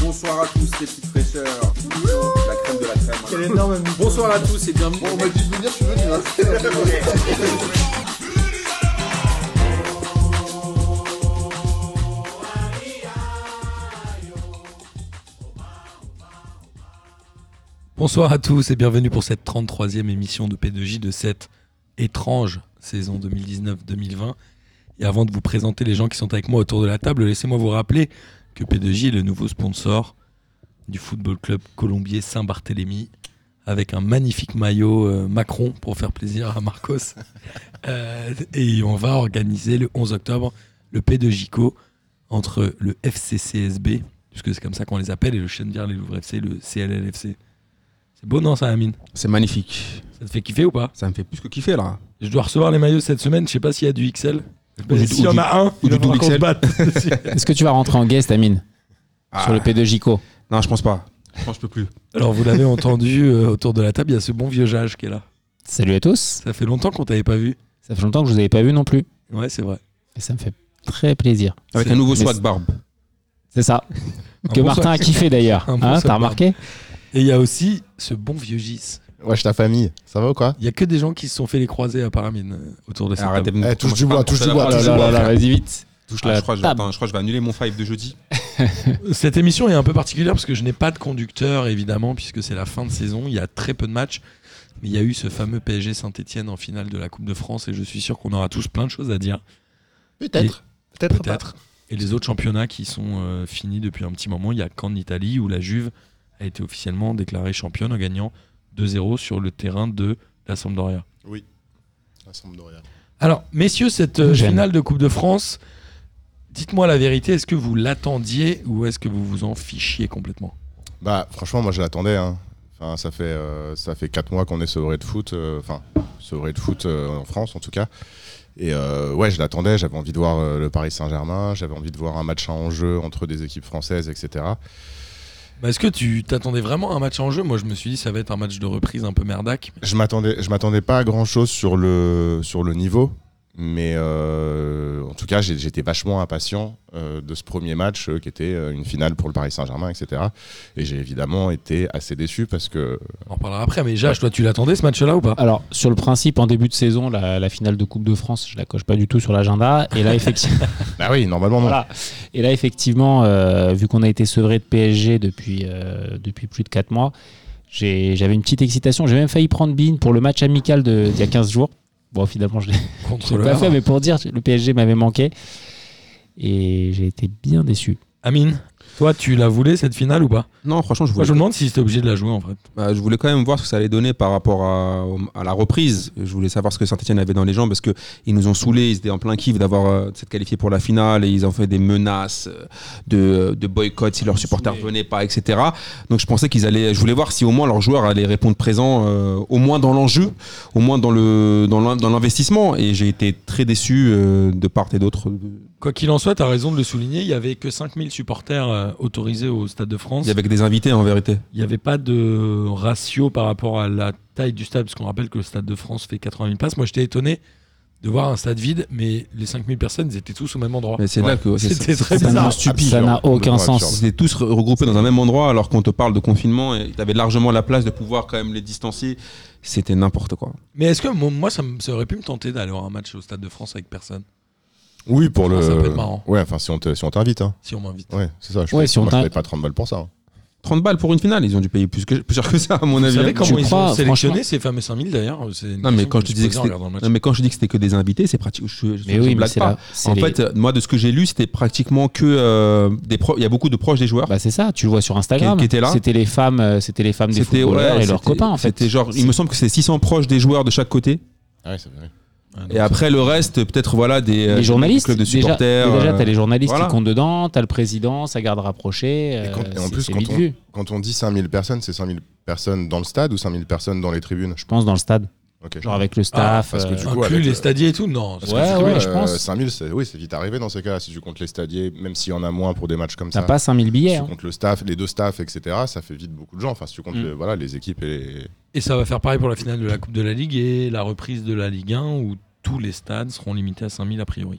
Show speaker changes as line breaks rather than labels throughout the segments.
Bonsoir à tous les petites fraîcheurs. La crème de la crème.
Quel énorme ami.
Bonsoir à tous et bienvenue.
On m'a dit de venir, tu veux, tu vas.
Bonsoir à tous et bienvenue pour cette 33e émission de P2J de cette étrange saison 2019-2020. Et avant de vous présenter les gens qui sont avec moi autour de la table, laissez-moi vous rappeler que P2J est le nouveau sponsor du Football Club Colombier Saint-Barthélemy avec un magnifique maillot euh, Macron pour faire plaisir à Marcos. Euh, et on va organiser le 11 octobre le P2JCO entre le FCCSB, puisque c'est comme ça qu'on les appelle, et le Chenvière les Louvres FC, le CLLFC. C'est beau, non, ça, Amine
C'est magnifique.
Ça te fait kiffer ou pas
Ça me fait plus que kiffer là.
Je dois recevoir les maillots cette semaine, je sais pas s'il y a du XL.
Ou du-
S'il y
ou
en
du-
a un,
ou
il
du
va falloir
double
qu'on se
XL.
batte.
Est-ce que tu vas rentrer en guest, Amine
Ah.
Sur le P2JCO
Non, je pense pas. Je pense que je peux plus.
Alors, vous l'avez entendu euh, autour de la table, il y a ce bon vieux Jage qui est là.
Salut à tous.
Ça fait longtemps qu'on t'avait pas vu.
Ça fait longtemps que je vous avais pas vu non plus.
Ouais, c'est vrai.
Et ça me fait très plaisir.
Avec
C'est-
un nouveau
mais
swag
c'est-
barbe.
Ah,
C'est ça.
Un
Que
bon
Martin
soir.
a kiffé d'ailleurs.
Un bon
Hein,
soir,
T'as remarqué
Et il y a aussi ce bon vieux Gis.
Wesh ta famille, ça va ou quoi
Il y a que des gens qui se sont fait les croiser à Paramine euh, autour de cette
Arrête,
table.
elle me-
Eh, touche
commence
du
pas
bois,
à
touche du
penser à
bois,
la partie
touche du
du
bois,
bois, frère.
vas-y vite.
Touche
la
la- Je crois que je-
table.
attends, je crois que je vais annuler mon five de jeudi.
Cette émission est un peu particulière parce que je n'ai pas de conducteur, évidemment, puisque c'est la fin de saison. Il y a très peu de matchs. Mais il y a eu ce fameux PSG Saint-Etienne en finale de la Coupe de France et je suis sûr qu'on aura tous plein de choses à dire.
Peut-être. Peut-être. pas.
peut-être. Et les autres championnats qui sont euh, finis depuis un petit moment, il y a qu'en Italie où la Juve a été officiellement déclarée championne en gagnant 2-0 sur le terrain de la Sampdoria.
Ça semble de rien.
Alors, messieurs, cette euh,
J'aime.
finale de Coupe de France, dites-moi la vérité, est-ce que vous l'attendiez ou est-ce que vous vous en fichiez complètement
Bah franchement moi je l'attendais. hein. Enfin, ça fait euh, ça fait quatre mois qu'on est sevré de foot, euh, enfin sevré de foot euh, en France en tout cas. Et euh, ouais je l'attendais, j'avais envie de voir euh, le Paris Saint-Germain, j'avais envie de voir un match à enjeu entre des équipes françaises, etc.
Bah, Est-ce que tu t'attendais vraiment à un match en jeu Moi, je me suis dit, ça va être un match de reprise un peu merdac.
Je m'attendais, je m'attendais pas à grand chose sur le sur le niveau, mais euh, en tout cas j'ai- j'étais vachement impatient euh, de ce premier match euh, qui était euh, une finale pour le Paris Saint-Germain, etc. Et j'ai évidemment été assez déçu parce que
On en parlera après, mais Jage, toi, tu l'attendais ce match-là ou pas
Alors, sur le principe, en début de saison, la, la finale de Coupe de France, je la coche pas du tout sur l'agenda. Et là, effectivement,
bah oui normalement non.
voilà. Et là, effectivement euh, vu qu'on a été sevré de PSG depuis, euh, depuis plus de 4 mois, j'ai- j'avais une petite excitation. J'ai même failli prendre Bean pour le match amical de- d'il y a 15 jours. Bon, finalement, je l'ai
Contre
Je l'ai
le
pas
Havre.
fait, mais pour dire, le PSG m'avait manqué. Et j'ai été bien déçu.
Amine, toi, tu la voulais cette finale ou pas
Non, franchement, je
Moi,
voulais,
je me demande si c'était obligé de la jouer en fait.
bah, je voulais quand même voir ce que ça allait donner par rapport à, au- à la reprise. Je voulais savoir ce que Saint-Etienne avait dans les jambes parce que ils nous ont saoulés. Ils étaient en plein kiff d'avoir euh, de s'être qualifiés pour la finale et ils ont fait des menaces euh, de, de boycott si leurs supporters venaient pas, etc. Donc je pensais qu'ils allaient. Je voulais voir si au moins leurs joueurs allaient répondre présent, euh, au moins dans l'enjeu, au moins dans le dans l'in- dans l'investissement. Et j'ai été très déçu euh, de part et d'autre.
Quoi qu'il en soit, tu as raison de le souligner, il n'y avait que 5000 supporters euh, autorisés au Stade de France.
Il y avait que des invités en vérité.
Il n'y avait pas de ratio par rapport à la taille du stade, parce qu'on rappelle que le Stade de France fait 80 000 places. Moi, j'étais étonné de voir un stade vide, mais les 5000 personnes, ils étaient tous au même endroit.
Mais c'est
Ouais.
là que c'est-
C'était
c'est-
très
c'est
bizarre.
tellement stupide.
Ça n'a
Complètement
aucun sens.
absurde.
Ils étaient tous re- regroupés dans un même endroit alors qu'on te parle de confinement et t'avais largement la place de pouvoir quand même les distancier. C'était n'importe quoi.
Mais est-ce que mo- moi, ça, me- ça aurait pu me tenter d'aller voir un match au Stade de France avec personne,
Oui pour
Ah,
le.
ça peut être marrant.
Ouais enfin si on te- si on t'invite hein.
si on m'invite
Ouais c'est ça. Je
Ouais,
paye-
si on
moi, je
t'in-
paye pas 30 balles pour ça. hein.
30 balles pour une finale, ils ont dû payer plus, que, plus cher que ça à mon
Vous
avis. hein.
savez comment
tu
ils ont
crois,
sélectionné
franchement-
ces fameux 5000 d'ailleurs C'est une
Non mais
question
quand
que
je te
me
disais que
posais en
c'était-
regardant le match.
non, mais quand je dis que c'était que des invités, c'est pratique. Je, je-
Mais
je
oui, mais
blague
c'est
pas.
la- c'est
En
les-
fait, euh, moi de ce que j'ai lu, c'était pratiquement que euh, des pro- il y a beaucoup de proches des joueurs.
Bah, c'est ça, tu le vois sur Instagram.
Qui- qui était là
C'était les femmes, euh, c'était les femmes des
C'était
footballeurs
ouais,
et leurs
c'était-
copains en fait.
C'était genre, il me semble que c'est 600 proches des joueurs de chaque côté.
Ouais, c'est vrai.
Ah, donc,
Et après le reste, peut-être voilà des euh,
les
des
journalistes,
clubs de
déjà,
supporters.
déjà, t'as
euh,
les journalistes
voilà.
qui comptent dedans, t'as le président, sa garde rapprochée.
Et
euh,
quand- et en
c'est-
plus,
c'est
quand
vite
on-
vu,
Quand on dit 5000 personnes c'est 5000 personnes dans le stade ou 5000 personnes dans les tribunes.
je pense, dans le stade.
Ok.
Genre avec le
Ah,
staff.
parce que
euh,
du coup,
Inclus
avec
les
le-
stadiers et tout Non.
Parce
c'est-
que
Ouais,
du coup,
Ah ouais,
euh,
je pense.
5000, c'est oui, c'est vite arrivé dans ces cas-là. Si tu comptes les stadiers, même s'il y en a moins pour des matchs comme
T'as
ça.
pas 5000
Si tu
billets. hein.
comptes le staff, les deux staffs, etc., ça fait vite beaucoup de gens. Enfin, si tu comptes
Mm.
le- voilà, les équipes et les-
Et ça va faire pareil pour la finale de la Coupe de la Ligue et la reprise de la Ligue 1 où tous les stades seront limités à 5000 a priori.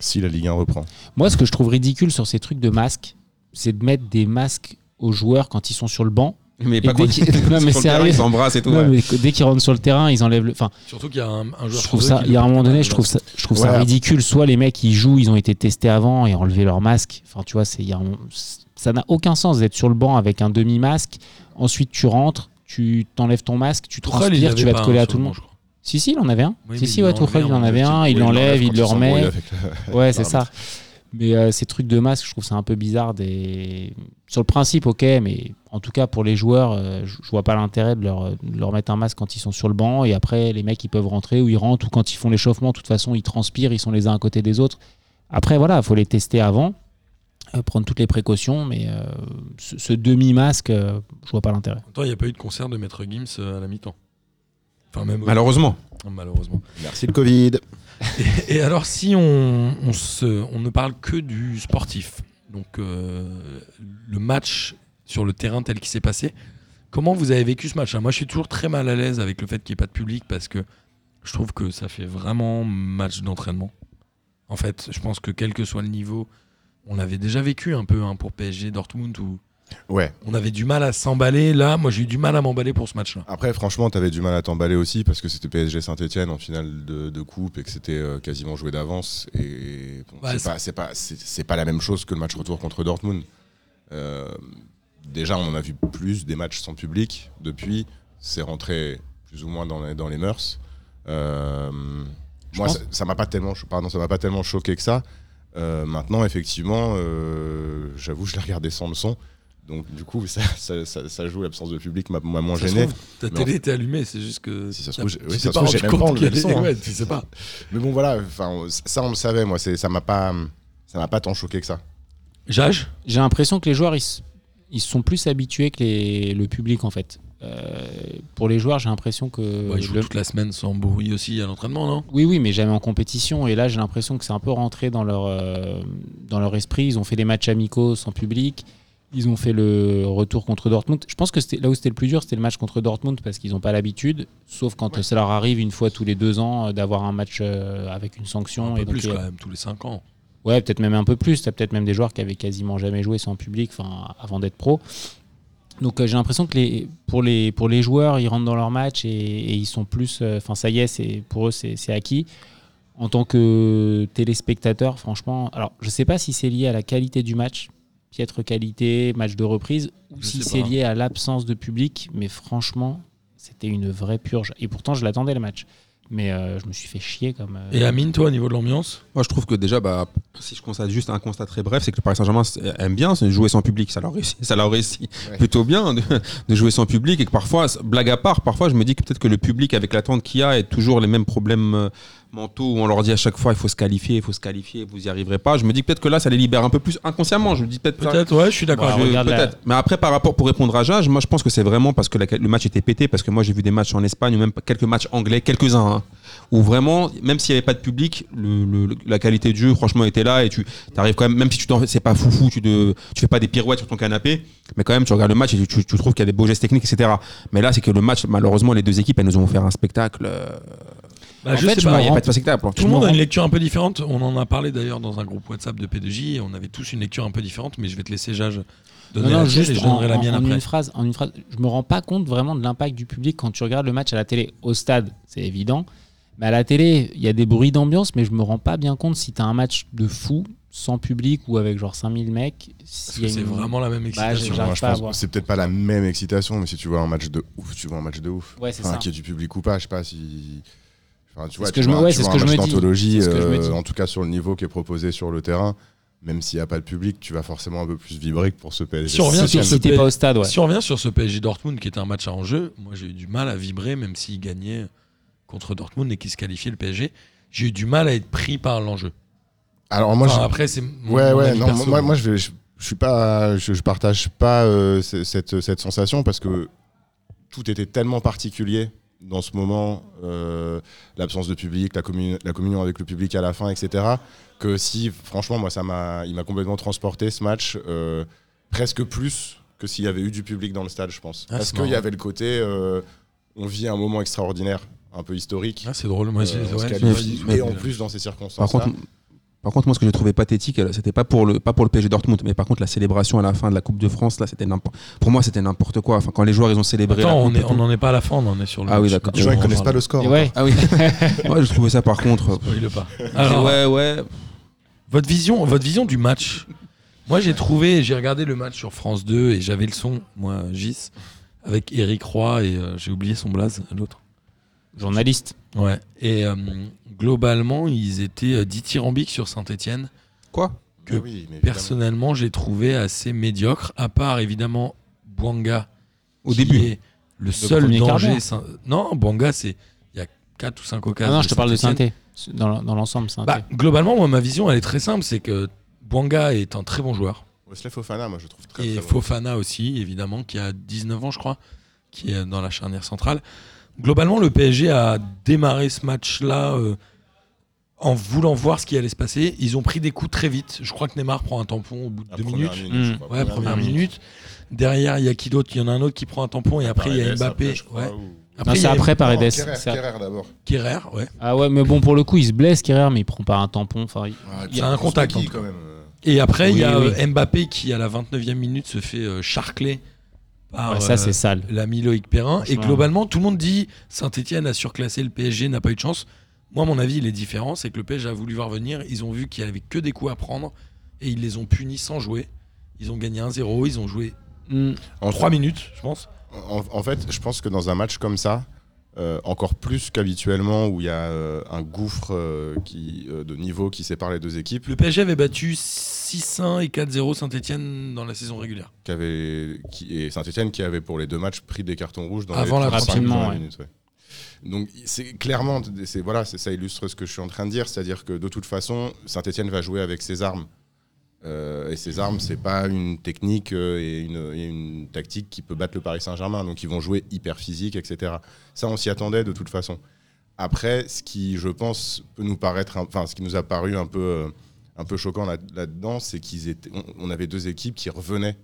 Si la Ligue 1 reprend.
Moi, ce que je trouve ridicule sur ces trucs de masques, c'est de mettre des masques aux joueurs quand ils sont sur le banc.
Mais
dès
pas quand
qu'il-
ils-
Non,
sur
mais
le terrain,
sérieux.
ils s'embrassent et tout.
Non,
ouais.
mais que- dès qu'ils rentrent sur le terrain, ils enlèvent le. Enfin,
Surtout qu'il y a un, un joueur.
je
sur
trouve
deux
ça.
qui
Il y a un
le
moment
porte
donné,
pas
je trouve ça, je trouve
Ouais.
ça ridicule. Soit les mecs ils jouent, ils ont été testés avant et enlevé leur masque. Enfin, tu vois, c'est il y a un- ça n'a aucun sens d'être sur le banc avec un demi masque. Ensuite, tu rentres, tu t'enlèves ton masque, tu
Tourelle, il
transpires, tu
avait
vas
pas
te coller
un
à
sur
tout le
banc,
monde.
je crois.
Si, si, il en avait un.
Oui, mais
si, si,
il
ouais,
l'a
Tourelle,
enlevé
il en
en
avait
deux
un,
petits-
il
Oui,
l'enlève,
quand
il le
s'embrouille
remet.
avec le-
Ouais, c'est
Pardon.
ça. Mais euh, ces trucs de masque, je trouve ça un peu bizarre. Des... Sur le principe, ok, mais en tout cas pour les joueurs, euh, je je vois pas l'intérêt de leur, de leur mettre un masque quand ils sont sur le banc et après les mecs ils peuvent rentrer ou ils rentrent ou quand ils font l'échauffement, de toute façon ils transpirent, ils sont les uns à côté des autres. Après voilà, faut les tester avant, euh, prendre toutes les précautions, mais euh, ce, ce demi-masque, euh, je vois pas l'intérêt.
En même temps, il n'y a pas eu de concert de Maître Gims euh, à la mi-temps. Enfin, même au-
Malheureusement.
malheureusement.
Merci le Covid.
Et alors, si on, on se- on ne parle que du sportif, donc euh, le match sur le terrain tel qu'il s'est passé, comment vous avez vécu ce match-là Moi, je suis toujours très mal à l'aise avec le fait qu'il n'y ait pas de public parce que je trouve que ça fait vraiment match d'entraînement. En fait, je pense que quel que soit le niveau, on l'avait déjà vécu un peu hein, pour PSG Dortmund où
Ouais.
on avait du mal à s'emballer. Là, moi, j'ai eu du mal à m'emballer pour ce match-là.
Après, franchement, t'avais du mal à t'emballer aussi parce que c'était PSG Saint-Etienne en finale de, de coupe et que c'était euh, quasiment joué d'avance. Et bon,
Ouais,
c'est pas, c'est pas, c'est- c'est pas la même chose que le match retour contre Dortmund. Euh, déjà, on en a vu plus des matchs sans public depuis. C'est rentré plus ou moins dans les, dans les mœurs. Euh, moi,
pense-
ça- ça m'a pas tellement, cho- pardon, ça m'a pas tellement choqué que ça. Euh, maintenant, effectivement, euh, j'avoue, je l'ai regardé sans le son. Donc, du coup, ça, ça- ça- ça joue, l'absence de public m'a m'a moins
Ça se
gêné.
trouve, Ta
Mais en
télé était allumée, c'est juste que.
Si ça se
t'as-
trouve, j'ai-
tu
oui,
t'es
ça se
pas
trouve, j'ai
rendu
même pas
compte
enlevé
qu'il y
le
avait-
son, hein.
ouais, tu sais pas.
Mais bon, voilà, enfin, on- ça, on le savait, moi, c'est- ça m'a pas, ça m'a pas tant choqué que ça.
Jage
J'ai l'impression que les joueurs, ils, s- ils sont plus habitués que les- le public en fait. Euh, pour les joueurs, j'ai l'impression que
Ouais, Il joue
Euh, le-
toute la semaine sans bruit aussi à l'entraînement, non
Oui, oui, mais jamais en compétition. Et là, j'ai l'impression que c'est un peu rentré dans leur, euh, dans leur esprit. Ils ont fait des matchs amicaux sans public. Ils ont fait le retour contre Dortmund. Je pense que c'était- là où c'était le plus dur, c'était le match contre Dortmund parce qu'ils n'ont pas l'habitude, sauf quand euh, ça leur arrive une fois tous les deux ans euh, d'avoir un match euh, avec une sanction.
Un
et
peu
donc,
plus
euh,
quand même, tous les 5 ans.
Ouais, peut-être même un peu plus. T'as peut-être même des joueurs qui avaient quasiment jamais joué sans public, enfin, avant d'être pro. Donc euh, j'ai l'impression que les, pour, les, pour les joueurs, ils rentrent dans leur match et, et ils sont plus. euh, Enfin, ça y est, c'est, pour eux, c'est, c'est acquis. En tant que téléspectateur, franchement, alors je sais pas si c'est lié à la qualité du match, piètre qualité, match de reprise, ou
Je
si
sais
c'est
pas.
lié à l'absence de public, mais franchement, c'était une vraie purge. Et pourtant, je l'attendais le match. Mais euh, je me suis fait chier comme. euh,
Et Amine, toi, au niveau de l'ambiance
Moi, je trouve que déjà, bah, si je constate juste un constat très bref, c'est que le Paris Saint-Germain s- euh, aime bien se jouer sans public. Ça leur réussit, ça leur réussit
Ouais.
plutôt bien de, de jouer sans public. Et que parfois, s- blague à part, parfois, je me dis que peut-être que le public, avec l'attente qu'il y a, et toujours les mêmes problèmes euh, mentaux où on leur dit à chaque fois il faut se qualifier, il faut se qualifier, vous n'y arriverez pas. Je me dis que peut-être que là, ça les libère un peu plus inconsciemment. Je me dis peut-être.
Peut-être, ouais, je suis d'accord.
Ouais,
Je-
avec-
Ah, regarde la-
peut-être. Mais après, par rapport pour répondre à Jage, moi je pense que c'est vraiment parce que la- le match était pété, parce que moi j'ai vu des matchs en Espagne ou même quelques matchs anglais, quelques-uns, hein, où vraiment, même s'il n'y avait pas de public, le- le- le- la qualité de jeu franchement était là et tu arrives quand même, même si tu t'en c'est pas foufou, tu ne tu fais pas des pirouettes sur ton canapé, mais quand même tu regardes le match et tu, tu- tu trouves qu'il y a des beaux gestes techniques, etc. Mais là, c'est que le match, malheureusement, les deux équipes, elles nous ont offert un spectacle. euh,
Bah,
En
je
fait,
sais
je
pas.
me
il n'y a
rends-
pas de spectacle. hein.
Tout
je
le monde
me
a
rends-
une lecture un peu différente. On en a parlé d'ailleurs dans un groupe WhatsApp de P2J. et On avait tous une lecture un peu différente, mais je vais te laisser, Jage, donner
Non, non,
la tienne
juste
et je
en-
donnerai la
en-
mienne
en
après.
Une phrase, en une phrase, je me rends pas compte vraiment de l'impact du public quand tu regardes le match à la télé. Au stade, c'est évident. Mais à la télé, il y a des bruits d'ambiance, mais je me rends pas bien compte si tu as un match de fou, sans public ou avec genre 5000 mecs.
Parce
s'il y
que
a
c'est
une- Bah,
vraiment la même
j'ai-
excitation.
j'arrive
Moi, je
pas à
pense
voir.
que c'est peut-être pas la même excitation, mais si tu vois un match de ouf, tu vois un match de ouf.
Ouais, c'est
Enfin,
ça.
qu'il y ait du public ou pas, je sais pas si. Enfin, tu vois,
C'est ce
tu
que je me-
vois-
ouais,
tu
c'est
vois
ce
un
que je
match
me dis.
d'anthologie,
C'est ce que je me
euh,
dis.
en tout cas sur le niveau qui est proposé sur le terrain, même s'il n'y a pas de public, tu vas forcément un peu plus vibrer que pour ce PSG.
Si on revient
Si-
sur
si
ce
t'es
P-
pas au stade, ouais.
Si on revient sur ce PSG Dortmund qui était un match à enjeu, moi j'ai eu du mal à vibrer même s'il gagnait contre Dortmund et qu'il se qualifiait le PSG. J'ai eu du mal à être pris par l'enjeu.
Alors moi,
Enfin,
je-
après c'est
Ouais,
mon
ouais,
avis
non,
perso.
moi, moi je, vais- je, je suis pas, je, je partage pas euh, c- cette, cette sensation parce que tout était tellement particulier dans ce moment, euh, l'absence de public, la, commun- la communion avec le public à la fin, etc. Que si, franchement, moi, ça m'a, il m'a complètement transporté ce match, euh, presque plus que s'il y avait eu du public dans le stade, je pense.
Ah,
parce
c'est
qu'il y
marrant.
avait le côté, euh, on vit un moment extraordinaire, un peu historique.
Ah, c'est drôle, moi j'ai-
Euh, on se
ouais, j'ai
qualifie.
pas dit tout.
et en plus, dans ces circonstances.
Par contre, Par contre, moi, ce que j'ai trouvé pathétique, euh, c'était pas pour le pas pour le PSG Dortmund, mais par contre la célébration à la fin de la Coupe de France, là, c'était n'importe. Pour moi, c'était n'importe quoi. Enfin, quand les joueurs ils ont célébré. la
Attends, on
coupe et
est-
tout.
on n'en est pas à la fin, on en est sur le.
Ah oui, d'accord.
Les gens, ils connaissent pas le score.
Et ouais.
Ah oui. moi, je trouvais ça par contre. euh,
Spoil pas. Alors,
ouais, ouais.
Votre vision, votre vision du match. Moi, j'ai trouvé, j'ai regardé le match sur France 2 et j'avais le son, moi, Gis, avec Eric Roy et euh, j'ai oublié son blaze, l'autre.
Journaliste.
Ouais. Et euh, globalement, ils étaient euh, dithyrambiques sur Saint-Etienne.
Quoi
que
Ah oui, mais évidemment.
Personnellement, j'ai trouvé assez médiocre, à part évidemment Bouanga.
Au
qui
début.
est le seul
premier quart
danger.
d'heure.
Saint- Non, Bouanga, c'est. Il y a 4 ou 5
Ah
occasions.
non, je te parle de
Saint-Étienne.
synthé. Dans l'en- dans l'ensemble, synthé.
Bah, globalement, moi, ma vision, elle est très simple c'est que Bouanga est un très bon joueur.
Wesley Fofana, moi, je trouve très,
et
très bon.
Fofana aussi, évidemment, qui a 19 ans, je crois, qui est dans la charnière centrale. Globalement, le PSG a démarré ce match-là euh, en voulant voir ce qui allait se passer. Ils ont pris des coups très vite. Je crois que Neymar prend un tampon au bout de
La
deux
première
minutes. Mmh.
je
Mm.
crois,
Ouais, première minute. Derrière, il y a qui d'autre Il y en a un autre qui prend un tampon et après, il y a
Paredes,
Mbappé.
après, je crois,
ouais.
ou-
non,
il
c'est
y a
après Paredes.
Non, Kerrer,
C'est-
Kerrer d'abord.
Kerrer, ouais.
Ah ouais, mais bon, pour le coup, il se blesse, Kerrer, mais il prend pas un tampon. Enfin, il-
Ah,
Il y a un
Kroos
contact, hein.
Magui,
en
quand même. euh
Et après, il y a
Oui,
euh, Mbappé qui, à la 29e minute, se fait euh, charcler par
ouais, ça,
euh,
c'est sale.
l'ami Loïc Perrin. Et
Franchement.
globalement, tout le monde dit Saint-Etienne a surclassé le PSG, n'a pas eu de chance. Moi, à mon avis, il est différent. C'est que le PSG a voulu voir venir. Ils ont vu qu'il n'y avait que des coups à prendre et ils les ont punis sans jouer. Ils ont gagné 1-0. Ils ont joué
Mm.
En
3 minutes, je pense.
En, en fait, je pense que dans un match comme ça, euh, encore plus qu'habituellement où il y a euh, un gouffre euh, qui, euh, de niveau qui sépare les deux équipes,
Le PSG avait battu 6-1 et 4-0 Saint-Etienne dans la saison régulière.
qui avait, qui, et Saint-Etienne qui avait pour les deux matchs pris des cartons rouges dans
Avant la
les 35
rapidement,
premières
ouais.
minutes. ouais. Donc c'est clairement, c'est voilà, c'est- ça illustre ce que je suis en train de dire, c'est-à-dire que de toute façon, Saint-Etienne va jouer avec ses armes. Euh, et ses armes, c'est pas une technique euh, et une, et une tactique qui peut battre le Paris Saint-Germain. Donc ils vont jouer hyper physique, etc. Ça, on s'y attendait de toute façon. Après, ce qui, je pense, peut nous paraître, un- enfin, ce qui nous a paru un peu, euh, un peu choquant là- là-dedans, c'est qu'ils étaient, on, on avait deux équipes qui revenaient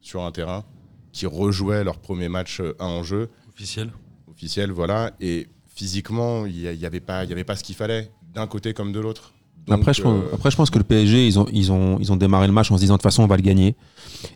sur un terrain, qui rejouaient leur premier match euh, un en jeu
Officiel.
officiel, voilà. Et physiquement, il n'y avait pas, il y avait pas ce qu'il fallait d'un côté comme de l'autre. Donc,
après, je pense,
euh,
après, je pense que le PSG, ils ont, ils, ont, ils ont démarré le match en se disant de toute façon, on va le gagner.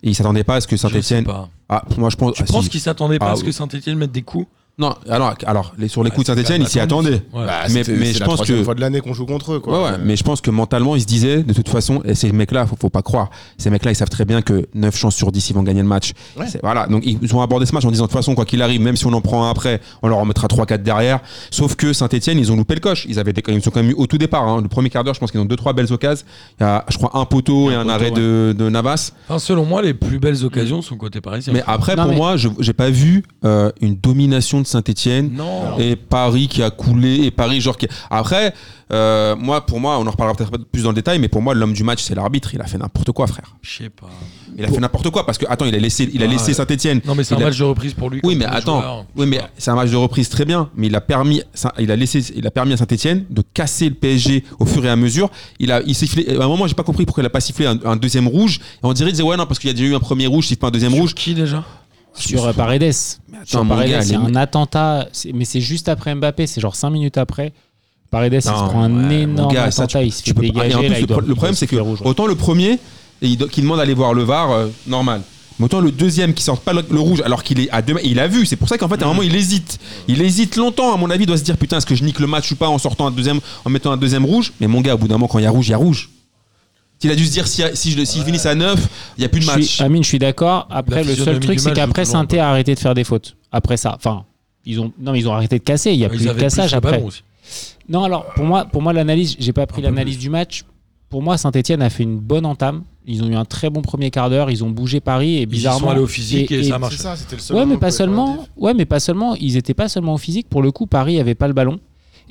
Et ils s'attendaient pas à ce que
Je sais
Saint-Etienne.
pas.
Ah, moi, je pense.
Tu
ah,
penses
si.
qu'ils s'attendaient pas
Ah
à ce
oui.
que Saint-Etienne mette des coups
Non, alors, alors les, sur les
Ah,
coups de
c'est
Saint-Etienne,
quand
ils s'y
même attendu.
attendaient.
Ouais.
bah,
mais-
c'était-
mais
c'est
je
la
pense
troisième
que-
fois de l'année qu'on joue contre eux, quoi. Euh,
Ouais, ouais, mais je pense que mentalement, ils se disaient, de toute façon, et ces mecs-là, faut, faut pas croire, ces mecs-là, ils savent très bien que 9 chances sur 10, ils vont gagner le match.
Ouais.
C'est- Voilà, donc ils ont abordé ce match en disant, de toute façon, quoi qu'il arrive, même si on en prend un après, on leur en mettra 3-4 derrière. Sauf que Saint-Etienne, ils ont loupé le coche. Ils, avaient des- ils sont quand même eu au tout départ. hein. Le premier quart d'heure, je pense qu'ils ont 2-3 belles occasions. Il y a, je crois, un poteau et un,
poteau,
arrêt
ouais.
de, de Navas.
Enfin, selon moi, les plus belles occasions sont côté parisien.
Mm. Mais après,
Non,
pour
mais-
moi, je j'ai pas vu euh, une domination de Saint-Etienne.
non.
Et Paris qui a coulé et Paris genre qui... après euh, moi pour moi on en reparlera peut-être plus dans le détail mais pour moi l'homme du match c'est l'arbitre il a fait n'importe quoi frère
Je sais pas.
il a fait n'importe quoi parce que attends il a laissé il a
Ah,
laissé
ouais.
Saint-Etienne
Non, mais c'est un
Il a-
match de reprise pour lui.
oui
comme
mais
le
attends
joueur. hein.
oui mais c'est un match de reprise très bien mais il a permis il a laissé il a permis à Saint-Etienne de casser le PSG au fur et à mesure il a il sifflé à un moment j'ai pas compris pourquoi il a pas sifflé un, un deuxième rouge et on dirait il disait ouais non parce qu'il y a déjà eu un premier rouge siffle pas un deuxième
Sur
rouge
qui déjà
Sur euh, Paredes. Sur
mon
Paredes,
gars,
il y
les
a un
mecs-
attentat, c'est- mais c'est juste après Mbappé, c'est genre 5 minutes après. Paredes, il se
Non,
prend un
ouais, mon
énorme
gars, ça,
attentat, il se fait
Tu peux pas-
dégager.
et en plus,
là, il
le,
doit-
pro- le
il
problème,
doit
c'est
se
que
faire rouge, ouais.
autant le premier, et il do- qui demande d'aller voir le VAR, euh, normal. Mais autant le deuxième qui sort pas le, le rouge alors qu'il est à deux, il a vu. C'est pour ça qu'en fait, à un moment, il hésite. Il hésite longtemps. À mon avis, il doit se dire putain, est-ce que je nique le match ou pas en sortant un deuxième, en mettant un deuxième rouge Mais mon gars, au bout d'un moment, quand il y a rouge, il y a rouge. Il a dû se dire si, si je, si je finissais à 9, il n'y a plus de
Je
match.
suis- Amine, je suis d'accord. Après, le seul
physionomie
truc,
du
c'est
match
qu'après,
joue toujours,
Saint-Étienne a arrêté de faire des fautes. Après ça, enfin, ils ont non, mais ils ont arrêté de casser. Il y a
Ah, Ils
plus de
avaient plus
cassage
le
après.
ballon aussi.
Non, alors pour moi, pour moi l'analyse, j'ai pas pris
peu
l'analyse du match. Pour moi, Saint-Etienne a fait une bonne entame. Ils ont eu un très bon premier quart d'heure. Ils ont bougé Paris et
Ils y sont
bizarrement.
allés au physique et,
et-
ça
et-
marche.
C'est ça, c'était le seul
Ouais, mais
moment
pas
où-
seulement. Ouais, mais pas seulement. Ils étaient pas seulement au physique. Pour le coup, Paris avait pas le ballon.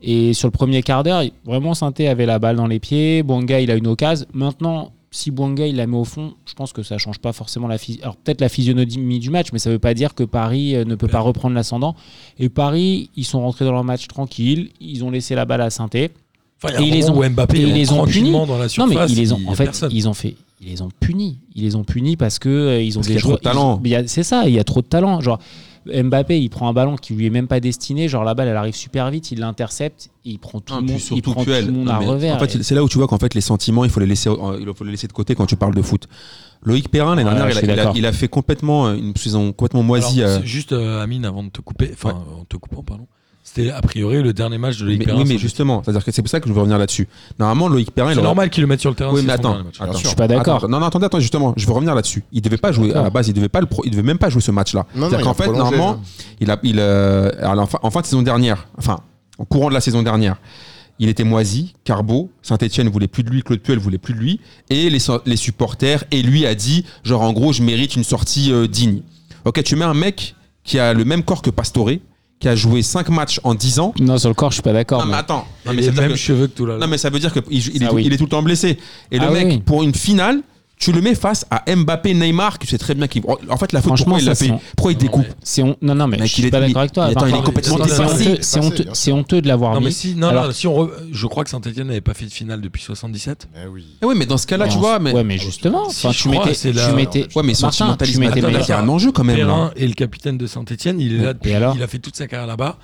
Et sur le premier quart d'heure, vraiment, Sainté avait la balle dans les pieds. Bouanga, il a une occasion. Maintenant, si Bouanga, il la met au fond, je pense que ça change pas forcément la physionomie. Alors, peut-être la physionomie du match, mais ça veut pas dire que Paris euh, ne peut pas reprendre l'ascendant. Et Paris, ils sont rentrés dans leur match tranquille. Ils ont laissé la balle à Sainté.
Enfin, il
Et
y a
ils
un
les
moment
ont-
où Mbappé
et ils
rentre
les ont
tranquillement
punis.
dans la
Non,
surface.
mais ils les ont.
il y a
En fait,
personne.
ils ont fait. Ils les ont punis. Ils les ont punis parce que euh, ils ont
Parce
des
qu'il y a trop
joueurs-
de talent.
ils- mais il y a- C'est ça. Il y a trop de talent. Genre, Mbappé, il prend un ballon qui lui est même pas destiné. Genre la balle, elle arrive super vite, il l'intercepte, et il prend tout
Ah,
le
puis
monde, il
surtout
prend tout
Puel.
le monde
Non,
à
mais
revers.
En fait,
Et-
c'est là où tu vois qu'en fait, les sentiments, il faut les laisser, euh, il faut les laisser de côté quand tu parles de foot. Loïc Perrin, l'année
Ouais,
dernière,
je
il,
suis
a, il a-
d'accord.
il a fait complètement euh, une saison complètement
Alors,
moisie. euh,
c'est Juste, euh, Amine, avant de te couper, enfin, euh, en te coupant, pardon. C'était a priori le dernier match de
mais,
l'équipe.
oui, mais justement, c'est-à-dire que c'est pour ça que je veux revenir là-dessus. Normalement, Loïc Perrin, il
C'est
aurait-
normal qu'il le mette sur le terrain.
Oui,
c'est
mais
son
attends,
dernier match.
attends.
Je suis pas d'accord.
Attends, Non, non, attendez, attends, justement, je veux revenir là-dessus. Il devait pas jouer à la
D'accord.
base, il devait pas le pro- il devait même pas jouer ce match-là.
Non, non,
C'est-à-dire
il
qu'en
a
fait,
prolongé,
normalement,
hein.
il a, il, euh, alors, en, fin, en fin de saison dernière, enfin, en courant de la saison dernière, il était moisi, Carbo, Saint-Etienne voulait plus de lui, Claude Puel voulait plus de lui, et les, so- les supporters, et lui a dit, genre, en gros, je mérite une sortie euh, digne. Ok, tu mets un mec qui a le même corps que Pastore, qui a joué 5 matchs en 10 ans.
Non, sur le corps, je suis pas d'accord.
Non, Ah, mais
moi.
attends, non,
Et
mais
les
c'est-à-dire
mêmes
que-
cheveux que tout là.
non, mais ça veut dire qu'il il est,
Ah
tout-
oui.
il est tout le temps blessé. Et le
Ah
mec,
oui.
pour une finale, tu le mets face à Mbappé, Neymar, qui sait très bien qu'il. En fait, la faute,
Franchement,
pourquoi il
ça
l'a fait
sent.
Pourquoi il découpe
C'est hon- Non, non, mais
Mec,
je
il
suis
est-
pas d'accord avec toi.
il- attends, il est
Vincent.
complètement
C'est- c'est
dépassé.
honteux- C'est
Dépassé,
honteux-
bien sûr.
c'est honteux de l'avoir
Non, mais
mis.
si, non,
Alors-
non, si on re- je crois que Saint-Etienne n'avait pas fait de finale depuis 77.
Eh oui.
Eh oui, mais dans ce cas-là, tu vois, mais.
Ouais, mais justement,
Si,
enfin,
je
tu
crois,
mettais,
c'est
tu
la-
mettais,
Ouais, mais
Martin, tu hein.
sentimentalisme.
mettais
Attends, là,
Neymar.
il y a un enjeu quand même. hein. là.
Perrin est le capitaine de Saint-Etienne. Il est là
Et
depuis.
alors
Il a fait toute sa carrière là-bas.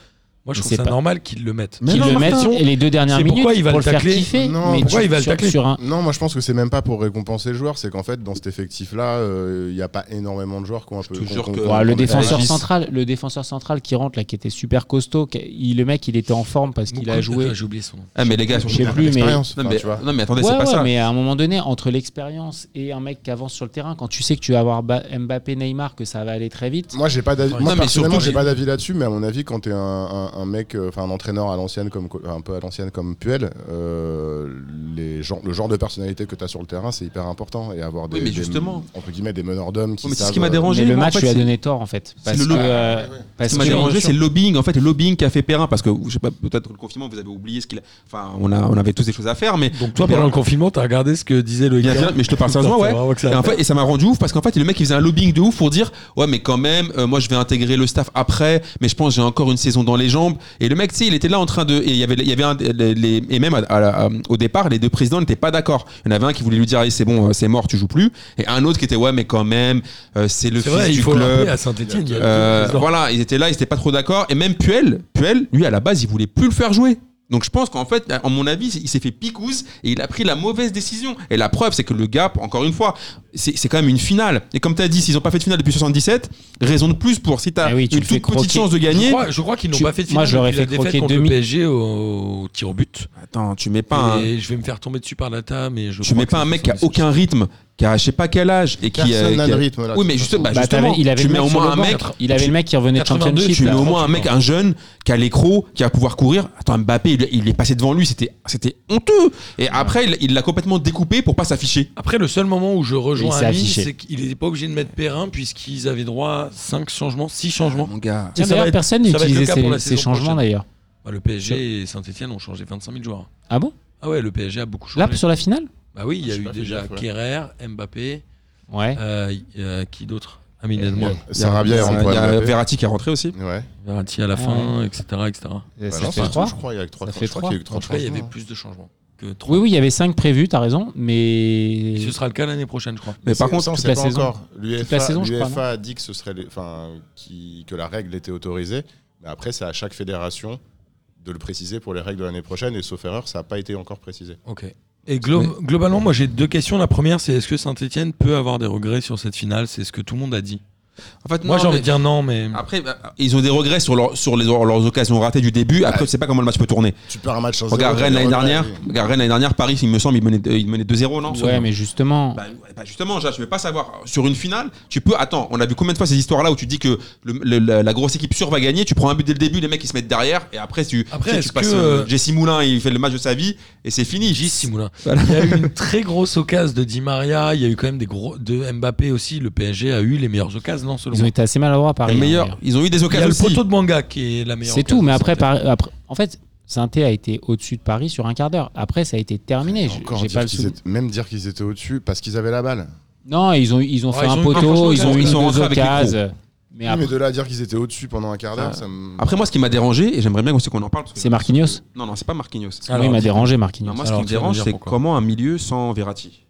Moi, je
Mais
trouve
c'est
ça
pas-
normal qu'il le mette.
Mais
qu'il
non,
le mette
Martin.
sur- et les deux dernières
C'est
minutes
pourquoi il va
pour
le
faire
tacler.
kiffer.
Non,
mais
pourquoi
tu-
il va le
sur-
tacler
sur un-
Non, moi je pense que c'est même pas pour récompenser le joueur, c'est qu'en fait dans cet effectif-là, euh, il n'y a pas énormément de joueurs qui ont un peu.
te jure
qu'on-
que-
qu'on-
Ouais,
Ouais,
qu'on
le
a-
défenseur
Régis.
central, le défenseur central qui rentre là, qui était super costaud, qui- il- le mec, il était en forme parce qu'il a
Beaucoup-
joué.
Ah, J'ai oublié son nom.
Ah, mais les gars,
Je sais
surtout.
plus, mais
L'expérience,
Non,
enfin,
mais,
tu vois.
non, mais attendez,
Ouais,
c'est pas
ouais,
ça.
mais à un moment donné, entre l'expérience et un mec qui avance sur le terrain, quand tu sais que tu vas avoir Ba- Mbappé, Neymar, que ça va aller très vite.
Moi, j'ai pas d'avis.
Non,
Moi,
mais
personnellement,
surtout,
j'ai
j'ai-
pas d'avis là-dessus, mais à mon avis, quand t'es un, un, un mec, euh, enfin un entraîneur à l'ancienne, comme co- un peu à l'ancienne comme Puel, euh, les gens, le genre de personnalité que t'as sur le terrain, c'est hyper important et avoir des,
Oui, mais
des-
justement.
entre guillemets, des meneurs d'hommes qui.
Oui, mais c'est ce
savent,
qui m'a
euh,
dérangé.
Mais le
moi, en
match
fait,
lui a
c'est-
donné tort en fait. Parce
le
que.
lobby.
euh,
Ce
parce
qui m'a
que-
dérangé, c'est le lobbying. En fait, le lobbying qu'a fait Perrin, parce que je sais pas, peut-être que le confinement, vous avez oublié ce qu'il a. Enfin, on, a, on avait tous des choses à faire, mais.
Donc toi,
Perrin-
pendant le confinement, t'as regardé ce que disait le
Bien sûr, mais je te parle sérieusement, ouais. Et, en fait, et ça m'a rendu ouf parce qu'en fait, le mec, il faisait un lobbying de ouf pour dire Ouais, mais quand même, euh, moi, je vais intégrer le staff après, mais je pense que j'ai encore une saison dans les jambes. Et le mec, tu sais, il était là en train de. Et, il y avait, il y avait un- euh, les- les- et même à- à- à- au départ, les deux présidents n'étaient pas d'accord. Il y en avait un qui voulait lui dire Allez, c'est bon, euh, c'est mort, tu joues plus. Et un autre qui était Ouais, mais quand même, euh, c'est le
C'est
fils
vrai,
du
il faut le rappeler
club.
à Saint-Etienne. il y a
Euh,
deux présidents.
voilà, ils étaient là, ils étaient pas trop d'accord. Et même Puel, Puel, lui, à la base, il voulait plus le faire jouer. Donc je pense qu'en fait, à mon avis, il s'est fait picouse et il a pris la mauvaise décision. Et la preuve, c'est que le gap, encore une fois, c'est c'est quand même une finale. Et comme tu as dit, s'ils n'ont pas fait de finale depuis 77, raison de plus pour si t'as
Eh oui, tu
une
le fais
toute petite
croquer.
chance de
Je
gagner.
crois, je crois qu'ils n'ont
Tu-
pas fait de finale
moi, je leur ai
depuis la
fait
défaite
croquer
contre le
demi.
PSG au, au tir au but.
Attends, tu mets pas un,
Et je vais me faire tomber dessus par la table. mais je
tu
crois
mets
que
pas un
c'est
mec qui a
77.
aucun rythme, qui a je sais pas quel âge et qui. euh,
Personne n'a
qui
de
a-
rythme là.
Oui,
de
mais
toute
juste,
façon.
bah,
Bah,
justement,
t'avais- il avait
tu
le
mets
mec
au
sur
moins un
le banc.
mec.
Il avait le mec qui revenait de
82,
championship.
Tu mets
là.
au moins un mec, un jeune, qui a l'écro, qui va pouvoir courir. Attends, Mbappé, il, il est passé devant lui, c'était, c'était honteux. Et après, il- il l'a complètement découpé pour pas s'afficher.
Après, le seul moment où je rejoins
Il s'est
Ami,
affiché.
c'est qu'il n'était pas obligé de mettre Perrin puisqu'ils avaient droit à 5 changements, 6 changements.
Ah,
Mon gars.
Tiens,
Ça
d'ailleurs,
va être-
personne
ça va être le
n'utilisait
cas pour la
ces, ces
saison
changements
prochaine.
d'ailleurs.
Bah, le PSG et Saint-Etienne ont changé 25 000 joueurs.
Ah bon
Ah ouais, le PSG a beaucoup changé.
Là, sur la finale
Bah oui, il y a
J'ai
eu
pas fait
déjà
gaffe, ouais.
Kerrer, Mbappé,
Ouais.
euh, y- euh, qui d'autre Amine Edmond,
Sarabia est rentré.
Il y
à
a
Mbappé.
Verratti qui est rentré aussi.
Ouais.
Verratti à la
Ouais.
fin, etc. etc.
Et
Bah
ça
non,
fait
c'est
trois.
tout, Je crois qu'il y a eu trois.
Ça fait
Je crois qu'il y a eu
En
trois.
tout cas, il y avait
changements.
plus de changements que 3.
Oui, oui, il y avait 5 prévus, t'as raison, mais.
Ce sera le cas l'année prochaine, je crois.
Mais par contre,
ça, on
toute
sait
la
pas
saison.
encore.
Toute la
L'UEFA
saison, je crois,
l'UEFA a dit que ce serait, les- enfin, qui- que la règle était autorisée, mais après, c'est à chaque fédération de le préciser pour les règles de l'année prochaine. Et sauf erreur, ça n'a pas été encore précisé.
Ok. Et glo- globalement, moi j'ai deux questions. La première, c'est est-ce que Saint-Etienne peut avoir des regrets sur cette finale C'est ce que tout le monde a dit.
en fait,
moi
non,
j'ai envie
mais
de dire non, mais. Ah.
Après, bah, ils ont des regrets sur, leur- sur les- leurs occasions ratées du début. Après, tu sais pas comment le match peut tourner.
Tu perds un match en
Regarde Rennes l'année dernière. Regarde Rennes l'année dernière, Paris, il me semble, il menait, il menait 2-0, non
Ouais, mais justement.
Bah, bah, justement, Jacques, je ne veux pas savoir. Sur une finale, tu peux. Attends, on a vu combien de fois ces histoires-là où tu dis que le- le- la, la grosse équipe sûre va gagner, tu prends un but dès le début, les mecs ils se mettent derrière, et après tu,
Après,
tu, sais,
est-ce
tu passes.
que,
euh,
euh,
Jesse Moulin, il fait le match de sa vie, et c'est fini.
J. Simoulin.
Voilà.
Il y a eu une très grosse occasion de Di Maria. Il y a eu quand même des gros de Mbappé aussi. Le PSG a eu les meilleures occasions, non selon
Ils ont
moi.
été assez maladroits à
Les
Paris. hein,
meilleurs,
d'ailleurs.
ils ont eu des
Il y a
occasions
le
aussi.
poteau de Manga qui est la meilleure.
C'est tout,
occasion
mais
de
après,
Saint-Etienne.
Paris- après- en fait, Saint-Etienne a été au-dessus de Paris sur un quart d'heure. Après, ça a été terminé. J'ai
Encore
j'ai
dire
pas le
qu'ils
souvenir.
étaient- même dire qu'ils étaient au-dessus parce qu'ils avaient la balle.
Non, ils ont, ils ont
Ouais,
fait
ils
un
ont eu-
poteau,
franchement,
ils ont eu
ils
une
sont rentrés
deux
avec les
occasions. Mais
Oui, mais
après, Ah.
de là à dire qu'ils étaient au-dessus pendant un quart d'heure, ça me.
Après, moi, ce qui m'a dérangé, et j'aimerais bien aussi qu'on en parle. parce que-
c'est Marquinhos.
Non, non, c'est pas Marquinhos.
Alors,
Oui, il m'a
dis-
dérangé,
Non,
Marquinhos.
moi,
Alors,
ce qui
tu vas
me
nous
dérange,
dire
c'est
pourquoi.
comment un milieu sans Verratti.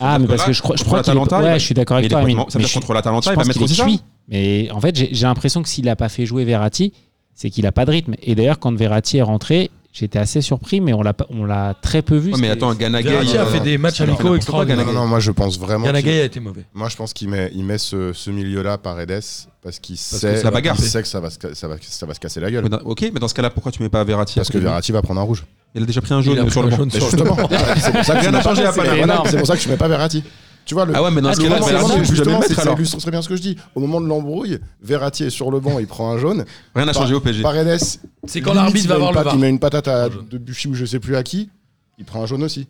Ah, mais
Parce
parce
que
que je crois, je
contre
crois qu'il est-
l'Atalanta, il va-
Ouais, je suis d'accord
Il
avec
est
toi, Amine.
complètement- Ça veut
Mais
dire
je-
contre l'Atalanta, il
je
va
pense
mettre
qu'il est
aussi ça
cuit. Mais en fait, j'ai j'ai l'impression que s'il n'a pas fait jouer Verratti, c'est qu'il n'a pas de rythme. Et d'ailleurs, quand Verratti est rentré, j'étais assez surpris, mais on l'a pas- on l'a très peu vu.
Ouais, mais
C'est-
attends, Ganagay. euh,
Verratti
il-
a fait des matchs
Alors,
amicaux
n'importe quoi,
Non, non,
extraordinaires.
non, moi je pense vraiment.
Ganagay
qu'il-
a été mauvais.
Moi je pense qu'il met, il met ce, ce milieu-là par Edes parce qu'il sait,
que ça va
il
casser.
sait que ça va, se ca- ça, va, ça va se casser la
Mais
gueule.
dans- Ok, mais dans ce cas-là, pourquoi tu mets pas Verratti
Parce que
après
Verratti va prendre un rouge.
Il a déjà pris un
Il a
jaune
pris
sur
un
le banc.
jaune
Mais
sur le
justement, Ah c'est pour ça que tu mets pas-
changé après.
Mais
C'est
voilà,
énorme.
c'est pour ça que tu mets pas Verratti. Tu vois, le,
Ah ouais, mais dans
Ah,
ce
tu
cas-là,
vois, c'est
Verratti,
vraiment,
je vais jamais le
justement,
mettre
c'est- ça
alors.
illustre très bien ce que je dis. Au moment de l'embrouille, Verratti est sur le banc, il prend un jaune.
Rien n'a changé au PSG.
Paredes,
C'est
limite,
quand
il
l'arbitre va
met
voir
une
le
patte-
VAR.
Il met une patate à
Un jaune.
de Buffy ou je sais plus à qui, il prend un jaune aussi.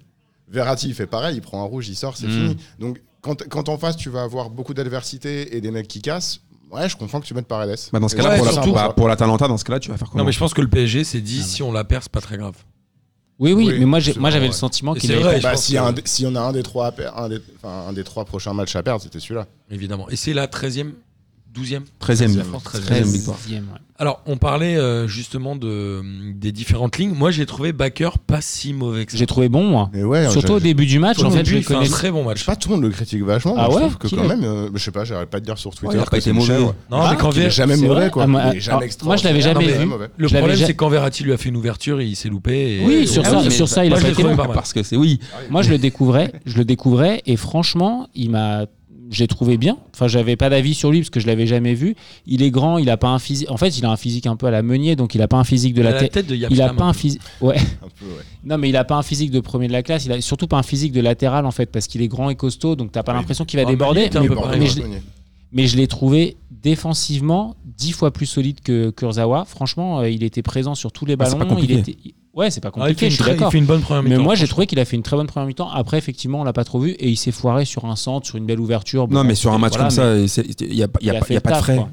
Verratti, il fait pareil, il prend un rouge, il sort, c'est
Mm.
fini. Donc, quand, quand en face, tu vas avoir beaucoup d'adversité et des mecs qui cassent, ouais, je comprends que tu mettes Paredes.
Bah, dans ce
Et
cas-là,
Ouais,
c'est
pour, la,
simple,
surtout-
bah,
ça.
pour l'Atalanta, dans ce cas-là, tu vas faire comment
Non, mais je pense que le PSG s'est dit
Ah,
si on la perd, c'est pas très grave.
Oui, oui,
Oui,
mais moi j'ai- moi,
absolument,
j'avais
ouais.
le sentiment
Et
qu'il
c'est
avait
vrai,
pas-
je
Bah,
pense
s'il y a
que-
un des- si on a un des trois, à per- un des, enfin, un des trois prochains matchs à perdre, c'était celui-là.
Évidemment. Et c'est la 13e, 12e
13ème.
la France 13e.
13e victoire.
13e, ouais.
Alors, on parlait euh, justement de, des différentes lignes. Moi, j'ai trouvé Backer pas si mauvais que ça.
J'ai trouvé bon, moi.
Mais ouais,
Surtout au
je-
début du match,
Au
en fait,
début,
je
il fait un
connais-
très bon
je sais
match.
pas, tout le monde le critique vachement.
Ah
mais
ouais
je trouve que
Qui
quand
est-
même, euh, je sais pas, j'arrête pas de dire sur Twitter.
il a pas
que
été
c'est une
mauvais.
chèvre.
Non,
Ah,
mais quand
qu'il est
Ver-
jamais
C'est vrai
mauvais, quoi.
Ah, moi-
Il est
alors,
jamais
moi, je l'avais
extraordinaire.
jamais
Non, mais
vu.
mauvais.
Le
Je l'avais
problème,
ja-
c'est quand Verratti lui a fait une ouverture, il s'est loupé. et-
Oui, sur
Ah
ça,
mais-
sur ça, il
moi,
a pas
je l'ai
été
trouvé
bon.
pas mal.
Parce que c'est oui.
Moi, je le découvrais, je le découvrais, et franchement, il m'a, j'ai trouvé bien. Enfin, j'avais pas d'avis sur lui parce que je l'avais jamais vu. Il est grand, il a pas un physique. En fait, il a un physique un peu à la Meunier, donc il a pas un physique de
Il a
la
la
tête.
tête de
Il a
Yapstam.
pas un physique. Ouais.
Un peu, ouais.
Non, mais il a pas un physique de premier de la classe. Il a surtout pas un physique de latéral en fait, parce qu'il est grand et costaud, donc t'as pas
Oui.
l'impression qu'il va
Ah, mais il
déborder.
était un
Mais-
peu
Bordeaux,
pareil,
mais
ouais.
je-
Bordeaux.
mais je l'ai trouvé défensivement dix fois plus solide que Kurzawa. Franchement, euh, il était présent sur tous les
Ah, c'est
ballons.
pas
il
compliqué.
était, ouais, c'est pas
Ah, il,
compliqué.
fait une
je suis
très- il
d'accord.
fait une bonne première
Mais
mi-temps.
moi, j'ai trouvé qu'il a fait une très bonne première mi-temps. Après, effectivement, on l'a pas trop vu et il s'est foiré sur un centre, sur une belle ouverture. Bon, bah,
Non, mais sur un match
voilà,
comme
mais
ça, c'est- il n'y a, pas- il y a
il
pas- il y a
fait
pas de
le
frais.
taf, quoi.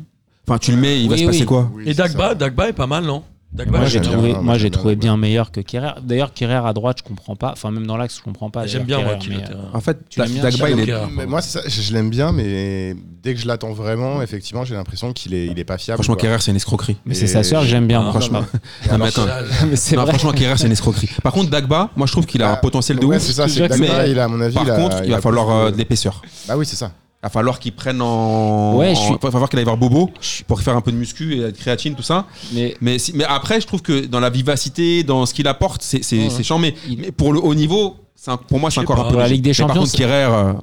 Enfin, tu le mets, il va
Oui,
se passer
oui.
quoi
Oui,
Et
c'est
Dagba,
ça.
Dagba est pas mal, non Dagba,
Moi,
Ouais,
j'ai
j'aime
trouvé,
bien,
moi,
moi,
j'ai
j'aime
trouvé bien
bien.
meilleur que Kerrer. D'ailleurs, Kerrer à droite, je comprends pas. Enfin, même dans l'axe, je comprends pas.
j'aime bien
d'ailleurs,
moi
Kerrer,
qui le
mais, euh,
terrain.
En fait,
Tu l'as mis en
Dagba, il est.
Schalke. Ah,
Mais moi, c'est ça, je, je l'aime bien, mais dès que je l'attends vraiment, effectivement, j'ai l'impression qu'il est, il est pas fiable.
Franchement,
quoi.
Kerrer, c'est une escroquerie.
Mais c'est
Et-
sa sœur, j'aime bien.
Ah,
moi.
Franchement.
Alors,
mais attends.
mais c'est
Non,
vrai.
franchement, Kerrer, c'est une escroquerie. Par contre, Dagba, moi, je trouve qu'il a un
Ah,
potentiel de
ouais,
ouf.
c'est ça,
Je
c'est
te jure
que
Dagba,
c'est-
il a, à mon avis.
Par
il a-
contre, il
il a
va falloir
plus de-
euh, de l'épaisseur.
Bah oui, c'est ça.
Il va falloir qu'il prenne en.
Ouais, je suis-
en- Il va falloir qu'il aille voir Bobo pour faire un peu de muscu et de créatine, tout ça.
Mais
Mais, si- mais après, je trouve que dans la vivacité, dans ce qu'il apporte, c'est c'est-
Ouais.
c'est charmé.
Il-
Mais pour le haut niveau, c'est un- pour moi,
Je
c'est
sais
encore
pas.
un peu.
Pour la
léger.
Ligue des
Mais
Champions,
Par contre,
c'est-
Kerrer. euh,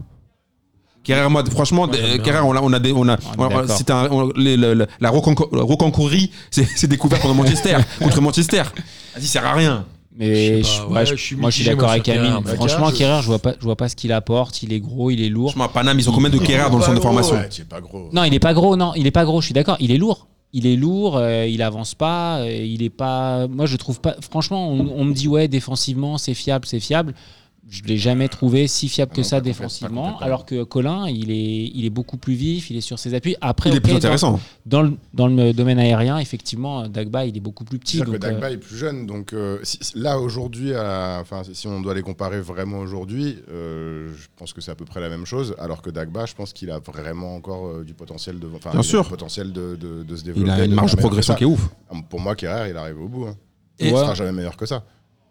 Kerrer, moi, franchement,
Moi, j'aime
euh,
bien.
Kerrer, on a, on a, des, on a,
On est
on-
d'accord.
c'est un, on- les- le- le- la rocanco- la rocancorie, c'est c'est découvert contre Manchester, contre Manchester. Vas-y, ça sert à rien.
Mais
Je
je,
sais pas,
ouais,
ouais,
je-
je suis
moi je suis
mitigé,
d'accord
moi,
avec
sur
Amine.
Kerrer, mais
Franchement,
Kerrer, je-
Kerrer, je vois pas, je vois pas ce qu'il apporte. Il est gros, il est lourd.
Franchement, à Paname, ils ont combien de Kerrer dans le centre de formation
Ouais, tu es pas gros.
Non, il est pas gros. Non, il est pas gros. Je suis d'accord. Il est lourd. Il est lourd. euh, il avance pas. euh, il est pas. Moi, je trouve pas. Franchement, on, on me dit ouais, défensivement, c'est fiable, c'est fiable. Je l'ai jamais trouvé si fiable que
Ah non,
ça
pas complète- pas
défensivement.
complètement.
Alors que Colin, il est, il est beaucoup plus vif. Il est sur ses appuis. Après,
Il est
ok,
plus
dans-
intéressant.
Dans, le, dans le domaine aérien, effectivement, Dagba, il est beaucoup plus petit.
C'est-à-dire
Donc,
que
euh,
Dagba est plus jeune, donc euh, si- si- là aujourd'hui, à la- enfin si on doit les comparer vraiment aujourd'hui, euh, je pense que c'est à peu près la même chose. Alors que Dagba, je pense qu'il a vraiment encore euh, du potentiel de, enfin,
Bien
il a
sûr.
du potentiel de, de- de se développer.
Il a une marge de progression qui est ouf.
est. Pour moi, Kerrer, il arrive au bout. Hein.
Et-
Il
Ouais.
sera jamais meilleur que ça.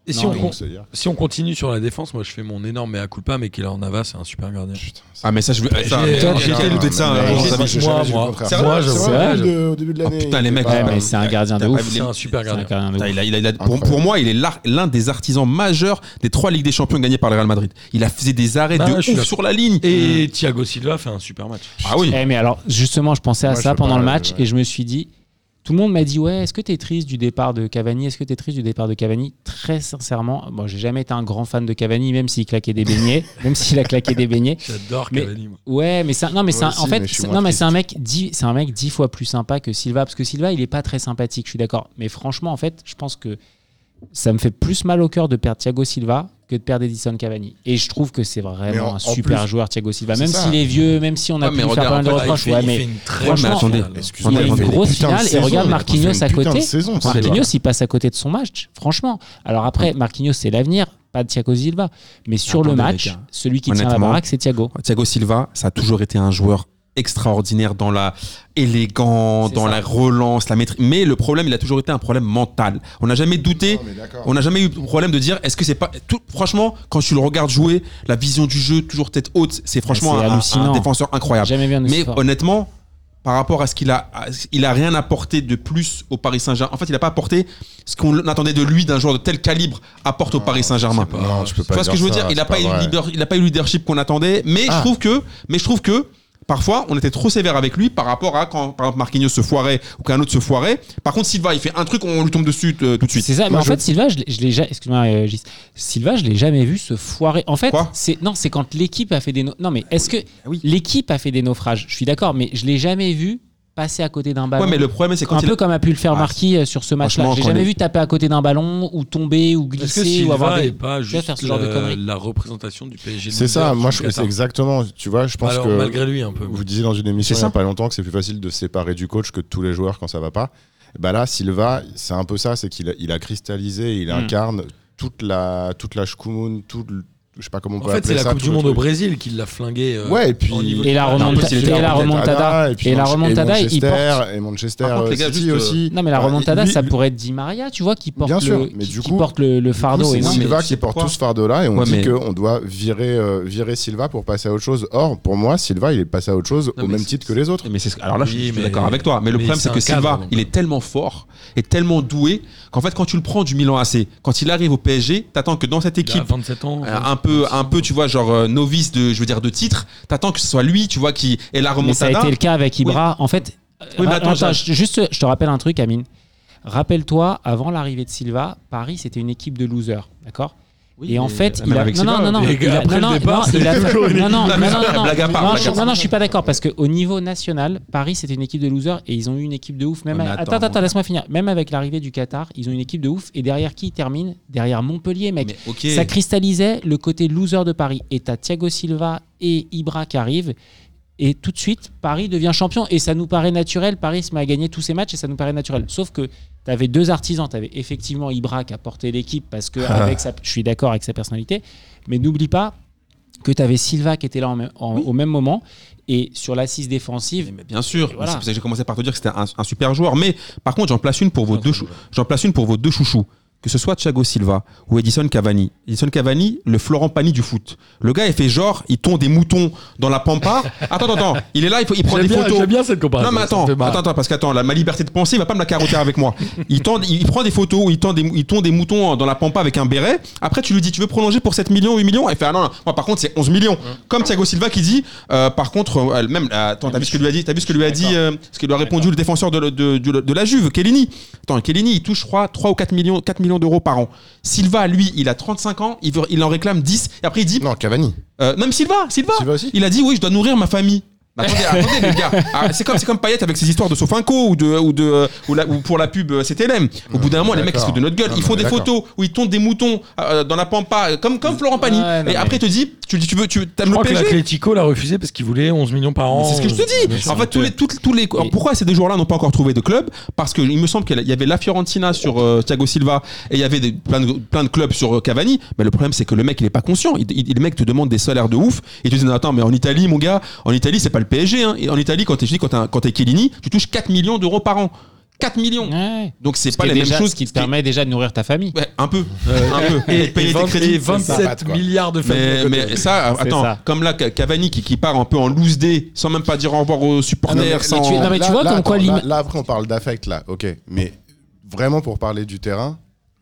Et si on
Non, mais-
con-
Donc, c'est dire.
si on continue sur la défense, moi je fais mon énorme mea culpa, mais qu'il a en Nava, c'est un super gardien.
Putain, ça-
Ah, mais ça, je veux. ça,
J'ai-
putain,
j'ai
j'ai
été
été
le-
douté de ça.
mais-
hein,
mais-
j'en
mais-
savais.
j'ai
moi,
jamais vu le
moi.
contraire.
C'est vrai,
Moi,
c'est
j'avoue,
vrai,
même de- au début de l'année.
Ah, putain,
il
les
était
mecs,
pas-
ouais, mais c'est un gardien de
T'as pas
ouf.
vu
C'est un super
C'est un
gardien.
gardien de
Putain,
ouf.
il a- il a- il a- pour, pour moi, il est l'ar- l'un des artisans majeurs des trois Ligues des Champions gagnées par le Real Madrid. Il a fait des arrêts
Bah,
Ah,
de
je suis
ouf
d'accord.
sur la ligne.
Et Thiago Silva fait un super match.
Ah oui.
Eh, mais alors, justement, je pensais à
Moi, je
ça
veux
pendant
pas,
le match
euh, ouais.
et je me suis dit, tout le monde m'a dit, ouais, est-ce que t'es triste du départ de Cavani Est-ce que t'es triste du départ de Cavani Très sincèrement, bon, j'ai jamais été un grand fan de Cavani, même s'il claquait des beignets, même s'il a claqué des beignets.
J'adore
Mais-
Cavani. moi.
Ouais, mais ça, non,
Moi
mais c'est un-
aussi,
en fait,
mais je suis
c'est-
moins
non, mais c'est un
triste.
mec dix, c'est un mec dix fois plus sympa que Silva, parce que Silva, il est pas très sympathique, je suis d'accord. Mais franchement, en fait, je pense que ça me fait plus mal au cœur de perdre Thiago Silva que de perdre Edison Cavani. Et je trouve que c'est
Mais
vraiment
en-
un
en
super
plus-
joueur, Thiago Silva.
C'est
Même
ça.
s'il est vieux, même si on a
Ouais,
pu
mais
lui faire
regarde,
plein de
en fait,
Ah, il,
reproches,
fait,
ouais,
il
mais
fait une très
franchement,
bonne
attendez,
finale.
il
Excuse-moi,
a
Attendez,
eu une
fait des
grosse
putains de
finale et
saisons,
regarde
il a fait
Marquinhos
une
à
putain de
côté.
saison, ce
Marquinhos,
joueur.
il passe à côté de son match, franchement. Alors après, Marquinhos, c'est l'avenir, pas de Thiago Silva. Mais sur le
Attendez, les
match,
gars.
celui qui tient la
Honnêtement,
baraque, c'est Thiago.
Thiago Silva, ça a toujours été un joueur extraordinaire dans la élégant,
C'est
dans
ça.
la relance, la maîtrise. Mais le problème, il a toujours été un problème mental. On n'a jamais douté.
Non, mais d'accord.
On n'a jamais eu le problème de dire est-ce que c'est pas tout, franchement quand tu le regardes jouer la vision du jeu toujours tête haute c'est franchement
C'est
un- un,
hallucinant.
défenseur incroyable
Jamais vu un aussi
mais
fort.
honnêtement par rapport à ce qu'il a, à- il a rien apporté de plus au Paris Saint-Germain. En fait, il n'a pas apporté ce qu'on attendait de lui d'un joueur de tel calibre apporte au Paris Saint-Germain.
c'est pas-
Non, tu peux
Tu
pas.
vois ce que je veux dire
ça,
Il n'a
c'est
pas, eu le
vrai.
leader- il a pas eu le leadership qu'on attendait, mais
Ah.
je trouve que, mais je trouve que parfois on était trop sévère avec lui par rapport à quand par exemple Marquinhos se foirait ou qu'un autre se foirait. Par contre, Silva, il fait un truc, on lui tombe dessus euh, tout de suite.
C'est ça, mais
Moi,
en
je-
fait, Silva, je l'ai- je l'ai ja- excuse-moi, euh, Gis. Silva, je l'ai jamais vu se foirer. En fait,
Quoi
c'est non, c'est quand l'équipe a fait des no- non, mais est-ce que
oui.
l'équipe a fait des naufrages Je suis d'accord, mais je l'ai jamais vu passer à côté d'un ballon.
Ouais, mais le problème c'est
un
quand il
peu comme a pu le faire
Ah,
Marquis euh, sur ce match-là.
franchement,
J'ai
quand
jamais
les-
vu taper à côté d'un ballon ou tomber ou
Est-ce que
glisser ou avoir
Silva
des...
n'est pas
vois,
juste
faire ce genre de
la-
conneries.
la représentation du PSG
C'est ça, moi je c'est exactement. Tu vois, je pense
Alors,
que
malgré lui un peu.
vous disiez dans une émission
C'est
il n'y a
ça.
pas longtemps que c'est plus facile de se séparer du coach que de tous les joueurs quand ça va pas. Bah là, Silva, c'est un peu ça, c'est qu'il a, il a cristallisé, il
Hmm.
Mm.
incarne toute la toute la schkoumoune, tout le- je sais pas comment on
En
peut
fait,
appeler
c'est la
ça,
Coupe
tout
du
le
Monde au
truc.
Brésil qui l'a flingué. euh,
Ouais, et puis-
au niveau-
Et la
Ah,
remontada-
impossible.
et la remontada,
et, puis
et la
Manche-
remontada, il
Manchester, et Manchester
Par contre, les gars,
City
juste, euh,
aussi.
Non, mais la
Enfin,
remontada,
lui-
ça pourrait être Di Maria, tu vois, qui porte
Bien
le,
sûr, mais
qui,
du
qui
coup-
porte le, le fardeau.
c'est
et
Silva
non, mais-
Silva
je
qui
sais
porte
pourquoi.
tout ce fardeau-là et on
Ouais,
dit
mais-
qu'on doit virer, euh, virer Silva pour passer à autre chose. Or, pour moi, Silva, il est passé à autre chose
Non,
au
mais
même
c'est-
titre que les autres.
Mais c'est ce- alors là, je
Oui,
suis, je suis
mais-
d'accord avec toi. Mais le
mais
problème,
c'est
c'est
un
que
cadre,
Silva,
donc.
il est tellement fort et tellement doué qu'en fait, quand tu le prends du Milan AC, quand il arrive au PSG, t'attends que dans cette
Il a
équipe
27 ans.
euh, un peu, un peu, tu vois, genre euh, novice de, je veux dire, de titre, t'attends que ce soit lui, tu vois, qui est la
Mais ça a
remontada.
été le cas avec Ibra. En fait,
Oui, mais
ra-
attends, j'ai-
je- juste, je te rappelle un truc, Amine. Rappelle-toi, avant l'arrivée de Silva, Paris, c'était une équipe de losers, d'accord
Oui,
et
mais
en fait,
même
il a...
avec
non,
Silva,
non, non, non,
mais-
il a-
Après
non,
le
non,
départ,
non,
c'est
il a-
toujours une
non, non,
équipe.
non,
Non, mais
non,
blague à
non,
part, blague à
non,
part.
je- non, non, je suis pas d'accord parce qu'au niveau national, Paris c'était une équipe de losers et ils ont eu une équipe de ouf. Même
Ouais, mais
à- attends,
attends,
attends,
moi-
laisse-moi finir. Même avec l'arrivée du Qatar, ils ont une équipe de ouf et derrière qui ils terminent Derrière Montpellier, mec.
Mais ok.
Ça cristallisait le côté loser de Paris. Et t'as Thiago Silva et Ibra qui arrivent. Et tout de suite, Paris devient champion. Et ça nous paraît naturel. Paris se met à gagner tous ses matchs et ça nous paraît naturel. Sauf que t'avais deux artisans. T'avais effectivement Ibra qui a porté l'équipe parce que avec sa, je suis d'accord avec sa personnalité. Mais n'oublie pas que t'avais Silva qui était là en même- en- au même moment. Et sur l'assise défensive,
Mais bien sûr,
Et voilà.
c'est pour ça que j'ai commencé par te dire que c'était un, un super joueur. Mais par contre, j'en place une pour vos deux, chou- j'en place une pour vos deux chouchous. Que ce soit Thiago Silva ou Edison Cavani. Edison Cavani, le Florent Pani du foot. Le gars, il fait genre, il tond des moutons dans la pampa. Attends, attends, attends. Il est là, il, faut- il prend
J'aime
des
bien,
photos.
j'aime bien cette comparaison.
Non mais
ça
attends,
me fait marrer.
attends, attends, parce qu'attends, la- ma liberté de penser, il va pas me la carotter avec moi. Il, tend, il, il prend des photos, où il tend des, il tond des moutons dans la pampa avec un béret. Après, tu lui dis, tu veux prolonger pour 7 millions, 8 millions Il fait, ah non, non, moi par contre, c'est 11 millions. Comme Thiago Silva qui dit, euh, par contre, euh, même, euh, attends, t'as vu ce que lui a dit, t'as vu ce que lui a dit, euh, ce que lui a répondu le défenseur de, le- de- de- de la Juve, Kellini. Attends, Kellini, il touche 3, 3 ou 4 millions, 4 millions d'euros par an. Silva, lui, il a 35 ans, il, veut, il en réclame 10, et après il dit,
Non, Cavani.
euh, même Silva, Silva,
Silva aussi
il a dit oui, je dois nourrir ma famille. Mais Bah, Attendez, attendez les gars, Ah, c'est comme c'est comme Payet avec ses histoires de Sofinco ou de ou de euh, ou, la- ou pour la pub euh, CTLM. Au bout d'un moment, les mecs ils se foutent de notre gueule.
Non,
Ils
non,
font
mais
des
d'accord.
photos où ils tondent des moutons euh, dans la pampa, euh, comme comme Florent Pagny.
Ouais, non,
Et
mais-
après, il te dit, tu dis, tu veux, tu
Je
t'aimes le
crois que
PSG
l'Atletico l'a refusé parce qu'il voulait 11 millions par an.
mais C'est ce que je te dis. En fait, tous les, toutes- tous les, alors, pourquoi ces deux joueurs-là n'ont pas encore trouvé de club Parce qu'il me semble qu'il y avait la Fiorentina sur euh, Thiago Silva et il y avait des- plein, de, plein de clubs sur euh, Cavani. Mais le problème, c'est que le mec, il est pas conscient. Il, il- le mec te demande des salaires de ouf. Et tu te dis, non, attends, mais en Italie, mon gars, en Italie, c'est pas le PSG. hein. Et en Italie, quand t'es je dis, quand t'as- quand t'es Chiellini, tu touches 4 millions d'euros par an. 4 millions.
ouais,
Donc c'est
ce
pas
qui est
les mêmes
déjà-
choses
ce qui te permet Euh, déjà de nourrir ta famille.
Ouais, un peu. un peu.
Et,
Et de payer
et
tes
vingt-
crédits.
et
ça patte,
27
quoi.
milliards de familles.
Mais, mais ça,
C'est
attends,
ça.
comme là, Ca- Cavani qui, qui part un peu en loose day, sans même pas dire au revoir aux supporters,
Ah non, mais-
sans.
tu- non, mais tu vois comme quoi
attends,
l'ima-
là, là, après on parle d'affect là, ok. Mais vraiment pour parler du terrain,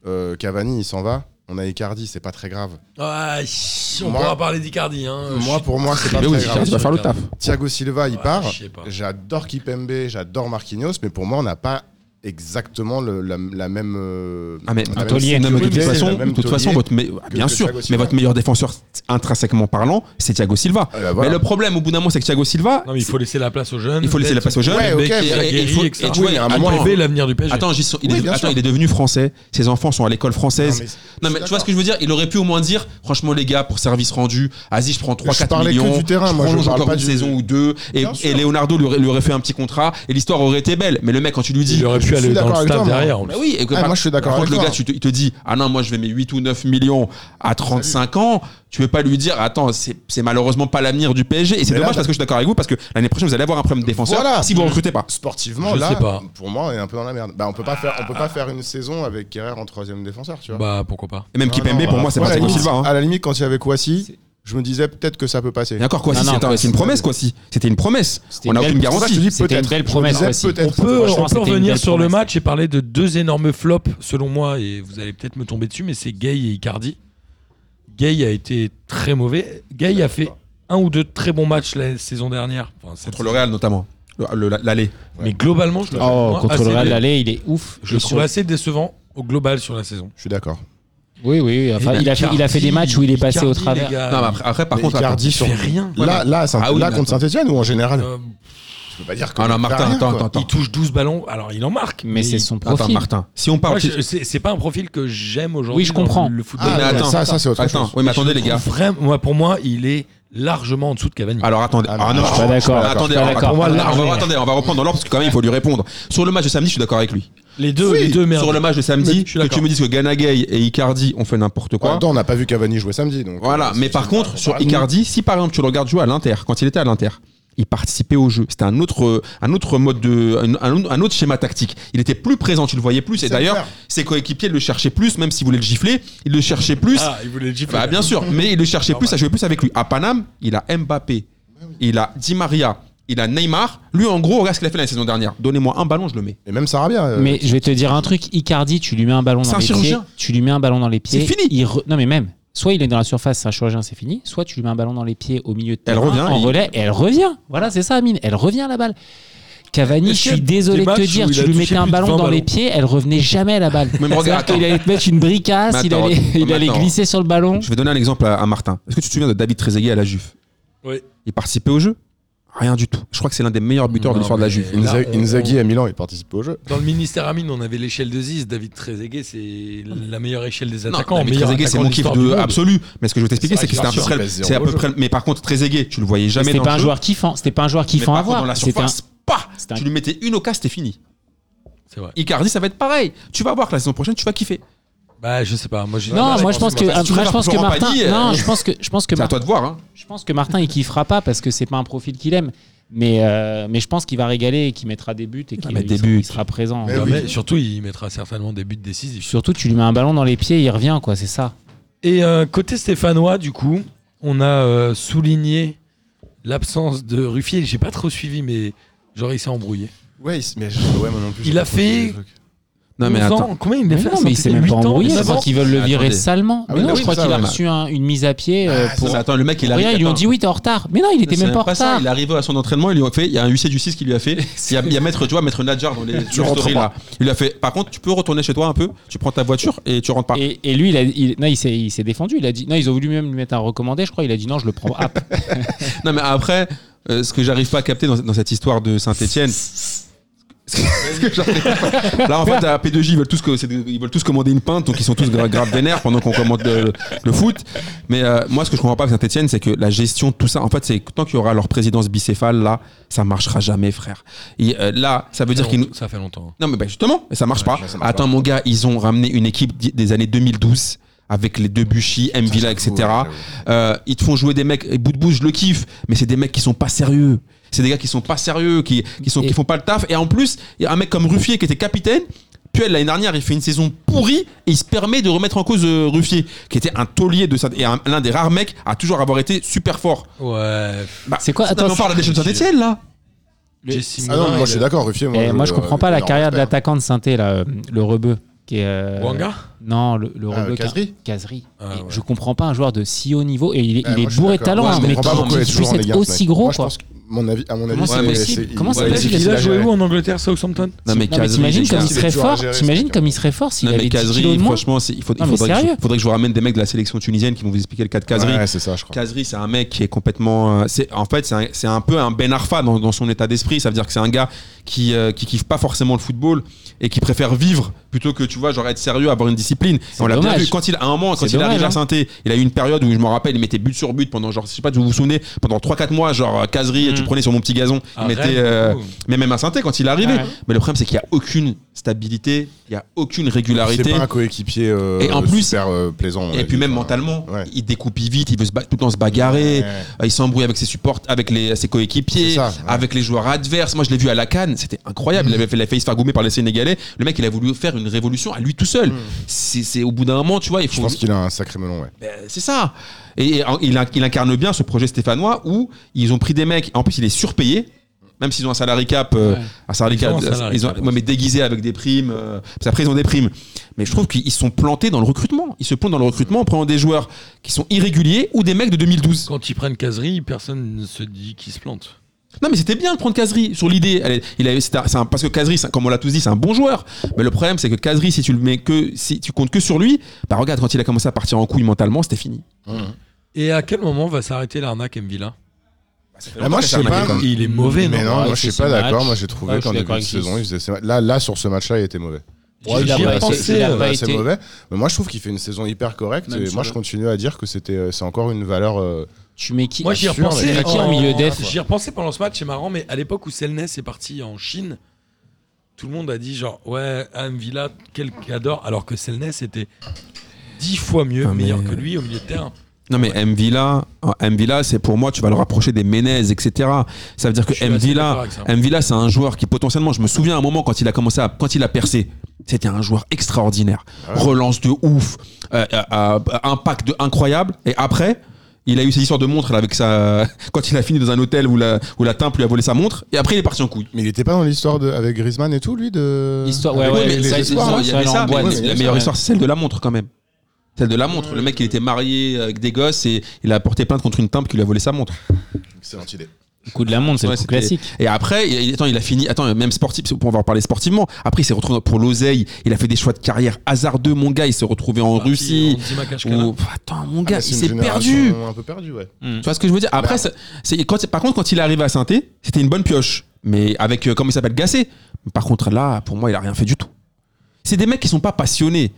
euh, Cavani il s'en va. On a Icardi, c'est pas très grave.
Ouais, si, on
Moi-
pourra parler d'Icardi. Hein. Je
Moi
suis
pour moi c'est pas très
Mais oui,
grave.
Icardi va faire le taf.
Thiago Silva il
Ouais,
part.
je sais pas.
J'adore Kipembe, j'adore Marquinhos, mais pour moi on n'a pas exactement le- la, la même. euh,
Ah mais,
la
non,
même-
taulier,
mais de toute
taulier,
façon,
la même
de toute
taulier.
façon, votre me- bien
que
sûr,
Thiago Silva.
mais votre meilleur défenseur intrinsèquement parlant, c'est Thiago Silva.
Ah bah voilà.
Mais le problème au bout d'un moment, c'est que Thiago Silva,
Non, mais il faut laisser la place aux jeunes.
Il faut laisser la place aux jeunes.
Ouais, ok,
et,
mais-
et- et il faut- et tu vois,
Oui, à un
attends,
moment,
il-
il-
l'avenir du PSG.
attends, j'y suis- il,
Oui,
est,
bien
attends,
sûr.
il est devenu français. Ses enfants sont à l'école
Non,
française.
mais-
Non mais tu vois ce que je veux dire Il aurait pu au moins dire franchement les gars pour service rendu, Aziz je prends 3
Je
4
parlais que
millions.
du terrain, moi, je
prolonge
parle
encore
pas
une
du-
saison ou deux et,
Bien sûr.
et Leonardo lui aurait, lui aurait fait un petit contrat et l'histoire aurait été belle. Mais le mec quand tu lui dis
il aurait
je suis
pu aller dans
d'accord
le
avec
stade
toi, moi.
derrière. en
Bah
plus.
oui, et que
Ah,
par-
moi, je suis d'accord
par
avec
contre, le
toi.
gars, tu te- il te dit Ah non, moi je vais mes 8 ou 9 millions à 35 ans. Tu veux pas lui dire Attends, c'est c'est malheureusement pas l'avenir du PSG. Et c'est
Mais là,
dommage parce que je suis d'accord avec vous parce que l'année prochaine vous allez avoir un problème de défenseur
Voilà.
si vous recrutez pas.
Sportivement,
Je
là,
sais pas.
pour moi, on est un peu dans la merde. Bah, on peut pas faire, on peut pas faire une saison avec Kerrer en troisième défenseur, tu vois.
Bah pourquoi pas.
Et même
Non,
Kipembe,
non,
pour
voilà.
moi, c'est
à la
pratiquement
limite-
Silva. hein.
À la limite, quand il y avait Kouassi, je me disais peut-être que ça peut passer.
D'accord, quoi,
Non,
si
non,
c'est attends,
pas-
c'est une promesse, quoi, si. C'était une promesse.
C'était
On
une
n'a
belle-
aucune
C'est pour ça que je
garantie.
dis
C'était
peut-être.
une belle
Je me
promesse,
disais
voici.
peut-être.
On peut,
Franchement,
on peut
c'était une
revenir
belle
sur le
promesse.
match et parler de deux énormes flops, selon moi, et vous allez peut-être me tomber dessus, mais c'est Gay et Icardi. Gay a été très mauvais. Gay a fait un ou deux très bons matchs la saison dernière. Enfin, cette
Contre le Real, notamment. Le- le- L'aller.
Mais globalement, je le
Oh,
moi,
contre
assez
le Real,
dé-
l'aller, il est ouf.
Je
Et
le
sur-
trouve assez décevant au global sur la saison.
Je suis d'accord.
Oui, oui, oui. Enfin,
Et
il, a fait, il a fait
Icardi-
des matchs où il est passé au
Icardi, les
travers.
gars,
Non, mais après, après, par
Mais
contre.
Icardi
attends.
sur-
il fait rien.
Là, là, à Saint-
Ah oui,
là
mais
contre Saint-Etienne ou en général
Euh,
Je peux pas dire que.
Ah non, Martin,
rien,
attends,
quoi.
attends,
il
attends.
touche 12 ballons, alors il en marque.
Mais c'est
il-
son
Attends,
profil.
Martin. Si on
Moi,
parle.
je- c'est c'est pas un profil que j'aime aujourd'hui.
Oui, je
dans
comprends.
Le football.
Ah,
Mais
ouais,
attends.
ça, ça c'est autre
Attends,
chose.
oui, mais attendez, les
Je
gars.
trouve vraiment- moi, pour moi, il est largement en dessous de Cavani.
Alors attendez,
Ah non,
Ah non,
je suis
pas d'accord.
Ah, Attendez,
Je suis pas
attendez,
d'accord.
on va-
Pour moi,
on va-
largement.
attendez, on va reprendre dans l'ordre parce que quand même il faut lui répondre. Sur le match de samedi, je suis d'accord avec lui.
les deux,
oui,
les deux merdes.
Sur le match de samedi,
Mais je suis
que
d'accord.
tu me dises que Ganagay et Icardi ont fait n'importe
En
quoi.
même temps, on n'a pas vu Cavani jouer samedi. Donc,
Voilà,
euh,
mais
c'est
par
une
contre, sur
comparaison.
Icardi, si par exemple tu le regardes jouer à l'Inter, quand il était à l'Inter, il participait au jeu. C'était un autre, un autre mode de, un, un- un autre schéma tactique. Il était plus présent, tu le voyais plus. Et
C'est
d'ailleurs,
clair.
ses coéquipiers le cherchaient plus, même s'ils voulaient le gifler, ils le cherchaient plus.
Ah, il voulait le gifler.
Bah, bien sûr, mais il le cherchait plus, ça jouait plus avec lui. À Paname, il a Mbappé, il a Di Maria, il a Neymar. Lui, en gros, regarde ce qu'il a fait la saison dernière. Donnez-moi un ballon, je le mets.
Et même Sarabia. euh,
Mais je vais te dire un truc, Icardi, tu lui mets un ballon
C'est
dans
un
les
chirurgien.
pieds. Tu lui mets un ballon dans les pieds.
C'est fini.
il re- Non, mais même. Soit il est dans la surface, c'est un chirurgien, c'est fini. Soit tu lui mets un ballon dans les pieds au milieu de
Elle
terrain,
revient,
en
il-
relais, et elle revient. Voilà, c'est ça, Amine. Elle revient la balle. Cavani, je
Est-ce qu'il y a
suis
des
désolé de te
matchs
dire,
où il a
tu lui
touché
mettais un
plus de
ballon
20
dans les
ballons
pieds, elle revenait jamais à la balle.
Mais regarde,
C'est-à-dire
attends.
qu'il allait te mettre une bricasse,
Mais
il
attends,
allait, il
mais
allait
attends.
glisser sur le ballon.
Je vais donner un exemple à, à Martin. Est-ce que tu te souviens de David Trezeguet à la Juve
Oui.
Il participait au jeu Rien du tout. Je crois que c'est l'un des meilleurs buteurs de
Non,
l'histoire de la
mais-
Juve.
Là,
Inza-
on-
Inzaghi à Milan, il participe au jeu.
Dans le ministère Amine, on avait l'échelle de Ziz. David Trezeguet, c'est la meilleure échelle des
Non,
attaquants.
David
meilleur
Trezeguet, c'est
attaquant
mon
de
kiff
l'histoire
de
du monde.
absolu. Mais ce que je veux t'expliquer,
C'est
c'est que c'était
vrai
un peu
qu'il marche
près.
sur
C'est à peu
PSV en
près. Mais par contre, Trezeguet, tu le voyais jamais
C'était
dans
pas un
le jeu.
joueur kiffant, c'était pas un joueur
Mais
kiffant
par
à
contre,
voir.
dans la
C'était un-
surface, pah
c'était un-
Tu lui mettais une au cas, c'était fini.
C'est vrai.
Icardi, ça va être pareil. Tu vas voir que la saison prochaine, tu vas kiffer.
Bah, je sais pas. Moi, j'ai-
Non,
Ouais,
moi je pense que
Martin, si tu
moi, je
regardes
pense que
Florent
Martin,
Pagny, euh,
non, je pense que je pense que
C'est à
Martin,
toi de voir. hein.
je pense que Martin il kiffera pas parce que c'est pas un profil qu'il aime, mais euh, mais je pense qu'il va régaler et qu'il mettra des buts et qu'il
mais
il
des
sera-
buts.
il sera présent.
Mais
Non,
Eh
oui.
mais surtout, il mettra certainement des buts décisifs.
Surtout tu lui mets un ballon dans les pieds, il revient quoi, c'est ça.
Et euh, côté stéphanois, du coup, on a euh, souligné l'absence de Ruffier. J'ai pas trop suivi, mais genre, il s'est embrouillé.
Ouais, il- mais je- ouais, moi non plus.
Il
j'ai
a
pas trop suivi
fait-
le truc.
Non, mais
11
attends.
ans, combien il a
Mais
fait à
non, mais il s'est
Saint-Étienne
même pas
8 ans,
embrouillé, je
9 ans
crois qu'ils veulent le virer
Attendez.
salement.
Ah
mais
oui,
non,
oui,
je crois
ça,
qu'il a
ouais.
reçu un- une mise à pied euh,
Ah,
pour
Mais attends, le mec, il arrive.
rien, ils lui ont
attends.
dit oui, t'es en retard. Mais non, il était
C'est
même pas en
pas ça,
retard.
Il est arrivé à son entraînement, ils lui ont fait. Il y a un huissier du 6 qui lui a fait. Il y a, il y a maître, tu vois, maître Nadjar dans les sur les
rentres
stories,
pas.
là. Il lui a fait. Par contre, tu peux retourner chez toi un peu. Tu prends ta voiture et tu rentres pas.
Et, et lui, il, a- il- non, il s'est il s'est défendu. Il a dit non, ils ont voulu même lui mettre un recommandé. Je crois, il a dit non, je le prends. Ah,
Non, mais après, euh, ce que j'arrive pas à capter dans, dans cette histoire de Saint-Etienne. Là, en fait, à P2J, ils veulent tous, que, c'est- ils veulent tous commander une pinte, donc ils sont tous gra- grave vénères pendant qu'on commande le, le foot. Mais euh, moi, ce que je comprends pas avec Saint-Etienne, c'est que la gestion de tout ça, en fait, c'est que tant qu'il y aura leur présidence bicéphale, là, ça marchera jamais, frère. Et euh, là, ça veut dire qu'ils nous.
Ça fait longtemps.
Non, mais bah, justement, mais ça marche pas.
ça marche
Attends, mon gars, ils ont ramené une équipe di- des années 2012 avec les deux Buchy, M. Villa, etc.
j'avoue, ouais,
Euh, ils te font jouer des mecs, et bout de bout, je le kiffe, mais c'est des mecs qui sont pas sérieux. C'est des gars qui sont pas sérieux, qui, qui, sont,
Et-
qui font pas le taf. Et en plus, il y a un mec comme Ruffier qui était capitaine. Puis l'année dernière, il fait une saison pourrie et il se permet de remettre en cause euh, Ruffier, qui était un taulier de ça et un- l'un des rares mecs à toujours avoir été super fort.
Ouais.
Bah,
C'est quoi
non, mais
Attends,
On parle de la déchets de Saint-Etienne là.
Jesse
Ah non,
Moulin,
moi
il
je suis
a-
d'accord, Ruffier.
Et Eh, moi, je
le-
comprends pas la
énorme
carrière de
respect.
l'attaquant de Saint-Étienne, là, euh, le rebeu. Qui est, euh,
Wanga
Non, le, le
Ah,
rebeu. qui a-
Kazri
Kazri.
Ah,
Et
ouais.
Je comprends pas un joueur de si haut niveau. Et il est,
Ouais,
il
Eh, moi, je
est
suis
bourré de
d'accord.
talent,
Moi,
hein,
je
mais
comprends pas
qui-
pourquoi il est
qui
toujours
puisse
en Ligue
être
1, ce
aussi
mec.
gros,
Moi, je
quoi.
pense que- mon avis, à mon avis,
Comment c'est
c'est-
possible
c'est-
Comment c'est
Euh, ouais,
possible
c'est
Il
qu'il
a
a
joué
géré.
où en Angleterre, Southampton
Non mais
Non, mais
Kazri,
t'imagines
les gars.
comme il
il est
serait
dur à
fort
gérer, ce
T'imagines
mec,
comme il serait fort s'il
Non, mais
avait 10
Kazri,
kilos de moins
franchement, c'est- il, faut- il
Non, mais
faudrait,
sérieux.
que je, faudrait que je vous ramène des mecs de la sélection tunisienne qui vont vous expliquer le cas de Kazri.
Ouais, c'est ça, je crois.
Kazri, c'est un mec qui est complètement. euh, c'est en fait, c'est un, c'est un peu un Ben Arfa dans, dans son état d'esprit. Ça veut dire que c'est un gars qui euh, qui kiffe pas forcément le football et qui préfère vivre plutôt que tu vois genre être sérieux, avoir une discipline. Et on l'a bien
dommage.
vu quand il à un moment quand
C'est
il est arrivé
dommage,
à
hein.
saint il a eu une période où je me rappelle, il mettait but sur but pendant genre je sais pas si vous vous souvenez pendant 3-4 mois genre euh, Kazri,
Mm. Ah,
tu prenais sur mon petit gazon, il
À
Ah,
mettait
Rennes,
euh,
du coup.
mais même à saint quand il est arrivé.
Ouais.
Mais le problème c'est qu'il y a aucune stabilité, il n'y a aucune
C'est
régularité.
pas un coéquipier euh,
Et en plus-
super euh, plaisant. on
Et
l'a
puis
dit,
même
enfin,
mentalement,
ouais.
il découpille vite, il veut se ba- tout le temps se bagarrer,
Ouais.
euh, il s'embrouille avec ses supports, avec les, ses coéquipiers,
C'est ça, ouais. Mm.
avec les joueurs adverses. Moi, je l'ai vu à la Cannes, c'était incroyable. Il avait fait la failli se faire goumer par les Sénégalais. Le mec, il a voulu faire une révolution à lui tout seul. C'est c'est au bout d'un moment, tu vois, il
Mm. Je
faut.
pense qu'il a un sacré melon, ouais.
Ben, c'est ça. Et, et en- il, inc- il incarne bien ce projet stéphanois où ils ont pris des mecs. En plus, il est surpayé. Même s'ils ont un salarié cap, euh,
Ouais.
un salarié
Ils ont
cap,
un salarié
ils ont-
cap.
ouais, mais déguisé avec des primes. euh, parce qu'après, ils ont des primes. Mais je trouve qu'ils se sont plantés dans le recrutement. Ils se plantent dans le recrutement en prenant des joueurs qui sont irréguliers ou des mecs de 2012.
Quand ils prennent caserie, personne ne se dit qu'ils se plantent.
Non, mais c'était bien de prendre Kazri sur l'idée. Elle est- Il a, c'est un- c'est un- parce que Kazri, c'est un- comme on l'a tous dit, c'est un bon joueur. Mais le problème, c'est que Kazri, si tu le mets que, si tu comptes que sur lui, bah regarde, quand il a commencé à partir en couille mentalement, c'était fini.
Et à quel moment va s'arrêter l'arnaque Mvila
Ah, moi, je sais pas.
Il est mauvais,
Mais
non
non,
ouais,
moi, je
c'est
suis pas
ce
d'accord.
match.
Moi, j'ai
Ouais,
trouvé
je
qu'en
suis
début
d'accord
de
avec
saison,
Chris.
il faisait ses ma- Là, là, sur ce match-là, il était mauvais.
Ouais, il a
J'y ai
pas-
repensé,
il a
euh,
pas
c'est
été-
mauvais. Mais moi, je trouve qu'il fait une saison hyper correcte.
Même
Et
sur
moi, je
le-
continue à dire que c'était, euh, c'est encore une valeur. euh,
Tu mets qui
Moi j'y ai
sûr,
repensé.
mais
t'as qui en
Oh,
milieu def
J'y ai repensé pendant ce match, c'est marrant, mais à l'époque où Selnes est parti en Chine, tout le monde a dit genre ouais, Mvila, quel cador, alors que Selnes était dix fois mieux,
Ah, mais-
meilleur que lui au milieu de terrain.
Non mais M Villa, euh, M Villa, c'est pour moi, tu vas le rapprocher des Menez, etc. Ça veut dire que
Je suis
M
assez d'accord
Villa,
avec ça.
M Villa, c'est un joueur qui potentiellement, je me souviens à un moment quand il a commencé à, quand il a percé, c'était un joueur extraordinaire, relance de ouf, euh, euh, euh, impact de incroyable, et après. Il a eu cette histoire de montre là, avec sa. Quand il a fini dans un hôtel où la, où la timpe lui a volé sa montre, et après il est parti en couille.
Mais il était pas dans l'histoire de... avec Griezmann et tout, lui de...
Histoire- ouais,
Avec
ouais,
les-
mais
les
ça,
espoirs,
c'est-
hein.
il y avait
ça,
ça,
en
mais
boîte,
la
c'est
meilleure
ça,
histoire, c'est celle de la montre quand même. Celle de la montre. Le mec, il était marié euh, avec des gosses et il a porté plainte contre une timpe qui lui a volé sa montre.
Excellente idée.
Le coup de la montre, c'est
Ouais,
le coup
c'était-
classique.
Et après, il, il- attends, il a fini, attends, même sportif, on va en parler sportivement. Après, il s'est retrouvé pour l'oseille, il a fait des choix de carrière hazardeux, mon gars, il s'est retrouvé en
Parti,
Russie.
on dit Makashkala.
Ou, Pff, attends, mon gars,
Ah,
il
c'est
s'est
une
perdu.
génération Un peu perdu, ouais.
Tu vois ce que je veux dire Après, ça- c'est, quand, par contre, quand il est arrivé à saint c'était une bonne pioche. Mais avec, euh, comment il s'appelle, Gassé. Par contre, là, pour moi, il a rien fait du tout. C'est des mecs qui sont pas passionnés.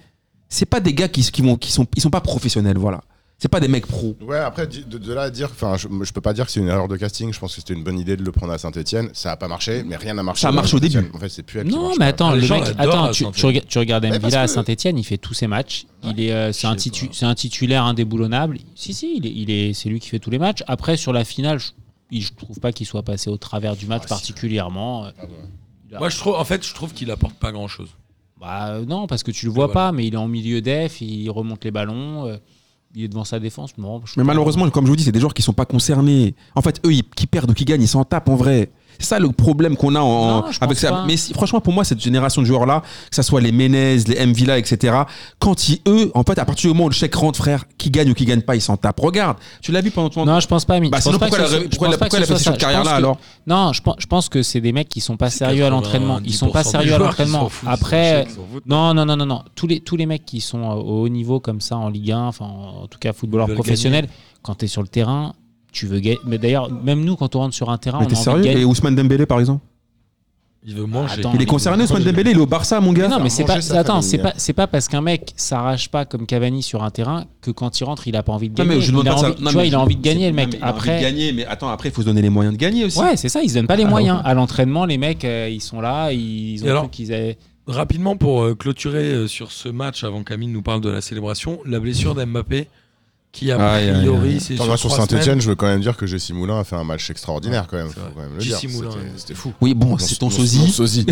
C'est pas des gars qui, qui vont, qui sont, ils sont pas professionnels, voilà. C'est pas des mecs pros.
Ouais, après, di- de, de là à dire, enfin, je, je peux pas dire que c'est une erreur de casting. Je pense que c'était une bonne idée de le prendre à Saint-Etienne. Ça a pas marché, mais rien n'a marché.
Ça marche au
Saint-Étienne.
début.
En fait, c'est plus elle qui
Non,
marche
mais
pas.
attends,
Les
le
gens
mec,
l'adorent
attends,
à
tu, tu
Saint-Étienne.
regardes, tu regardes
Mais
Mvilla
parce
à
que-
Saint-Etienne, il fait tous ses matchs. Il est, euh, c'est un,
Je sais
titu-
pas.
c'est un titulaire indéboulonnable. Si, si, il est, il est, c'est lui qui fait tous les matchs. Après, sur la finale, je, il- je trouve pas qu'il soit passé au travers du match
Ah, si. Ah
particulièrement. Euh,
Moi je trouve en fait je trouve qu'il apporte pas grand chose.
Bah, euh, non, parce que tu le vois
Voilà.
pas, mais il est en milieu def, il remonte les ballons, euh, il est devant sa défense. Non, je-
Mais malheureusement, comme je vous dis, c'est des joueurs qui sont pas concernés. En fait, eux, ils, qui perdent ou qui gagnent, ils s'en tapent en vrai. C'est ça le problème qu'on a en,
Non, je
avec
pense
ça.
pas.
Mais si- franchement, pour moi, cette génération de joueurs-là, que ce soit les Menez, les Mvila, etc., quand ils, eux, en fait, à partir du moment où le chèque rentre, frère, qui gagne ou qui gagne pas, ils s'en tapent. Regarde, tu l'as vu pendant ton.
Non, je pense pas, Amine.
Bah,
je pense
sinon,
pas
pourquoi
que
la-
ce soit- je
pourquoi
pense
la-
pas que
pourquoi elle a fait
ce soit
cette
ça. Je pense
carrière-là,
que-
alors
Non, je pense, je pense que c'est des mecs qui sont pas sérieux à l'entraînement. Ils sont pas
90%
sérieux
des
à
joueurs qui s'en
l'entraînement.
foutent, ils s'en
Après,
fichent, ils s'en foutent.
non, non, non, non, non. Tous les, tous les mecs qui sont euh, au haut niveau comme ça en Ligue 1, enfin, en tout cas, footballeurs
Ils veulent
professionnels, quand tu es sur le terrain, tu veux gagner. Mais d'ailleurs, même nous, quand on rentre sur un terrain,
Mais
on a
t'es
envie
sérieux
de
Et
gagner.
Ousmane Dembélé, par exemple
Il veut
Ah,
manger.
Attends,
Il est
mais-
concerné, Ousmane Dembélé, il est au Barça, mon gars.
non, mais
faire
c'est pas,
manger sa
attends,
famille.
c'est pas, c'est pas parce qu'un mec s'arrache pas comme Cavani sur un terrain que quand il rentre, il a pas envie de
Non,
gagner.
mais je demande
il a
pas de ça.
envie-
Non,
tu vois,
mais
il a
je-
envie de gagner,
c'est-
le
non,
mec.
mais il a envie de
Après,
gagner, mais attends, après, il faut se donner les moyens de gagner aussi.
Ouais, c'est ça, ils se donnent pas les
Ah,
moyens. À l'entraînement, les mecs, euh, ils sont là, ils
Et
ont
alors
cru qu'ils avaient.
Rapidement pour euh, clôturer euh, sur ce match avant qu'Amine nous parle de la célébration, la blessure d'Mbappé qui a
Aïe, aïe,
priori c'est
Attends, moi,
sur,
sur
trois semaines.
Saint-Etienne, je veux quand même dire que Jessie Moulin a fait un match extraordinaire, quand même.
c'est
Faut
vrai.
quand même le dire.
Jessie Moulin,
C'était-
ouais.
C'était fou.
Oui, bon,
Mon-
c'est ton
mon-
sosie.
mon sosie.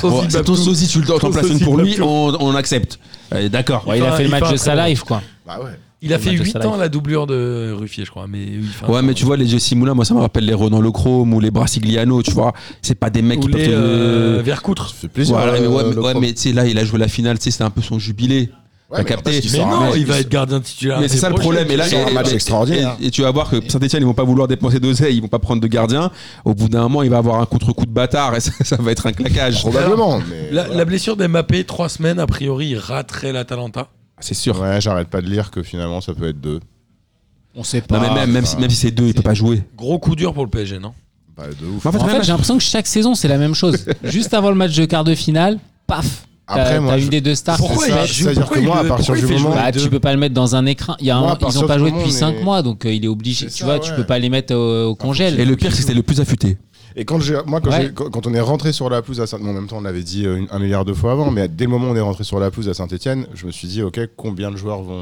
Ton
Bon,
sosie
c'est ton
Babou.
sosie, tu le
Ton
t'en places une
sosie,
pour lui,
Babou.
on, on accepte. Euh, D'accord.
Ouais, il,
fait
a
un-
fait
il
le
fait
match
un
de
très bon-
sa live, quoi.
Bah ouais.
Il a
Le
fait
match de
8
Salah.
ans la doublure de Ruffier, je crois. Mais oui, il fait un
Ouais, mais
temps.
tu vois, les Jesse Moulin, moi, ça me rappelle les Renan Lechrome ou les Brasigliano, tu vois. C'est pas des mecs
Ou
qui peuvent.
les
te-
euh, Vercoutre.
Ça fait plaisir.
Voilà, mais
euh,
ouais, mais,
le
ouais,
pro-
mais tu sais, là, il a joué la finale, tu sais, c'était un peu son jubilé.
Ouais, mais
capté.
n'empêche qu'il
Mais
sort un
non,
match-
il va être gardien titulaire.
Mais c'est ça le problème. Et là,
sort un
et-
match
et-
extraordinaire.
Et, et tu vas voir que Saint-Etienne, ils vont pas vouloir dépenser d'oseille, ils vont pas prendre de gardien. Au bout d'un moment, il va avoir un contre-coup de bâtard et ça, ça va être un claquage.
Probablement, mais.
La,
voilà.
la blessure d'Mbappé, 3 semaines, a priori, il raterait l'Atalanta.
C'est sûr.
Ouais, j'arrête pas de lire que finalement ça peut être deux.
On sait pas.
Non,
Ah,
mais même, même, si, même si c'est deux, il peut pas jouer.
Gros coup dur pour le PSG, non
Bah, de ouf.
Mais en fait,
En
rien
fait,
à-
j'ai l'impression que chaque saison, c'est la même chose. Juste avant le match de quart de finale, paf
Après,
T'as
moi,
t'as
je-
une des deux stars.
Pourquoi
C'est ça.
il joue C'est-à-dire que moi, à
le-
partir
pourquoi il
du
fait
moment-
jouer
Bah,
les
tu
deux
peux pas le mettre dans un écran. Il y a un-
Moi, à
ils
partir
ont pas
du
joué
moment
depuis
où on
5
est-
mois, donc euh, il est obligé.
C'est
Tu
ça,
vois, tu
ouais. Ah,
peux pas les mettre au, au congèle.
Et le pire, c'est que c'était le plus affûté.
Et quand j'ai, moi, quand,
Ouais.
j'ai- quand- quand on est rentré sur la pelouse à Saint, bon, en même temps, on l'avait dit euh, une- un milliard de fois avant, mais dès le moment où on est rentré sur la pelouse à Saint-Etienne, je me suis dit, ok, combien de joueurs vont,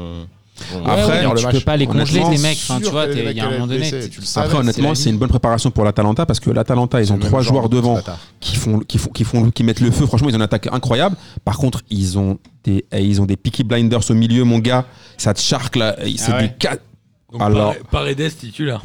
vont
Ouais,
Après,
ouais,
faire
mais
le
tu
match
peux pas les congeler,
Honnêtement,
les mecs. Enfin, tu
sûr
vois,
que les
t'es-
mecs
il y a un
allaient
moment donné.
blesser,
t'es-
tu le savais,
Après, honnêtement,
la
c'est
vie.
une bonne préparation pour l'Atalanta parce que l'Atalanta, ils ont
C'est le
trois
même
joueurs
genre,
devant
Tata.
qui font, qui font, qui font, qui mettent le feu. Franchement, ils ont une attaque incroyable. Par contre, ils ont des, eh, ils ont des Peaky Blinders au milieu, mon gars. Ça te charque là. Eh, C'est
Ah ouais.
des quatre.
Donc,
Alors-
Pare- Paredes titulaire.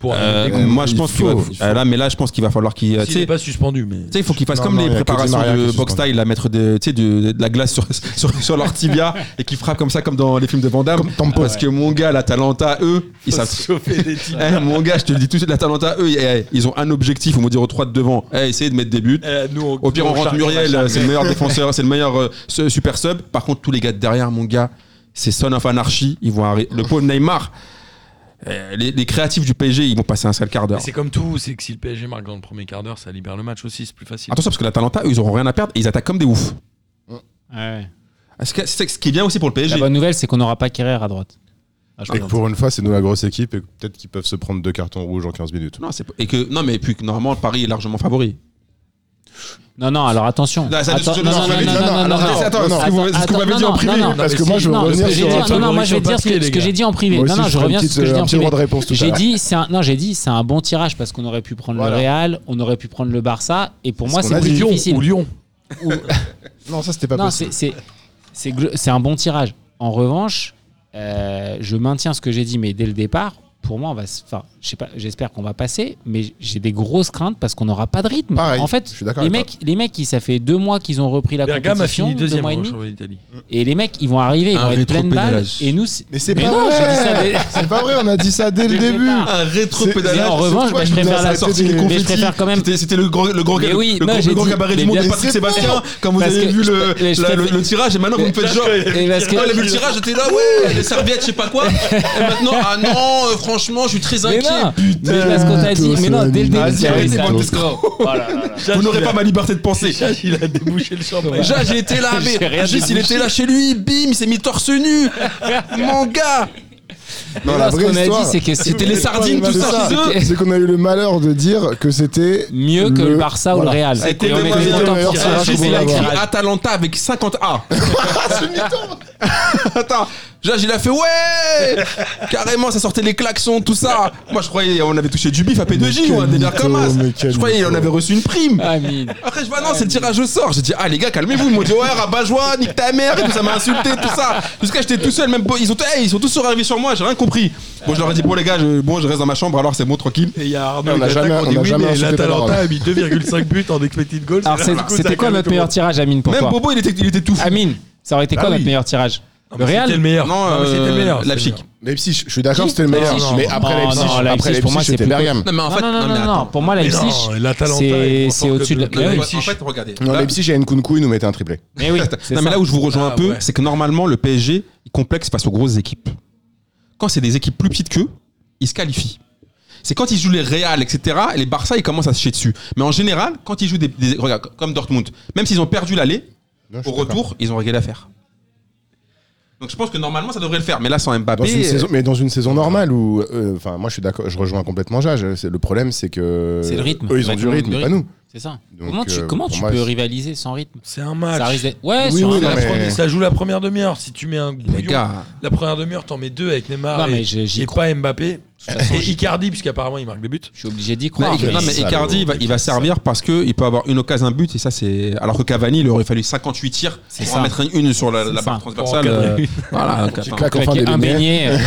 Pour
Euh,
mais
moi, je
il
pense
faut,
que
il faut.
là, mais là, je pense qu'il va falloir qu'ils. euh, tu
S'il
sais-
n'est pas suspendu, mais.
tu sais, il faut qu'ils fassent
Non,
comme
non, il y
les
a que Di
préparations
Maria qui
de
est
box
suspendu.
style, à mettre de, tu sais, de, de la glace sur, sur, sur leur tibia et qui frappent comme ça, comme dans les films de Van Damme. Parce que mon gars, l'Atalanta, eux, ils savent.
chauffer des titres.
Eh, mon gars, je te le dis tout de suite, l'Atalanta, eux, eh, eh, ils ont un objectif, on va dire aux trois de devant. Eh, essayez de mettre des buts.
Eh, nous, on-
Au pire,
nous,
on rentre
charrie,
Muriel,
on
euh,
charrie.
c'est le meilleur défenseur, c'est le meilleur euh, ce- super sub. Par contre, tous les gars de derrière, mon gars, c'est Son of Anarchy. Ils vont arri- le pauvre Neymar. euh, Les, les créatifs du PSG, ils vont passer un sale quart
Mais
d'heure.
C'est comme tout, c'est que si le PSG marque dans le premier quart d'heure, ça libère le match aussi, c'est plus facile.
Attention, parce que l'Atalanta, eux, ils auront rien à perdre et ils attaquent comme des oufs.
Ouais.
Ah, C'est c'est ce qui est bien aussi pour le
La
PSG.
bonne nouvelle, c'est qu'on n'aura pas Kerrer à droite. Ah, je
Et que
plaisante.
pour une fois, c'est nous la grosse équipe et que peut-être qu'ils peuvent se prendre deux cartons rouges en 15 minutes.
Non, c'est- et que, non, mais puis que normalement, Paris est largement favori.
Non, non, alors attention.
Là, ça-
Attends,
je- je-
non,
je-
non,
je-
non,
je-
non,
je-
non,
alors,
non,
attends,
non.
attends,
non,
ce que vous- ce que vous m'avez dit en privé.
non, non,
parce que
mais
moi,
si,
je veux
non,
revenir
parce que
J'ai
sur
dit-
un
votre-
non, non, moi
favori
je
sur
vais dire ce que,
papier,
ce que
les
j'ai dit en privé.
Moi
non,
aussi,
non,
je
je
ferai
reviens
une
sur ce que
petite-
j'ai dit en
un petit droit de
privé.
réponse tout à
J'ai
l'heure.
dit, c'est un- non, j'ai dit, c'est un bon tirage parce qu'on aurait pu prendre
Voilà.
le Real, on aurait pu prendre le Barça, et pour
C'est
moi,
ce
c'est
qu'on a
plus
dit.
Lyon
difficile.
ou Lyon.
Non, ça, c'était pas
Non,
possible.
c'est c'est- c'est glo- c'est un bon tirage. En revanche, euh, je maintiens ce que j'ai dit, mais dès le départ, pour moi, on va. se- Enfin, je sais pas. J'espère qu'on va passer, mais j'ai des grosses craintes parce qu'on n'aura pas de rythme.
Pareil,
en fait,
je suis d'accord
les
avec
mecs, les mecs, ils- ça fait deux mois qu'ils ont repris la
Bergame a
compétition,
fini
deux
deuxième
mois et
au
demi,
championnat d'Italie.
et les mecs, ils vont arriver, ils
Un
vont être pleine balle,
rétro-pédalage.
et nous. c'est-
Mais c'est
Mais
pas
non, j'ai dit ça
vrai
dès-
C'est pas vrai, on a dit ça dès le
Dès le
début
départ.
Un
Mais
rétro-pédalage.
en revanche,
toi
bah, je
qui nous
préfère
as
la
sorti
sortie.
des
Mais je
confettis.
préfère quand même.
C'était c'était le grand, le grand,
Mais
le-
oui,
le
non,
gros-
j'ai
le grand
dit-
gabarit du
mais
monde. Il
bien
y a Patrick
sûr.
Sébastien, quand vous
Parce
avez
que
vu
je-
le,
mais je
la-
t'ai
le,
fait-
le tirage, et maintenant vous me faites genre.
Et parce que-
Ah,
Quand elle a vu le tirage, j'étais là, ouais, les serviettes, je sais pas quoi. Et maintenant, ah non, euh, franchement, je suis très
Mais
inquiet.
non, mais parce qu'on t'a dit, mais non, dès le
Ah,
début,
si,
c'est
arrêtez,
ça.
bande Vous n'aurez pas ma liberté de penser.
Jage, il a débouché le champagne.
Jage, il était là,
J'ai
mais
rien
juste, il
débouché.
était là chez lui, bim, il s'est mis torse nu. Mon gars
Non,
Mais
la
là, ce
vraie
qu'on a
histoire,
dit, c'est que
C'était les sardines, tout
C'est
ça,
ça,
chez eux.
C'était-
c'est qu'on a eu le malheur de dire que c'était
mieux que le Barça ou le
voilà.
Real.
C'était
Et on
le
était
meilleur
content
meilleur
qu'il
tirage
rachète
qu'on
le
il a écrit
tirage.
Atalanta avec 50 A. Attends, Jage, il a fait ouais Carrément, ça sortait les klaxons, tout ça. Moi, je croyais on avait touché du bif à P2J
Mais
ou un
quel
délire
mytho,
comme ça.
mais quel
Je croyais
mytho.
on avait reçu une prime.
Amine.
Après, je vois, non, c'est le tirage au sort. J'ai dit, ah, les gars, calmez-vous. Ils m'ont dit, ouais, rabat-joie, nique ta mère, et tout ça m'a insulté, tout ça. Jusqu'à, j'étais tout seul, même, pas- ils, ont, hey, ils sont tous arrivés sur moi, j'ai rien compris. Bon, je leur ai dit, bon, les gars, je, bon, je reste dans ma chambre, alors c'est bon, tranquille.
Et il y a Arnaud
On
qui
a
attaque,
jamais-
on
on
dit
a
oui,
jamais
mais
insulté
l'Atalanta
Laurent.
a mis 2,5 buts en expected goals.
Alors,
C'est
c'est-
là, du coup, ça
c'était
a
quoi
calmé
notre
tout le
meilleur
monde.
tirage, Amine, pour
Même
toi
Bobo, il était, il était tout fou.
Amine, ça aurait été
Bah
quoi
oui.
notre meilleur tirage Le
C'était
Real
le meilleur.
Non,
mais c'était le
euh,
meilleur.
Leipzig.
Leipzig. Je suis d'accord,
Qui
c'était le meilleur.
Leipzig,
mais
non,
après
non,
Leipzig,
non,
après
Leipzig,
Leipzig,
pour moi, c'est
c'était
plutôt-
Bergame.
Non, mais en
Non,
fait,
non, non,
mais
non, non,
attends.
pour moi,
Mais
Leipzig.
non, l'Atalanta
c'est-
est
c'est au-dessus de la-
Non,
Mais
mais
oui.
en fait, regardez.
Non,
Là-
Leipzig, il y a Nkunku, il nous mettait un triplé.
Mais oui, c'est
Non, mais
ça.
là où je vous rejoins
Ah,
un peu,
ouais.
c'est que normalement, le PSG il complexe face aux grosses équipes. Quand c'est des équipes plus petites qu'eux, ils se qualifient. C'est quand ils jouent les Real, etc., les Barça, ils commencent à se chier dessus. Mais en général, quand ils jouent des. des- regarde, comme Dortmund, même s'ils ont perdu l'aller,
Ah,
Non, je suis
au
d'accord.
retour, ils ont réglé l'affaire. Donc je pense que normalement, ça devrait le faire. Mais là, sans Mbappé.
Dans une
euh,
saison, mais dans une saison normale où, euh, enfin, moi je suis d'accord, je rejoins complètement Jage. C'est- Le problème, c'est que
C'est le rythme.
Eux, ils ont
Ouais,
du
le
rythme,
rythme.
pas nous.
C'est ça.
Donc,
comment tu,
euh,
comment
pour
tu
moi,
peux
c'est-
rivaliser sans rythme
C'est un
Ça
match.
risque d'être- Ouais,
Oui,
sur
oui,
un
non,
match.
mais-
Premier- Ça joue la première demi-heure. Si tu mets un
Les
bouillon,
gars.
la première demi-heure, t'en mets deux avec Neymar
Non,
et,
mais j'ai- j'y
et
crois.
pas Mbappé.
façon,
Et
j'y-
Icardi, puisqu'apparemment il marque des buts.
Je suis obligé d'y
Non,
croire.
Icardi-
mais-
non, mais
salaud,
Icardi, il va, il va servir parce qu'il peut avoir une occasion, un but, et ça, c'est. Alors que Cavani, il aurait fallu 58 tirs
C'est
pour
ça.
en mettre une sur la,
C'est
la barre
ça.
transversale.
Pour en
euh, voilà, donc,
Tu
attends.
claques en fin
Claquer
des
un
beignets.
beignet.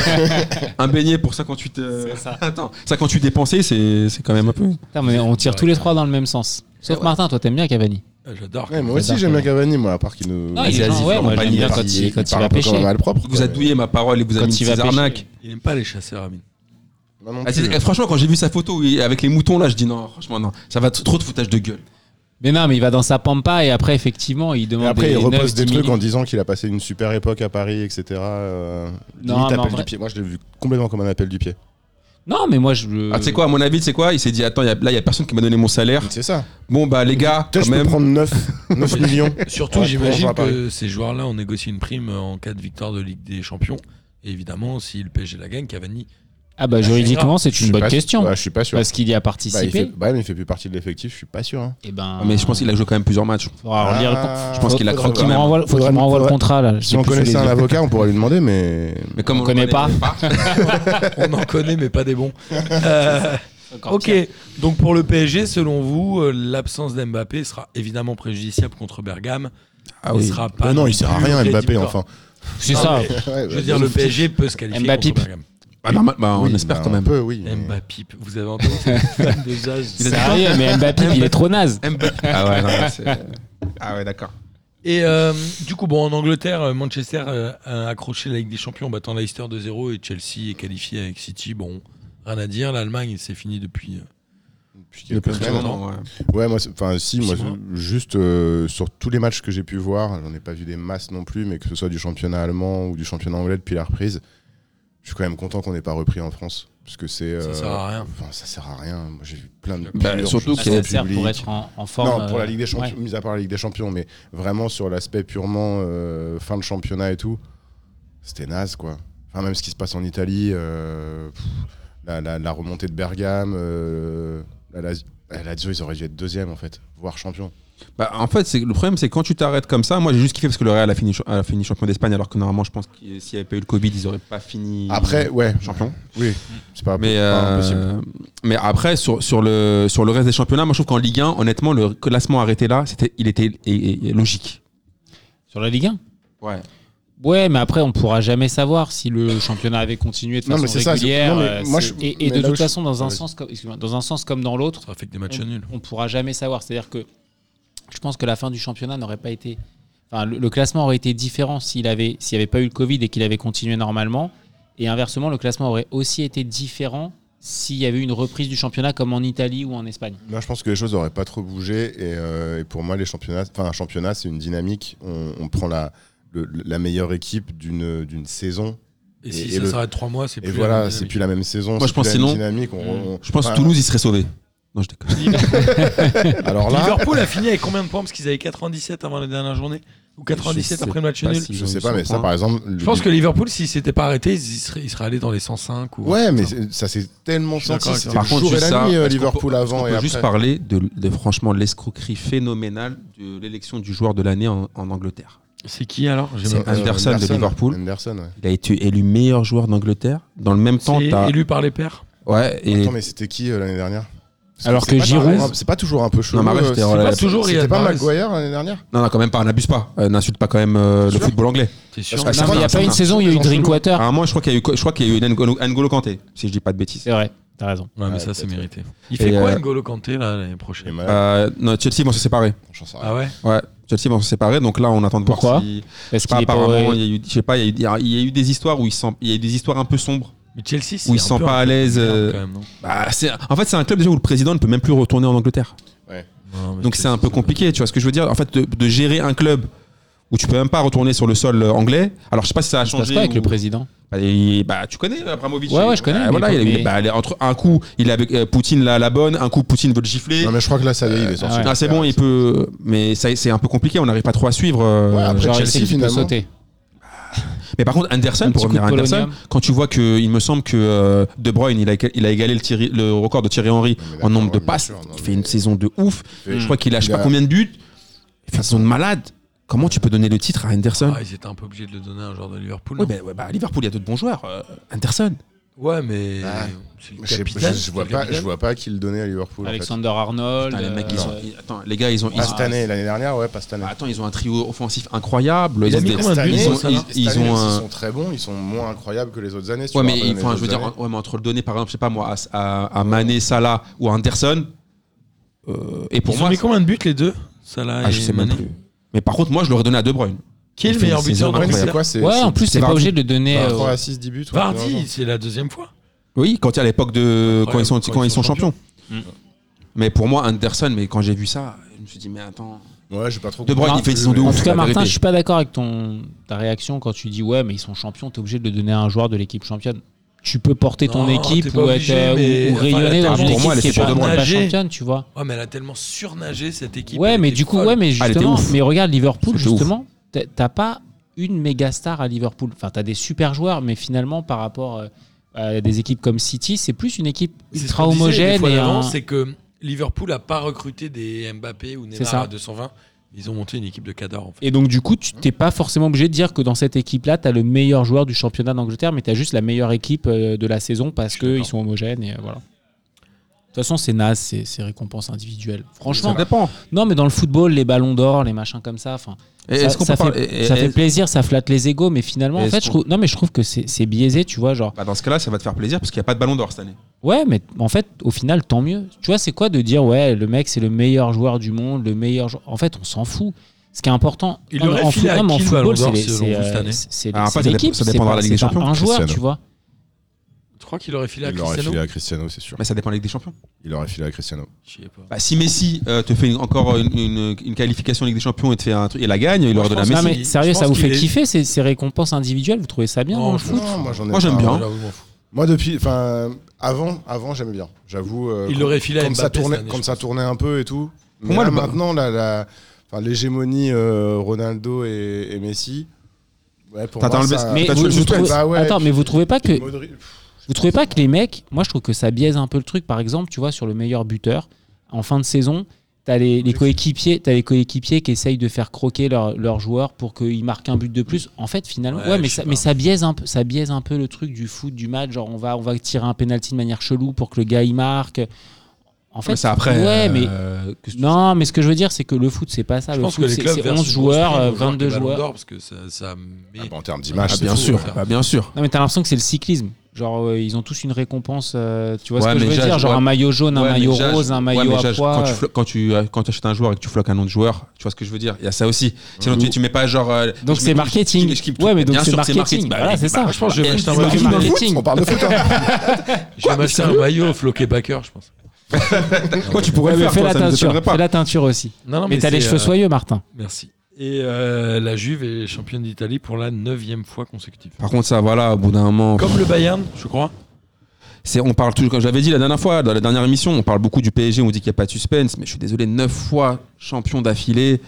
Un beignet pour 58. euh,
C'est ça.
Attends, 58 dépensés, c'est c'est quand même un peu.
Putain, mais on tire tous les trois dans le même sens. Sauf Martin, toi t'aimes bien Cavani.
Ah, J'adore.
Ouais, moi aussi, j'aime bien Cavani, moi, à part qu'il nous.
Non, il
Vas-y,
est
vas-y,
gentil. Ouais,
Florent
moi j'aime
Pagny,
bien quand
vas-y,
il quand il
parle
va
un peu comme un
pêcher.
malpropre.
Vous a douillé ma parole et vous avez
Quand
mis
il va
des
pêcher.
arnaques.
Il aime pas les chasseurs, Amine.
Moi non
Ah,
plus.
c'est- eh, franchement, quand j'ai vu sa photo oui, avec les moutons, là, je dis non, franchement, non, ça va t- trop de foutage de gueule.
Euh. Mais non, mais il va dans sa pampa et après, effectivement, il
Et
demande.
après,
des
il repose
9,
des
10
trucs en
minutes.
disant qu'il a passé une super époque à Paris, etc. Euh, limite
Non, mais en
appel
vrai-
du pied. Moi, je l'ai vu complètement comme un appel du pied.
Non, mais moi, je.
Ah, tu sais quoi, à mon avis, tu sais quoi, il s'est dit, attends, y a- là, il y a personne qui m'a donné mon salaire.
C'est ça.
Bon, bah, les gars,
Peut-être
quand
je peux
même.
prendre 9, 9 millions.
Surtout,
Ouais, on
j'imagine
va parler.
que ces joueurs-là ont négocié une prime euh, en cas de victoire de Ligue des Champions. Et évidemment, si le PSG la gagne, Cavani
Ah bah juridiquement, c'est
Je
une
suis
bonne
pas-
question.
ouais, je suis pas sûr.
Parce qu'il y a
Bah, il
participé.
fait, bah, mais il fait plus partie de l'effectif, je suis pas sûr. hein.
Et ben,
Mais je pense qu'il a joué quand même plusieurs matchs.
faudra relire le con-
Ah,
je pense qu'il a
Faut
faudrait-
craqué
qu'il me
même.
renvoie, faut qu'il
Faudrait-
me renvoie le
faudrait-
contrat là. Je
Si
sais
on
plus sur
connaissait un
les yeux.
avocat, on pourrait lui demander, mais.
Mais comme
On connaît pas.
On en connaît, mais pas des bons. Euh,
Encore
ok,
pire.
donc pour le PSG, selon vous, euh, l'absence d'Mbappé sera évidemment préjudiciable contre Bergame.
Ah
Il
oui.
sera pas
Bah non,
non
il sert à
plus
rien, Mbappé,
rédhibitoire.
enfin.
C'est
Non,
ça.
mais
Ouais,
Je
bah,
veux dire, le PSG peut se qualifier
Mbappé.
contre Bergame.
Bah, normal, bah, on
oui,
espère
bah,
quand
Un
même.
peu, oui. mais-
Mbappé, vous avez entendu cette déjà
C'est rien, mais Mbappé, il est trop naze.
Ah ouais, non, mais c'est- ah ouais, d'accord.
Et euh, du coup, bon, en Angleterre, euh, Manchester euh, a accroché la Ligue des Champions en battant Leicester 2-0 et Chelsea est qualifié avec City. Bon, rien à dire. L'Allemagne, c'est fini depuis. euh,
Depuis
Le
quelques semaines. Ouais, moi, c'est- enfin, si,
Six
moi,
mois.
je- juste euh, sur tous les matchs que j'ai pu voir, j'en ai pas vu des masses non plus, mais que ce soit du championnat allemand ou du championnat anglais depuis la reprise, je suis quand même content qu'on n'ait pas repris en France, parce que c'est.
Ça
euh,
sert à rien.
Enfin, ça sert à rien. Moi, j'ai vu plein de.
Bah,
pires
surtout
choses
qu'il y a-
Ça
du
sert pour
public.
être en, en forme.
Non, pour la
euh,
Ligue des Champions,
ouais.
mis à part la Ligue des Champions, mais vraiment sur l'aspect purement euh, fin de championnat et tout, c'était naze quoi. Enfin, même ce qui se passe en Italie, euh, pff, la, la- la remontée de Bergame, euh, la Lazio, la Lazio, ils auraient dû être deuxième en fait, voire champion.
Bah, en fait, c'est- le problème, c'est quand tu t'arrêtes comme ça, moi j'ai juste kiffé parce que le Real a fini, cha- a fini champion d'Espagne, alors que normalement, je pense que s'il n'y avait pas eu le Covid, ils n'auraient pas fini
Après, ouais,
champion.
oui, c'est pas,
Mais,
pas
euh,
impossible.
mais après, sur, sur, le, sur le reste des championnats, moi je trouve qu'en Ligue 1, honnêtement, le classement arrêté là, c'était, il était et- et- logique.
Sur la Ligue 1
Ouais.
Ouais, mais après, on pourra jamais savoir si le championnat avait continué de
Non,
façon
mais c'est ça, c'est-
régulière.
non, mais
euh,
moi,
c'est-
je-
Et et
mais
de
là où
toute
je-
façon, dans un
Ouais.
sens comme- excuse-moi, dans un sens comme dans l'autre,
Ça fait que des matchs nuls.
on pourra jamais savoir. C'est-à-dire que je pense que la fin du championnat n'aurait pas été. Enfin, le, le classement aurait été différent s'il avait s'il n'y avait pas eu le Covid et qu'il avait continué normalement. Et inversement, le classement aurait aussi été différent s'il y avait eu une reprise du championnat comme en Italie ou en Espagne.
Moi, je pense que les choses n'auraient pas trop bougé et, euh, et pour moi, les championnats, enfin, un championnat, c'est une dynamique. On, on prend la, le- la meilleure équipe d'une d'une saison
Et, si
Et- et
ça
le-
s'arrête trois mois, c'est
Et
plus.
voilà, c'est plus la même saison.
Moi,
c'est
je pense
plus la
sinon-
même dynamique. on-
Mm.
on-
Je pense
enfin,
que Toulouse, il serait sauvé. Non, je déconne.
Alors là,
Liverpool a fini avec combien de points Parce qu'ils avaient 97 avant la dernière journée ou 97
sais
après le match
pas
nul.
si-
je
Ils
sais
ont
pas, mais
100
ça, par exemple. le-
Je pense que Liverpool, s'ils s'étaient pas arrêtés, ils y seraient, ils seraient allés dans les 105 ou.
Ouais, mais c'est- ça s'est tellement
Je suis d'accord
senti.
avec
C'était
toi.
le
Par contre,
jour et
juste
la
ça,
nuit, euh,
est-ce qu'on
Liverpool
peut- est-ce
avant
qu'on
et
peut
après.
juste parler de, de, franchement l'escroquerie phénoménale de l'élection du joueur de l'année en, en Angleterre.
C'est qui alors J'ai
C'est
même pas-
Anderson de Liverpool.
Anderson, ouais.
Il a été élu meilleur joueur d'Angleterre. Dans le même temps,
C'est
t'as
élu par les pairs.
ouais et
Attends, mais c'était qui euh, l'année dernière Parce
Alors
c'est
que
pas
Giroud-
pareil, hein, C'est pas toujours un peu chaud.
Non, Mahrez, c'était en-
pas toujours, il y a
C'était pas
Mahrez.
Maguire l'année dernière
non non quand même pas, n'abuse pas, Euh, n'insulte pas quand même euh, le
sûr.
football anglais.
Ah, C'est sûr.
Parce qu'à
Non,
chaque
mais il n'y a
fois,
pas une
ça-
saison où il y a eu
Jean Chelou.
Drinkwater.
À un moment, je crois qu'il y a eu, je crois qu'il y a eu N'Golo, N'Golo Kanté, si je dis pas de bêtises.
C'est vrai, t'as raison.
Ouais, mais
Ouais,
ça, c'est
peut-être.
mérité. Il
Et,
fait quoi,
euh,
N'Golo Kanté, là, l'année
Il est
prochaine
malade,
Euh, non, Chelsea vont se séparer.
j'en sais rien.
Ah ouais
Ouais, Chelsea vont se séparer. Donc là, on attend de voir
Pourquoi
si.
Parce
Je sais pas,
qu'il est euh, pas-
apparemment, il y a eu, je sais pas, il y a eu, il y a eu des histoires où ils sont, il y a eu des histoires un peu sombres.
Mais Chelsea, c'est
Où ils
un
se sentent
peu
pas
un
à
peu
l'aise,
bizarre,
euh,
quand même, non
Bah, c'est- en fait, c'est un club déjà où le président ne peut même plus retourner en Angleterre.
Non, mais
Donc c'est un peu
ça-
compliqué, tu vois ce que je veux dire En fait, de, de gérer un club où tu peux même pas retourner sur le sol euh, anglais. Alors je sais pas si ça a
Il se passe
changé.
pas avec
ou-
le président.
Bah, il- bah, tu connais Abramovich.
Ouais, ouais, je connais,
Bah,
mais
voilà, il a eu-
mais-
bah, elle est entre un coup, il est avec euh, Poutine la, la bonne, un coup Poutine veut le gifler.
Non, mais je crois que là, ça y est, il est sorti.
ouais.
Ah, c'est bon, il peut. Mais ça, c'est un peu compliqué. On n'arrive pas trop à suivre. euh,
Ouais, après,
Genre,
Chelsea,
il peut
finalement.
sauter.
Mais par contre, Anderson,
Un
pour
petit coup
revenir à
de
Anderson,
polonium.
quand tu vois que, il me semble que euh, De Bruyne, il a, il a égalé le, Thierry- le record de Thierry Henry
Non, mais
en
d'accord,
nombre de
ouais, bien
passes.
sûr, non,
il fait
mais-
une saison de ouf.
fait-
Je crois qu'il lâche
Il
pas
a-
combien de buts. Il fait une saison de malade. Comment tu peux donner le titre à Anderson
Ah, ils étaient un peu obligés de le donner à un joueur de Liverpool.
Oui,
non
bah, ouais, bah, à Liverpool, il y a d'autres bons joueurs. euh, Anderson.
Ouais, mais.
Ah.
c'est le
Je sais-
capitaine,
je-
c'est
je vois
le
pas-
capitaine.
je vois pas qui le donnait à Liverpool. en fait.
Alexander Arnold.
Ah,
Putain, les mecs, ils
euh,
sont- ils- attends, les gars, ils ont,
Pas
ils ont- bah,
cette année, l'année dernière, ouais, pas cette année.
attends, ils ont un trio offensif incroyable.
Il a
ont
mis
des-
combien de
Cette année,
buts, Mo
ils,
Salah
ont, ils, ils ont un-
sont très bons, ils sont moins incroyables que les autres années. si
Ouais,
tu
mais
leur
il-
donnes
enfin,
les
je veux
autres
dire,
années.
ouais, mais entre le donner, par exemple, je sais pas moi, à, à, à Mané, Salah ou à Anderson. euh, et pour
Ils ont
moi,
mis combien de buts, les deux Salah
Ah,
et
je sais même
Mané
plus. Mais par contre, moi, je l'aurais donné à De Bruyne.
Qui est
Il
le
fait
meilleur
une
buteur
saison
de
Ouais, mais c'est
l'Angleterre
quoi c'est-
Ouais,
c'est-
en plus,
c'est
t'es pas
Vardy.
obligé de le donner.
c'est
euh,
3 à 6, 10 buts. ouais,
Vardy,
non,
c'est la deuxième fois.
Oui, quand il y a l'époque de
Incroyable,
quand ils sont quand ils sont champions.
champions.
Mais pour moi, Anderson, mais quand j'ai vu ça, je me suis dit, mais attends.
non. Ouais, j'ai pas trop
De Bruyne,
Non,
il fait une saison de
En
ouf.
tout cas,
la
Martin,
vérité.
je suis pas d'accord avec ton, ta réaction quand tu dis ouais, mais ils sont champions, t'es obligé de le donner à un joueur de l'équipe championne. Tu peux porter
Non,
ton
t'es
équipe
pas
ou,
obligé,
être, euh,
mais-
ou- ou
enfin,
rayonner
la
dans une
Pour
équipe
moi, elle
qui
était
est pas,
sur de
pas
Bruyne.
championne, tu vois.
Ouais, mais elle a tellement surnagé cette équipe.
Ouais,
elle
mais
était
du coup,
folle.
ouais, mais
Ah, elle était
justement,
ouf.
mais regarde Liverpool,
C'était ouf.
justement, t'as- t'as pas une méga star à Liverpool. Enfin, t'as des super joueurs, mais finalement, par rapport euh, euh, des équipes comme City, c'est plus une équipe
C'est ce
ultra
qu'on disait des
homogène.
fois
et
d'avant,
un-
C'est que Liverpool a pas recruté des Mbappé ou
C'est
Neymar
ça.
à 220. Ils ont monté une équipe de cadors. En fait.
Et donc, du coup, tu t'es pas forcément obligé de dire que dans cette équipe-là, tu as le meilleur joueur du championnat d'Angleterre, mais tu as juste la meilleure équipe euh, de la saison parce
suis d'accord.
qu'ils sont homogènes et euh, voilà. De toute façon, c'est naze, c'est c'est récompense individuelle. Franchement,
Ça dépend.
non, mais dans le football, les ballons d'or, les machins comme ça, enfin,
Et
ça,
Est-ce qu'on
ça
peut
fait,
parler- et-
ça fait
et-
plaisir, ça flatte les égaux, mais finalement, en
Est-ce
fait, je
qu'on-
trouve, non, mais je trouve que c'est c'est biaisé, tu vois, genre,
Bah, dans ce cas-là, ça va te faire plaisir parce qu'il n'y a pas de ballon d'or cette année.
ouais, mais en fait, au final, tant mieux. Tu vois, c'est quoi de dire, ouais, le mec, c'est le meilleur joueur du monde, le meilleur joueur. En fait, on s'en foot. Ce qui est important,
Il
non, mais
aurait
en,
filé
foot-
à
non, mais en
qui le
football,
Ballon
c'est
d'Or,
les- c'est,
selon vous, cette
euh,
année
c'est- c'est
Alors, Ah, après,
c'est
ça
l'équipe,
dépend- ça
c'est
dépendra
pas-
de la Ligue des
c'est pas
Champions,
Un joueur,
Cristiano.
tu vois.
Tu crois qu'il aurait filé à
Il aurait
Cristiano
filé à Cristiano, c'est sûr.
Mais ça dépend de la Ligue des Champions.
Il aurait filé à Cristiano.
Je sais pas.
Bah, si Messi euh, te fait une- encore une, une- une qualification en Ligue des Champions et te fait un truc et la gagne, il
Moi, je
aurait de la
pense
Messi.
Non,
Messi,
mais
il-
sérieux,
je
ça
pense
vous fait
qu'il est-
kiffer ces, ces récompenses individuelles Vous trouvez ça bien hein,
Non,
dans le
je-
foot
Non, moi j'en ai
Moi, j'aime
pas.
bien.
Ah, J'avoue, je m'en fous.
Moi depuis, enfin, avant, avant j'aimais bien. J'avoue. euh,
Il
quand-
l'aurait filé à
quand ça
Mbappé cette
tournait,
année,
quand
je
ça
pense.
tournait un peu et tout.
Pour
Mais
moi,
là,
le-
maintenant, la, la- enfin, l'hégémonie euh, Ronaldo et, et Messi. Ouais, pour
T'attends
moi,
le
ça-
best-
Mais
T'as
vous,
tué le
vous
suspense.
trouvez-
Bah ouais,
Attends,
puis-
mais vous trouvez pas que
Modric-
vous trouvez pas que les mecs, moi je trouve que ça biaise un peu le truc. Par exemple, tu vois sur le meilleur buteur en fin de saison, t'as les, les coéquipiers, t'as les coéquipiers qui essayent de faire croquer leur- leurs joueurs pour qu'ils marquent un but de plus. En fait, finalement,
Ouais,
ouais, mais,
je sais
ça,
pas.
mais ça biaise un peu, ça biaise un peu le truc du foot, du match. Genre on va, on va tirer un penalty de manière chelou pour que le gars il marque. En fait,
Mais ça, après.
ouais, mais
euh, que-
non, mais ce que je veux dire, c'est que le foot, c'est pas ça.
Je
le
pense que
foot,
les
c'est
clubs
c'est
versent
11
beaucoup
joueurs,
plus
euh,
aux que
22
le Ballon
joueurs.
d'Or, parce que ça, ça met-
Ah bah, en termes
Ah,
d'image, c'est
bien
fou,
sûr,
ça.
bah, bien sûr.
Non, mais t'as l'impression que c'est le cyclisme. Genre, euh, ils ont tous une récompense. euh, tu vois
Ouais,
ce que je
mais
veux
Jage,
dire Genre
ouais.
un maillot jaune,
Ouais,
un
mais
maillot
Jage-
rose, un
ouais,
maillot
mais
à
Jage,
poids.
Quand tu, flo- quand tu euh, quand achètes un joueur et que tu floques un nom de joueur, tu vois ce que je veux dire Il y a ça aussi. Sinon, tu, tu mets pas genre. euh,
Donc
je
c'est
mets-
marketing.
je- je- je-
Ouais, mais donc
bien
c'est
sûr,
marketing.
Bah,
Voilà,
bah,
c'est ça.
bah,
Je pense que je vais
bah,
m'acheter un
c'est
maillot.
marketing.
On parle de foot,
marketing.
On parle de foot. hein.
Je vais m'acheter un maillot floqué backer, je pense.
hein.
Toi, tu pourrais
Ouais,
le
mais
faire,
fais
toi,
la
ça ne
teinture.
t'étonnerait pas.
Fais la teinture aussi.
Non, non,
mais t'as
c'est,
les cheveux
euh,
soyeux, Martin.
Merci. Et euh, la Juve est championne d'Italie pour la neuvième fois consécutive.
bah. Par contre, ça, voilà, au bout d'un moment.
Comme le Bayern, je crois.
C'est, on parle toujours, comme j'avais dit la dernière fois, dans la dernière émission, on parle beaucoup du PSG, on dit qu'il n'y a pas de suspense, mais je suis désolé, 9 fois champion d'affilée.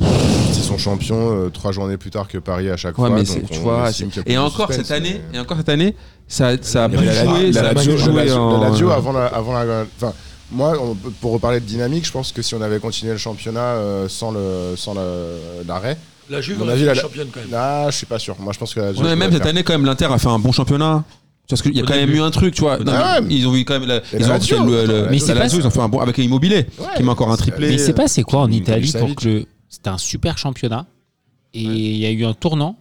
Ils sont champions euh, trois journées plus tard que Paris à chaque
Ouais,
fois.
mais
donc
c'est- tu
on
vois,
estime
c'est-
qu'il y a plus
et
de
encore
suspense,
cette année,
mais-
et encore cette année, ça, ça a
Mais
plus
la-
joué, ça
la
a mal
Lazio,
joué
la Lazio-
en-
la Lazio avant la, avant la- enfin, moi, on peut- pour reparler de dynamique, je pense que si on avait continué le championnat euh, sans le, sans le- l'arrêt,
La Juve
Mon
aurait
avis,
été
la-
championne quand même.
là, je suis pas sûr. Moi, je pense que la Lazio
Ouais, mais même
pourrait
cette année, quand même, l'Inter a fait un bon championnat. Parce qu'il y a
Au
quand même
début.
eu un truc, tu vois. Non,
Ah ouais,
mais ils ont eu quand même. la-
Et
ils
la
ont
Lazio,
fait le- le-
attends, la
mais
Lazio,
c'est la Lazio, ils ont fait un bon. Avec Immobilier,
Ouais.
qui met encore un triplé.
Mais c'est pas c'est quoi en
une-
Italie
une
pour
Savic.
que le- c'était un super championnat et il y a eu un tournant.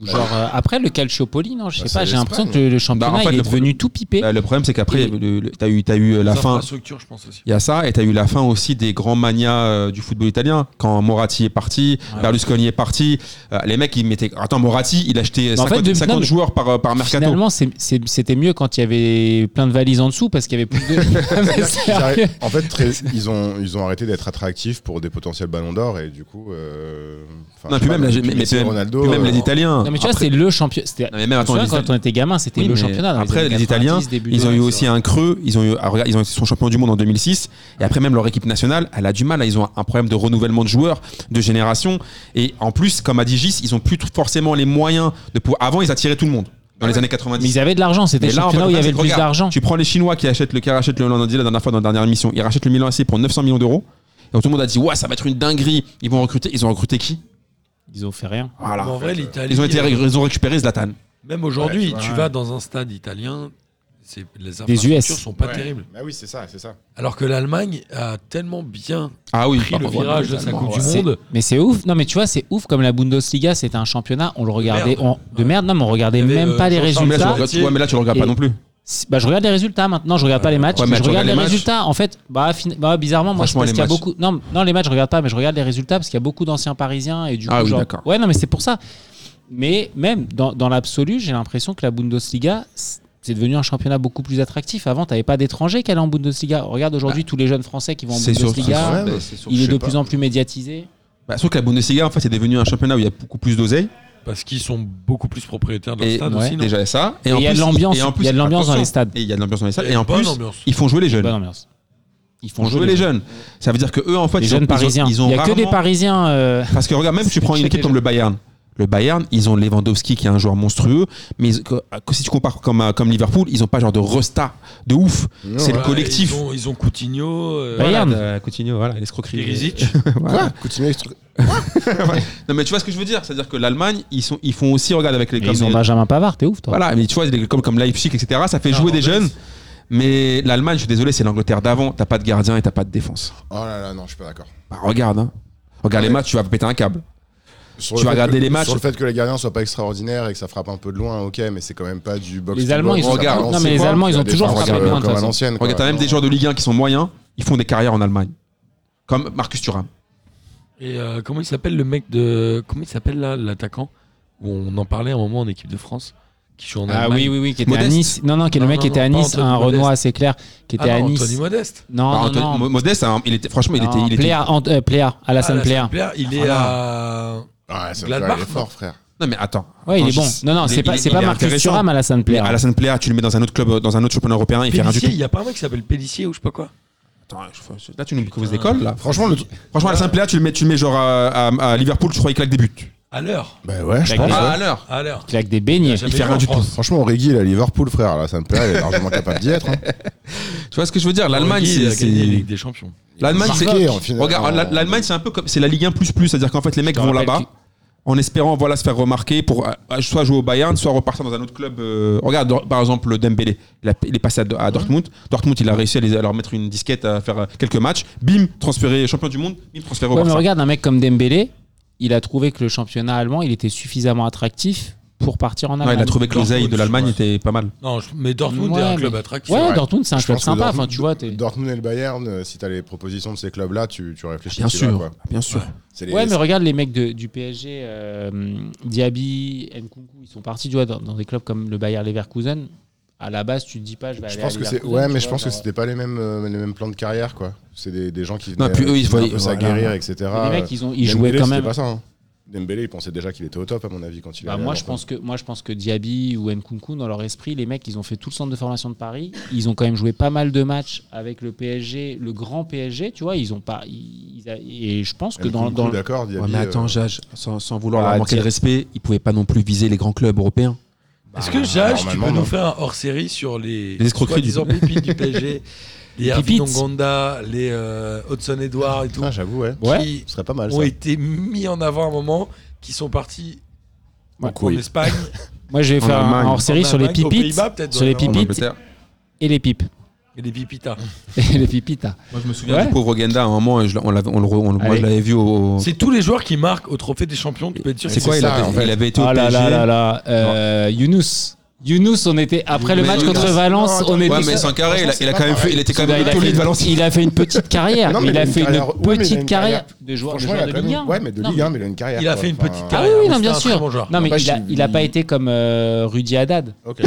où Genre euh, après le Calciopoli, non, je
Bah,
sais
c'est
pas. J'ai l'impression que
l'Espagne.
le, le championnat
Bah, en fait,
il est
le
devenu tout pipé.
Bah, le problème, c'est qu'après,
Et-
le- le- t'as eu, t'as eu la
Les
fin.
infrastructures, je pense aussi.
Il y a ça, et t'as eu la fin aussi des grands manias euh, du football italien. Quand Moratti est parti,
Ouais.
Berlusconi est parti, euh, les mecs, ils mettaient. Attends, Moratti, il achetait
Mais en
50,
fait, depuis-
50
non, mais-
joueurs par, euh, par mercato.
Finalement, c'est- c'est- c'était mieux quand il y avait plein de valises en dessous parce qu'il y avait plus de. Mais
Ils
sérieux.
arrêtent- en fait, très- ils, ont, ils ont arrêté d'être attractifs pour des potentiels ballons d'or et du coup. euh, enfin,
Non,
je
puis
sais
même,
pas,
la-
depuis
mais-
Messi et
mais-
Ronaldo,
puis même
euh,
les Italiens.
Non mais tu vois,
Après-
c'est le championnat. C'était
Non, mais même, attends,
Tu vois,
les Italiens-
quand on était gamin, c'était
Oui,
le
mais
championnat. dans
après,
années
les
90,
Italiens,
début
ils ont
2000.
eu aussi un creux. Ils ont eu, ah, regarde, ils ont été sont champions du monde en 2006. Et après, même leur équipe nationale, elle a du mal. Ils ont un problème de renouvellement de joueurs, de génération. Et en plus, comme a dit Gis, ils ont plus forcément les moyens de pouvoir. Avant, ils attiraient tout le monde dans les années 90.
Mais ils avaient de l'argent. C'était
Mais
le
là, en fait,
championnat où il y
c'est que
avait le plus
regarde,
d'argent.
Tu prends les Chinois qui achètent le, qui rachètent le, on en disait la dernière fois dans la dernière émission, ils rachètent le Milan AC pour 900 millions d'euros. Et tout le monde a dit, ouais, ça va être une dinguerie. Ils vont recruter. Ils ont recruté qui
Ils ont fait rien.
Voilà.
Mais en vrai, l'Italie.
Ils ont, été,
euh,
ils ont récupéré Zlatan.
Même aujourd'hui,
Ouais, tu
tu
vois,
vas dans un stade italien, c'est- les
Des US.
infrastructures sont pas
Ouais.
terribles.
Bah oui, c'est ça, c'est ça.
Alors que l'Allemagne a tellement bien
Ah oui,
pris
par
le
contre,
virage de
ouais,
sa
ouais.
Coupe du
C'est-
Monde.
Mais c'est ouf. Non mais tu vois, c'est ouf comme la Bundesliga, c'était un championnat, on le regardait
merde.
on- de merde. Non mais on regardait
Il y avait,
même
euh,
pas les
Jean-Charles
Mais là, tu
résultats.
Merlo.
regardes- ouais, mais là, tu le regardes
Et-
pas non plus.
C'est- Bah, je regarde les résultats maintenant, je regarde pas les matchs,
Ouais,
mais
mais
je
tu
regarde les,
regardes les matchs.
résultats. En fait, bah, fin- bah, bizarrement, moi, je
Franchement,
pense
les
qu'il y a
matchs.
beaucoup. Non, non, les matchs, je regarde pas, mais je regarde les résultats parce qu'il y a beaucoup d'anciens parisiens et du coup,
Ah oui,
genre-
d'accord.
Ouais, non, mais c'est pour ça. Mais même dans, dans l'absolu, j'ai l'impression que la Bundesliga, c'est c'est devenu un championnat beaucoup plus attractif. Avant, t'avais pas d'étrangers qui allaient en Bundesliga. Regarde aujourd'hui tous les jeunes Français qui vont en
Bah, C'est sûr-
Bundesliga.
c'est sûr- Ah, bah, c'est sûr-
Il
je
est
sais
de
pas.
plus en plus médiatisé.
Bah, sauf que la Bundesliga, en fait, c'est devenu un championnat où il y a beaucoup plus d'oseille.
Parce qu'ils sont beaucoup plus propriétaires de leur
Et
stade
ouais,
aussi, non
Déjà ça.
Et il y a de
plus-
l'ambiance.
et en plus-
Il y a de l'ambiance dans les
attention.
stades.
Et il y a de l'ambiance dans les stades.
Il y a
Et en
une bonne
plus,
ambiance.
ils font jouer les jeunes.
Bonne ambiance. Ils
Ils font jouer les jeunes. Ça veut dire que eux, en fait,
Les
ils ont-
jeunes
ils ont-
parisiens.
ils ont
Il y a que des
rarement-
parisiens. euh,
Parce que regarde, même si tu prends une
C'est
équipe comme le Bayern, Le Bayern, ils ont Lewandowski qui est un joueur monstrueux, mais ils- que- que- si tu compares comme, à- comme Liverpool, ils ont pas genre de resta de ouf. C'est le
Voilà,
collectif. Bah,
Ils ont, ils ont Coutinho. euh,
Bayern.
Voilà, de- Coutinho, voilà, l'escroquerie.
Perisic.
Voilà.
Continuez. ce truc.
Non mais tu vois ce que je veux dire, c'est-à-dire que l'Allemagne, ils sont, ils font aussi regarde avec les.
Et
comme
ils ont
les-
Benjamin Pavard, t'es ouf, toi.
Voilà, mais tu vois, des- comme, comme Leipzig, etc., ça fait
Ah,
jouer des
en fait.
jeunes. Mais l'Allemagne, je suis désolé, c'est l'Angleterre d'avant. T'as pas de gardien et t'as pas de défense.
Oh là là, non, je suis pas d'accord.
Bah, regarde, hein.
Ah,
Regarde les
Ouais.
matchs, tu vas péter un câble.
Sur
Tu
le
vas
fait
regarder
que-
les matchs.
Sur le fait que les gardiens soient pas extraordinaires et que ça frappe un peu de loin, ok, mais c'est quand même pas du box.
Les Allemands, ils ont-
Regarde,
non, mais les Allemands, ils ont toujours
frappé de
de euh,
loin,
de
Comme
toute
à
façon.
l'ancienne. quoi.
Regarde, t'as même des joueurs de Ligue 1 qui sont moyens, ils font des carrières en Allemagne. Comme Marcus Thuram.
Oh,
Et euh, comment il s'appelle le mec de. Comment il s'appelle là, l'attaquant Où on en parlait un moment en équipe de France, qui joue en
Ah
Allemagne.
oui, oui, oui, qui était
Bah, Modeste.
à Nice. Non, non, qui est le
Non,
mec qui
non,
était à
non, pas
Nice,
Anthony
un
Modeste.
Renoir assez clair, qui était
Ah
à
non,
Nice.
Anthony Modeste.
Bah,
Non,
Anthony-
non,
Mo-
non.
Modeste, hein, il était, franchement, il
Non,
était. Ah, Il était-
Player, Ant- euh, Player, Alassane
Alassane
Player.
Player, Ah, il est à.
Ouais, ça
Gladbach,
Gladbach, fort, frère.
Non, mais attends.
Ouais, il est
Attends,
bon.
je-
Non, non,
il est-
c'est pas,
il est-
c'est
il
pas
est
Marcus
intéressant.
Thuram, hein, Alassane
Mais
Player.
Alassane Player, tu le mets dans un autre club, dans un autre championnat européen, il fait rien du
Pélissier,
tout.
il n'y a pas un mec qui s'appelle Pélissier ou je sais pas quoi
Attends, je- là, tu nous causes des cols, là.
Franchement, le. truc-
Franchement, Alassane Player, tu le mets, tu le mets genre à, à- à Liverpool, je crois, il claque des buts.
À l'heure.
Bah ouais, je
Bah,
pense.
Gladbach.
ouais.
à l'heure.
À l'heure.
Claque des beignets.
Jamais
fait
vu
rien
en
du
France.
Franchement, Origi, la Liverpool, frère, là, ça me plaît, il est largement capable d'y être. hein.
Tu vois ce que je veux dire L'Allemagne,
Origi, il a
c'est.
gagné la
c'est-
Ligue des Champions.
L'Allemagne, c'est.
Marqué, en finale.
Regarde, la- l'Allemagne, c'est un peu comme. C'est la Ligue 1, c'est-à-dire qu'en fait, les mecs
te
vont
rappelle
là-bas
qui-
en espérant voilà, se faire remarquer pour euh, soit jouer au Bayern, soit repartir dans un autre club. euh, Regarde, Dor- par exemple, Dembélé, il, a- il est passé à, Do-
Mhm.
à Dortmund. Dortmund, il a réussi à, les- à leur mettre une disquette, à faire euh, quelques matchs. Bim, transféré champion du monde, bim, transféré au
Ouais, mais
Barça.
regarde, un mec comme Dembélé, il a trouvé que le championnat allemand, il était suffisamment attractif pour partir en
Non,
Allemagne.
il a trouvé que l'oseille de
Dortmund,
l'Allemagne
ouais.
était pas mal.
Non, je- mais Dortmund
Ouais,
est un
mais-
club attractif.
Ouais,
Ouais.
Dortmund, c'est un
Je
club
pense que
sympa.
Dortmund-
Enfin, tu vois, t'es-
Dortmund et le Bayern, euh, si t'as les propositions de ces clubs-là, tu, tu réfléchis.
Bien
tu vas,
sûr,
quoi.
bien sûr.
C'est les-
Ouais, mais regarde les mecs de- du PSG, euh, Diaby, Nkunku, ils sont partis, tu vois, dans, dans des clubs comme le Bayer Leverkusen. À la base, tu te dis pas, je vais
Je
aller
pense
à
que c'est
Leverkusen,
ouais,
tu
mais je
vois,
pense que
genre,
c'était pas les mêmes euh, les mêmes plans de carrière quoi. C'est des, des gens qui
Non,
venaient
puis eux, ils
qui venaient un
voyaient-
peu s'aguerrir etc.
Mais les
Euh,
mecs, ils, ont, ils
Dembélé,
jouaient quand
c'était
même.
Pas ça, hein. Dembélé, il pensait déjà qu'il était au top à mon avis quand il. est
Bah,
allé à
moi, je
Dortmund.
pense, que, moi, je pense que Diaby ou Nkunku, dans leur esprit, les mecs, ils ont fait tout le centre de formation de Paris. Ils ont quand même joué pas mal de matchs avec le PSG, le grand PSG, tu vois. Ils ont pas. ils- ils- et je pense que dans,
Nkunku,
dans-
d'accord, Diaby,
Ouais, mais attends,
euh,
Jage, sans, sans vouloir leur
Bah,
manquer de
tiens.
respect, ils pouvaient pas non plus viser les grands clubs européens.
Est-ce que Jage, tu
Bah, normalement,
peux
non.
nous faire un hors-série sur les,
Les escroqueries du-
soi-disant pépites du PSG Les Harvey
Pépites.
Nongonda, les euh, Hudson-Edouard et tout,
putain, j'avoue ouais.
qui
Ouais.
Ce serait pas mal.
ont
ça.
été mis en avant à un moment, qui sont partis
Ouais.
en Espagne,
Moi, je vais
En
faire un
Allemagne.
hors-série
En
sur les
Allemagne, aux
pipites,
Pays-Bas, peut-être,
sur les
d'ailleurs.
En
pipites
Angleterre.
et les pipes.
et les pipitas.
Et les pipites. hein.
Moi, je me souviens
Ouais.
du pauvre Genda à un moment, et je l'ai- on l'avait- on le re- on le- moi,
Allez.
je l'avais vu au. au-
C'est tous les joueurs qui marquent au Trophée des Champions, tu peux être sûr.
C'est
que
quoi
c'est
il,
ça,
avait,
en fait.
il avait été au
Oh là
PSG.
là là là. euh, Younous. Younous, on était. Après le
Mais
match
Younous-
contre Valence,
Non, attends,
on était.
Ouais, mais sans carré, il a, il a quand même fait, il était quand
Soudain,
même
il, a
plutôt
fait
libre,
une,
Valenciennes.
il a fait une petite carrière.
Non, mais
il a
une
fait
carrière- ouais,
une
mais il a
petite
une
carrière,
carrière-
de joueur, de
Franchement, il
joueur
a
de
quand
Ligue 1.
même. Ouais, mais de
Non,
Ligue 1, mais il a une carrière.
Il a
quoi.
fait une
Enfin,
petite
Ah
carrière.
oui, oui,
mais
non,
c'était
bien
un
sûr.
très bon joueur.
Non, mais
Après,
il, a,
je suis-
il a pas été comme euh, Rudy Haddad.
Ok.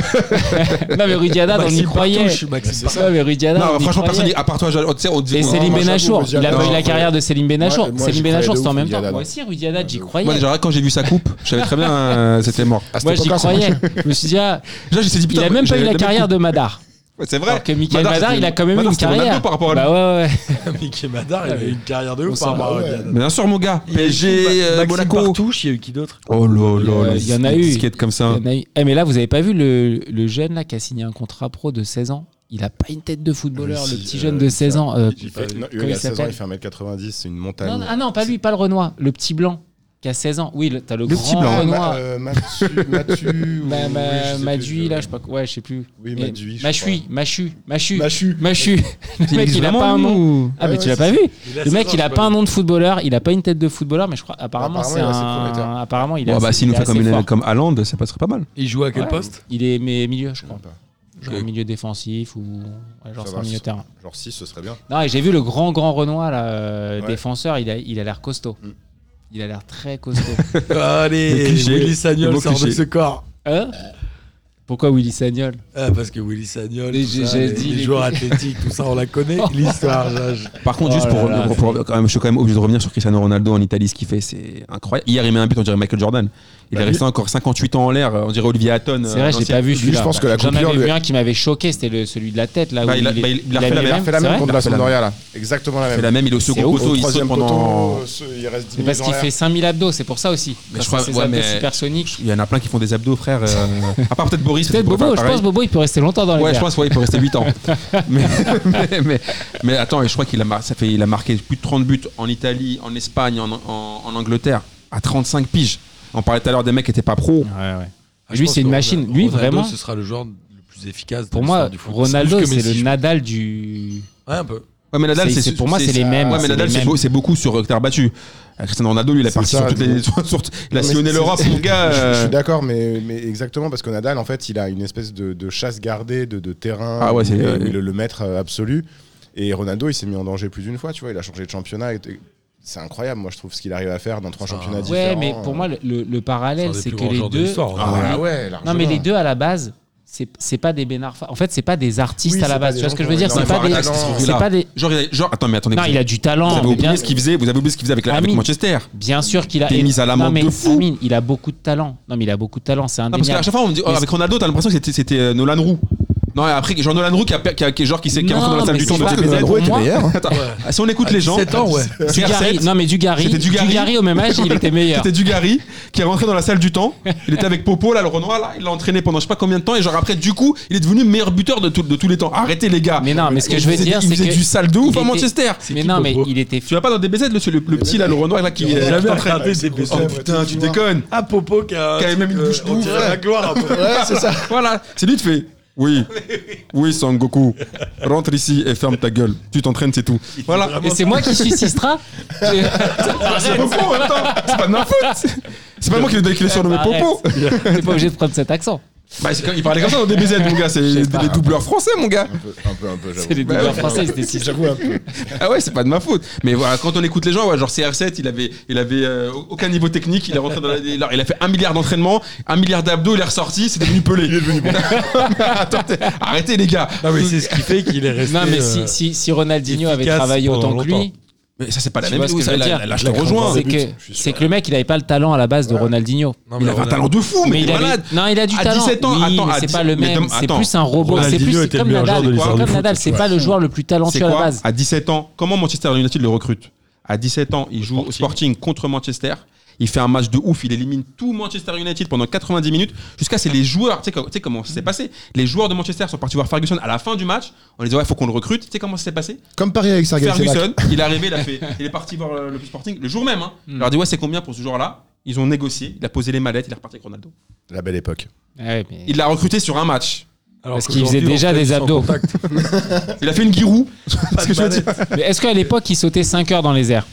non, mais Rudy Haddad, on y
Maxime
croyait.
Partouche, Maxime Partouche.
Non, mais Rudy Haddad, on
Non,
y
franchement, personne,
croyait.
dit- à part toi, Jal- oh, tu sais, on disait.
Et
on-
Céline
moi, j'avoue,
Benachour,
Rudy
il a
Haddad,
pas eu la
j'avoue.
carrière de Céline Benachour.
Moi, moi, j'y
Céline
croyais
Benachour,
de
c'était en
ouf,
même
Rudy
temps.
Haddad.
Moi aussi, Rudy Haddad, j'y croyais.
Moi, déjà, rien que quand j'ai vu sa coupe, je savais très bien, euh, c'était mort.
À cette
Moi, j'y
époque-là, c'est
croyais.
moi
Je me suis dit, ah,
Déjà, j'ai dit,
il
putain,
a même pas
j'avais
eu la
même
carrière
coup.
de Madar.
Ouais, C'est vrai.
Alors que Michael
Madar,
Madar,
c'était-
il a quand même eu
Madar,
une
c'était Ronaldo
carrière.
par rapport à lui.
Bah ouais, ouais.
Mickey Madar, il a eu une carrière de
On
ouf
s'en
par rapport à
bat, ouais.
Ronaldo.
Bien sûr, mon gars.
Il y a eu qui,
PSG,
Ma-
euh,
Maxime
Monaco.
Partouche, il y a eu qui d'autre
Oh là là,
Euh,
les
il y en a
petites
eu.
disquettes comme ça.
Il y en a eu. Eh, mais là, vous avez pas vu le, le jeune là qui a signé un contrat pro de 16 ans Il a pas une tête de footballeur,
Mais
le
si,
petit
euh,
jeune de
il
16
fait-
ans. euh,
Il fait- non,
Comment
Il
il
a 16 ans,
s'appelle
il fait 1m90, c'est une montagne.
non, non, ah non, pas lui, pas le Renoir, le petit blanc qui a 16 ans. Oui, le- t'as le,
Le
grand
petit blanc.
Renoir.
Ma- euh, Mathieu, Mathieu, ou-
Ma,
oui, je
ma,
sais plus,
Madui,
je-
là, je sais pas quoi. Ouais, je sais plus.
Oui,
Mais-
Madui, je
Machui,
crois.
Machu, Machu,
Machu.
Machu. Le mec,
existe
il a
vraiment,
pas un
lui,
nom. Ah,
Ouais, ouais,
mais tu l'as
c'est
pas
ça.
vu
Il a
Le
16
mec,
ans,
il
je
a
sais
pas un nom de footballeur, il a pas une tête de footballeur, mais je crois, apparemment,
Apparemment,
c'est
il est assez
un.
prometteur.
Apparemment, il est
Bon, bah,
assez-
s'il nous
il est
fait comme
assez
une-
fort.
comme Haaland, ça passerait pas mal.
Il joue à quel
Ouais.
poste
Il est mais milieu, je
Je
crois.
sais pas.
Genre
Ok.
milieu défensif ou. ouais, genre,
Ça
c'est
va,
un milieu
c'est-
de terrain.
Genre 6, ce serait bien.
Non, et j'ai vu le grand, grand Renoir, là, euh,
Ouais.
défenseur, il a il a l'air costaud.
Mm.
Il a l'air très costaud.
Allez,
Le cliché.
Willy
Le
Sagnol
beau
sort de
cliché.
ce corps.
Hein Pourquoi Willy Sagnol
Ah, parce que Willy Sagnol,
Les-
tout
j'ai-
ça,
j'ai
les,
dit
les
les-
joueurs athlétiques, tout ça, on la connaît. L'histoire, Jage.
Par contre,
Oh
juste
là
pour,
là,
pour- pour- quand même, je suis quand même obligé de revenir sur Cristiano Ronaldo en Italie, ce qu'il fait, c'est incroyable. Hier, il met un but, on dirait Michael Jordan. Il
Bah,
est resté encore 58 ans en l'air, on dirait Olivier Hatton.
C'est vrai, je l'ai pas vu
Lui,
celui-là.
je pense que la
J'en
coupure,
avais
lui-
vu un qui m'avait choqué, c'était le- celui de la tête là.
Bah,
où
il a- bah, il- il a fait la
mis
même-
le
fait la
c'est
même
vrai
contre la
Il a fait la
Sampdoria, là. Exactement la
C'est
même.
la même, il est au second
C'est ouf.
poteau,
Au
il saute
troisième
pendant.
poteau, euh, ce- il reste 10
C'est parce
minutes en
qu'il fait
l'air.
5000 abdos, c'est pour ça aussi.
Mais
Parce
je crois-
que ses
ouais,
abdos
mais-
supersoniques.
Il y en a plein qui font des abdos, frère. euh, À part peut-être Boris.
Peut-être
qui pourrait
Bobo,
faire
je
pareil.
pense Bobo, il peut rester longtemps dans les
Ouais, je
airs.
pense ouais, il peut rester 8 ans. mais, mais, mais- mais attends, et je crois qu'il a, mar- ça fait, il a marqué plus de 30 buts en Italie, en Espagne, en, en- en Angleterre, à 35 piges. On parlait tout à l'heure des mecs qui n'étaient pas pros.
Ouais, ouais.
Ah, je
Lui,
pense
c'est une
que
machine.
Ronaldo-
Lui,
Ronaldo,
vraiment-
Ce sera le joueur le plus efficace. de
Pour
l'histoire
moi,
du foot.
Ronaldo,
Plus que
c'est
Messi,
le
je
Nadal du.
Ouais, un peu.
Ouais, mais Nadal,
C'est-
c'est,
c'est- pour moi,
c'est-
c'est les mêmes,
Ouais,
c'est
mais Nadal,
les
c'est,
mêmes.
beau- c'est beaucoup sur euh, terre battue. Euh, Cristiano Ronaldo, lui, il est
C'est
parti
ça,
sur toutes
je-
les. sur- sur- il a
Non, mais
sillonné
c'est-
l'Europe,
c'est-
mon gars.
Je, je
euh.
suis d'accord, mais, mais exactement, parce que Nadal, en fait, il a une espèce de, de chasse gardée, de, de terrain,
Ah ouais,
où
c'est-
il est-
euh,
où il est le maître euh, absolu. Et Ronaldo, il s'est mis en danger plus d'une fois, tu vois, il a changé de championnat. et- et C'est incroyable, moi, je trouve ce qu'il arrive à faire dans trois
Ça-
championnats
Ouais,
différents. euh.
mais pour moi, le- le le parallèle,
un des
c'est
plus
que
grands
les
joueurs de
deux.
l'histoire,
Ah,
Ronaldo.
ouais,
Non,
largement.
mais les deux à la base, c'est c'est pas des Benarfa. En fait, c'est pas des artistes
Oui,
à la
c'est pas
base.
des
Tu vois
gens
ce que je
qui
veux
ont
dire C'est pas
énormément
des.
de talent.
C'est pas des.
Genre, il a- genre, attends, mais attendez.
Non,
vous-
il a du
vous
talent.
avez
mais bien-
oublié ce qu'il faisait, vous avez oublié ce qu'il faisait avec la- avec
Amine.
Manchester.
Bien sûr qu'il a.
Des mises à la
Non,
main
mais
de fou.
Amine, il a beaucoup de talent. Non, mais il a beaucoup de talent. C'est
Non, parce qu'à
indéniable.
chaque fois, on me dit, oh,
Mais-
avec Ronaldo, t'as l'impression que c'était, c'était euh, Nolan Roux. Non, et après, genre Nolan Roux qui, a, per- qui, a- qui est genre, qui, s'est- qui est rentré dans la
Non,
salle
mais
du
c'est
temps de
pas-
TPZ.
Ronaldo était
Moi-
meilleur.
Attends, Si on écoute les gens.
17 ans, ouais.
Dugarry,
CR7,
non mais Dugarry,
C'était Dugarry.
au même âge, il était meilleur.
C'était Dugarry qui est rentré dans la salle du temps. Il était avec Popo, là, le Renoir, là, il l'a entraîné pendant je sais pas combien de temps. Et genre après, du coup, il est devenu meilleur buteur de, tout- de tous les temps. Arrêtez les gars.
Mais non, mais ce que
Il
je veux
faisait-
dire,
il
c'est
faisait
que
du sale de ouf
il
à
était-
Manchester.
Mais non, mais il était
Tu vas pas dans DBZ, le, le, le petit là, le Renoir là qui est
J'avais
train
regardé des
Oh
baies-
putain, tu déconnes.
Ah, Popo qui a.
Qui avait même une
euh,
bouche de
on
ouf,
dirait
ouais.
la gloire un peu.
Ouais, c'est ça.
Voilà, c'est lui qui fait. Oui, oui, Sangoku, rentre ici et ferme ta gueule. Tu t'entraînes, c'est tout. Voilà.
et c'est moi qui suis Sistra.
C'est Popo en même temps. Oh, C'est pas de ma faute. C'est pas moi qui l'ai qui l'ai surnommé
Arrête.
Popo.
T'es pas obligé de prendre cet accent.
Bah, c'est quand- il parlait comme ça dans DBZ, mon gars. C'est
sais
des
pas.
des doubleurs français, mon gars.
Un peu, un peu, un peu, j'avoue.
C'est les
Bah,
doubleurs
ouais.
français, ils étaient Sistra.
J'avoue un peu.
Ah ouais, c'est pas de ma faute. Mais voilà, quand on écoute les gens, ouais, genre CR7, il avait, il avait euh, aucun niveau technique. Il est rentré dans la- il a, il a fait un milliard d'entraînements, un milliard d'abdos, il est ressorti, c'est devenu pelé. Attends, t'es- arrêtez, les gars.
Non, mais c'est ce qui fait qu'il est resté.
Non mais
euh,
si, si, si Ronaldinho avait
efficace
travaillé autant
pendant
que lui,
longtemps.
Mais ça, c'est pas la
Tu
même
vois ce que
oui,
je
ça,
veux
là,
dire
là, là, je te rejoins.
c'est
but,
que,
je suis sûr.
c'est que le mec il avait pas le talent à la base de Ronaldinho.
Non, mais
Il avait un
Ronaldo-
talent de fou, Oh, mais,
Mais il
est
avait-
malade.
non, il a du
À
talent.
17 ans,
Oui,
attends,
mais
à
c'est
10
pas le
mais
même.
dem-
C'est
attends.
plus un robot. C'est
Ronaldinho
plus c'est
était le
comme
meilleur joueur de
Nadal.
l'histoire
Comme
du foot,
Nadal, c'est pas le joueur le plus
C'est
talentueux à la
quoi
base.
À 17 ans, comment Manchester United le recrute À 17 ans, il joue au Sporting contre Manchester. Il fait un match de ouf, il élimine tout Manchester United pendant 90 minutes. Jusqu'à c'est les joueurs, tu sais co- tu sais comment ça s'est passé Les joueurs de Manchester sont partis voir Ferguson à la fin du match. On les dit ouais, faut qu'on le recrute. Tu sais comment ça s'est passé
Comme Paris avec Sergei Sebak.
Ferguson, il est arrivé, il a fait, il est parti voir le, le Sporting le jour même. Hein. Il leur a dit ouais, c'est combien pour ce joueur-là Ils ont négocié, il a posé les mallettes, il est reparti avec Ronaldo.
La belle époque.
Ah ouais, mais-
Il l'a recruté sur un match.
Alors
Parce qu'il
qu'aujourd'hui,
faisait déjà
on fait
des
sans
abdos.
contact,
Il a fait une guirou.
pas de manette.
Mais Est-ce qu'à l'époque il sautait 5 heures dans les airs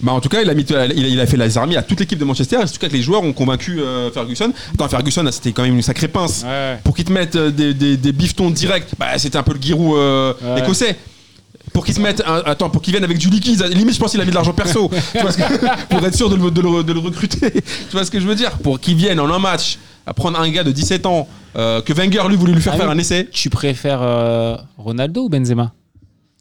Bah en tout cas, il a, mis, il a, il a fait la zarmie à toute l'équipe de Manchester. En tout cas, que les joueurs ont convaincu euh, Ferguson. Attends, Ferguson, c'était quand même une sacrée pince. Pour qu'ils te mettent euh, des, des, des bifetons directs, bah, c'était un peu le guirou euh,
Ouais.
écossais. Pour qu'ils te mettent, un- attends, pour qu'ils viennent avec du liquide. Limite, je pense qu'il a mis de l'argent perso. Tu vois ce que- pour être sûr de le, de le- de le recruter. tu vois ce que je veux dire Pour qu'ils viennent en un match à prendre un gars de 17 ans euh, que Wenger lui voulait lui faire
Ah
faire
oui.
un essai.
Tu préfères euh, Ronaldo ou Benzema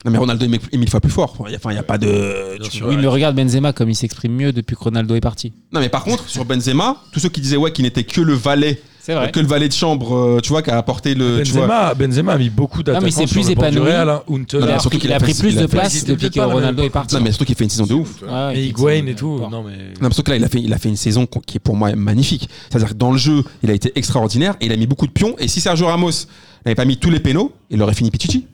Non mais Ronaldo est mille- est mille fois plus fort. Enfin, il y a pas de.
Bien
tu-
sûr,
Oui,
ouais.
mais regarde Benzema comme il s'exprime mieux depuis que Ronaldo est parti.
Non mais par contre, sur Benzema, tous ceux qui disaient ouais qu'il n'était que le valet
C'est vrai.
que le valet de chambre, euh, tu vois, qui a apporté le. tu vois.
Benzema, Benzema a mis beaucoup
mais c'est
d'attaquants sur
plus
le banc du
épanoui.
Real. hein. Hunter,
Il a,
mais surtout
pris,
qu'il
il
a
a
fait-
pris plus
il a
de
fait-
il
place
était
depuis
peut-être
que
pas dans la même
Ronaldo est
époque.
parti.
Non, mais surtout qu'il fait une saison de ouf.
Ouais.
Ouais,
et
ouais,
Higuain et
effectivement,
tout.
d'accord.
Non, mais.
Non, mais surtout que là, il a fait, il a fait une saison qu'on- qui est pour moi magnifique. C'est-à-dire que dans le jeu, il a été extraordinaire et il a mis beaucoup de pions. Et si Sergio Ramos n'avait pas mis tous les pénaux, il aurait fini Pichichi.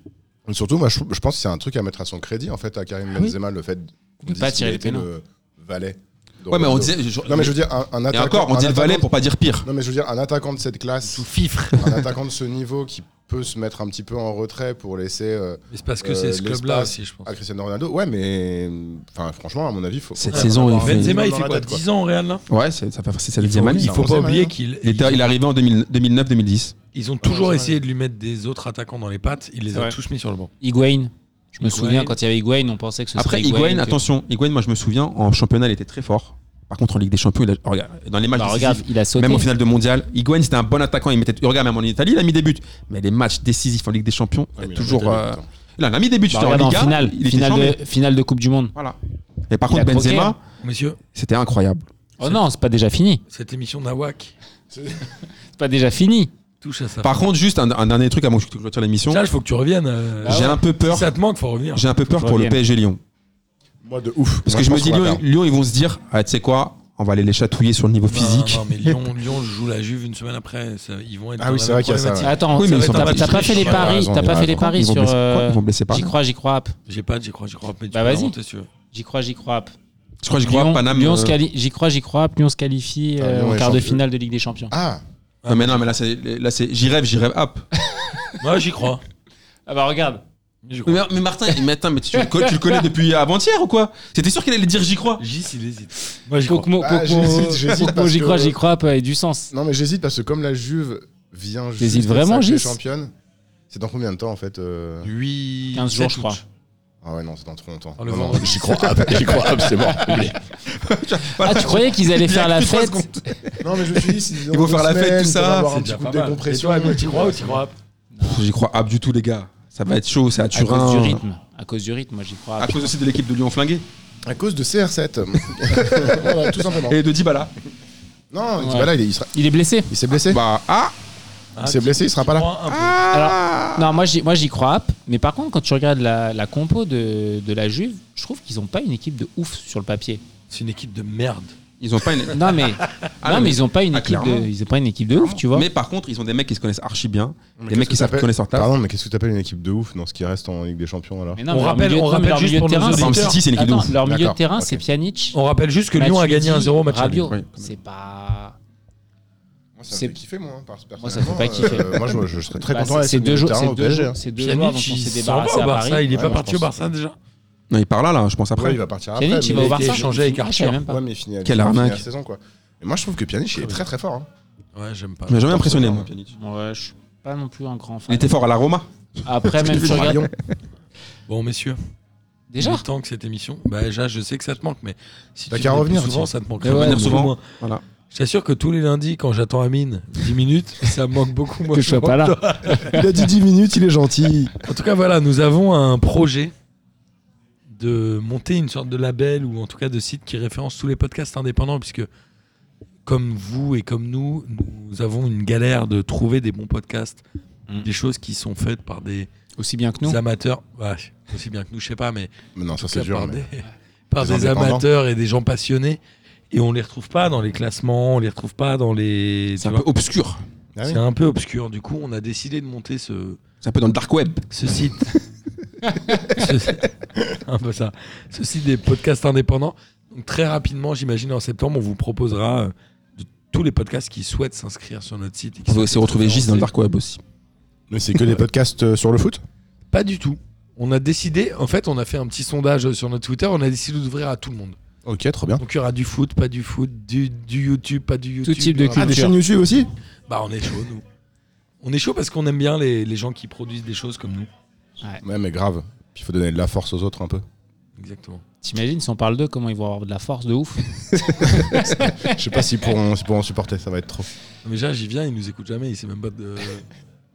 Et Surtout, moi, je, je pense que c'est un truc à mettre à son crédit, en fait, à Karim Benzema, le fait
Ah De
qu'on
pas
dise qu'il
tirer les
était
pénaux.
le valet. de
Ouais, mais on
Ronaldo.
disait.
Non, mais je veux dire, un, un
et
attaquant.
encore, on
un
dit le valet
attaquant-
pour pas dire pire.
Non, mais je veux dire, un attaquant de cette classe,
fifre.
un attaquant de ce niveau qui peut se mettre un petit peu en retrait pour laisser euh,
Mais c'est parce que
Euh,
c'est ce club-là
l'espace.
aussi, je pense.
à Cristiano Ronaldo. Ouais, mais enfin, franchement, à mon avis, faut.
Cette
faut-
saison,
faut-
il
faut-
fait-
Benzema, il
dans
fait
la
quoi
tête,
10 ans au Real, là
Ouais, c'est- ça, fait- c'est c'est le dixième année.
Il faut
c'est
pas
vrai,
oublier
hein.
qu'il.
Il, était- il est arrivé en 2000 2009-2010.
Ils ont toujours
Ouais.
essayé de lui mettre des autres attaquants dans les pattes. Il les a
Ouais.
tous mis sur le banc.
Higuain. Je
Higuain.
me souviens quand il y avait Higuain, on pensait que ce
Après,
serait Higuain.
Higuain,
que-
attention, Higuain, moi je me souviens, en championnat, il était très fort. Par contre, en Ligue des Champions, il a- regarde, dans les matchs
Bah,
décisifs,
regarde, il a sauté.
Même au final de mondial, Higuain c'était un bon attaquant. Il mettait, regarde, même en Italie, il a mis des buts. Mais les matchs décisifs en Ligue des Champions,
Ouais, mais
il a
il a
toujours.
mis des
euh,
buts, hein.
Là, il a mis des buts.
Bah,
J'étais en
regarde, en
Liga,
finale,
il était
finale
chambé.
de, finale de Coupe du Monde.
Voilà. Et par
Il
contre,
a croqué,
Benzema,
hein.
Monsieur
c'était incroyable.
Oh non, c'est pas déjà fini.
Cette émission Nawak
C'est pas déjà fini.
touche à ça.
Par contre, juste un, un dernier truc avant que je clôture l'émission.
Charles, faut que tu reviennes. euh,
Ah
J'ai
ouais.
un peu peur.
Si ça te manque, faut revenir.
J'ai un peu peur
je
pour le
revienne.
PSG Lyon.
Moi, de ouf.
Parce
Moi,
que je me
pense
dis,
qu'on va
Lyon,
perdre.
Lyon, ils vont se dire, ah, tu sais quoi, on va aller les chatouiller sur le niveau physique.
Non, non, mais Lyon, Lyon joue la Juve une semaine après. ça- ils vont être.
Ah
dans
oui,
la
c'est
même
vrai qu'il y a ça,
problématique.
ouais.
Attends,
Oui, mais ils
t'as-
sont pas
t'as pas fait les
trichés.
paris,
Ils ont
t'as pas
raison,
fait les
ils ont
paris
ils, vont
sur.
blesser, quoi
euh,
ils vont blesser pas.
J'y crois, j'y crois.
J'ai pas, j'y crois, j'y crois. Mais tu
Bah,
peux
vas-y.
inventer, si tu veux.
J'y crois, j'y crois.
Je crois que je crois
Lyon,
Paname.
Lyon
euh,
se quali- j'y crois, j'y crois. Lyon se qualifie
Ah,
euh,
Lyon
en
est
quart de
champion.
finale de Ligue des Champions.
Ah,
Non, mais non, mais là, c'est, là, c'est, j'y rêve, j'y rêve, hop.
Moi, j'y crois.
Ah bah regarde.
J'y
Mais,
crois.
mais Martin, mais, attends, mais tu, le co- tu le connais depuis avant-hier ou quoi T'étais sûr qu'il allait dire j'y crois
J'y s'il hésite. Moi, j'y crois.
Kokmo,
Ah, j'hésite, j'hésite
Kokmo,
parce
j'y
que-
crois, j'y crois, a du sens.
non, mais j'hésite parce que comme la Juve vient juste.
T'hésites
d'être
vraiment,
sacrée
Gis
championne. C'est dans combien de temps en fait euh
8...
15 jours, je crois.
Ah ouais, non, c'est dans trop longtemps.
Oh, le
Non, non,
vendredi.
J'y crois, hop, j'y crois, hop, c'est mort. oublié.
Ah, tu croyais qu'ils allaient
Il y a
faire
que
la
trois
fête
secondes.
Non, mais je me suis dit,
Ils vont faire la fête, tout ça,
Avoir un
C'est
petit
déjà
coup
pas
de
mal.
décompression.
Et toi,
et
T'y
tout.
crois ou t'y crois pas
J'y crois hop du tout, les gars. Ça va être chaud, c'est à
À cause du
Turin.
rythme. À cause du rythme, moi j'y crois.
À cause aussi de l'équipe de Lyon flinguée.
À cause de CR7. Voilà, tout simplement.
Et de Dybala.
Non, il
Ouais.
bah là, il, il sera-
Il est blessé
il s'est blessé.
Bah, ah
Ah,
Il s'est
t'y-
blessé, il sera
t'y
pas là. Ah.
crois un peu.
Non, moi j'y, moi j'y crois. Mais par contre, quand tu regardes la, la compo de, de la Juve, je trouve qu'ils ont pas une équipe de ouf sur le papier.
C'est une équipe de merde.
Ils ont pas une.
Non mais,
Ah,
non,
non,
mais ils ont pas une
Ah,
équipe de,
clairement.
ils ont pas une équipe de ouf, tu vois.
Mais par contre, ils ont des mecs qui se connaissent archi bien.
Mais
des
qu'est-ce
mecs qui
que
savent
t'appelles-
connaissent leur table.
Pardon, mais qu'est-ce que t'appelles une équipe de ouf dans ce qui reste en Ligue des Champions alors
Mais non,
On
mais leur
rappelle-
milieu-
on
non, mais
rappelle
leur
juste
milieu de
pour nos
terrain, c'est-
Sam City, c'est une équipe de
Attends,
ouf.
leur milieu de
D'accord,
terrain,
ok.
c'est Pjanic.
On rappelle juste Oh, que Lyon a gagné 1-0 au match aller.
Rabiot.
Oui, quand même.
C'est pas.
Moi,
ça me C'est- fait
kiffer, moi, hein, par
Moi, ça me fait pas kiffer.
euh, moi, je, je serais très
Bah,
content
c'est-
avec
c'est deux jours, c'est
au
deux
PSG.
jours, c'est deux joueurs dont
Pjanic,
on
il s'en va
s'est débarrassé
au
à
Barça.
Paris.
Il est
Ouais,
pas
je
parti au
pense.
Barça déjà.
Non, il part là, là, je pense
Après,
après.
il va partir après.
Pjanic,
mais-
il va au
il a été
Barça.
échangé avec
Ah, je
Arthur.
savais même pas.
Ouais, mais il finit à-
Quelle
il finit
arnaque.
la saison, quoi. Et moi, je trouve que Pjanic, il est très très fort. hein.
Ouais, j'aime pas.
Il m'a jamais impressionné, moi.
Ouais, je suis pas non plus un grand
Il
fan.
était fort à la Roma.
Après, même
Il
tu
joue à
regardes.
Lyon.
Bon, messieurs,
Déjà
il est temps que cette émission. Bah, déjà, je sais que ça te manque, mais si
Bah,
T'as
tu
qu'à
venais plus
revenir,
souvent,
tiens.
ça te manque.
Mais ouais, mais-
souvent.
Voilà.
Je t'assure que tous les lundis, quand j'attends Amine 10 minutes, ça me manque beaucoup. Moi,
Que je sois pas là.
Il a dit 10 minutes, il est gentil.
En tout cas, voilà, nous avons un projet de monter une sorte de label ou en tout cas de site qui référence tous les podcasts indépendants, puisque comme vous et comme nous, nous avons une galère de trouver des bons podcasts,
Mm.
des choses qui sont faites par des
Aussi bien que nous.
amateurs, ouais, aussi bien que nous, je sais pas, mais
Mais non, ça
en tout
c'est
cas,
dur.
par,
mais-
des, par
Des
des
indépendants.
amateurs et des gens passionnés, et on les retrouve pas dans les classements, on les retrouve pas dans les.
C'est
tu
un
vois,
peu obscur.
Ah oui.
C'est un peu obscur. Du coup, on a décidé de monter ce,
C'est un peu dans le dark web.
ce site. Ce- un peu ça. Ce site des podcasts indépendants. Donc, très rapidement, j'imagine, en septembre, on vous proposera euh, de- tous les podcasts qui souhaitent s'inscrire sur notre site. et qui
On peut
souhaitent
aussi retrouver
être
Gis dans le
référencés.
dark web aussi.
Mais c'est que des podcasts euh, sur le foot
Pas du tout. On a décidé, en fait, on a fait un petit sondage sur notre Twitter, on a décidé d'ouvrir à tout le monde.
Ok, trop bien.
Donc il y aura du foot, pas du foot, du, du YouTube, pas du YouTube.
type de
il y aura-
Ah, des chaînes
YouTube aussi
Bah on est chaud, nous. On est chaud parce qu'on aime bien les, les gens qui produisent des choses comme nous.
Ouais, mais grave. Puis il faut donner de la force aux autres un peu.
Exactement.
T'imagines, si on parle d'eux, comment ils vont avoir de la force de ouf
Je sais pas s'ils pourront, s'ils pourront supporter, ça va être trop.
Mais déjà, j'y viens, il nous écoute jamais, il sait même pas de.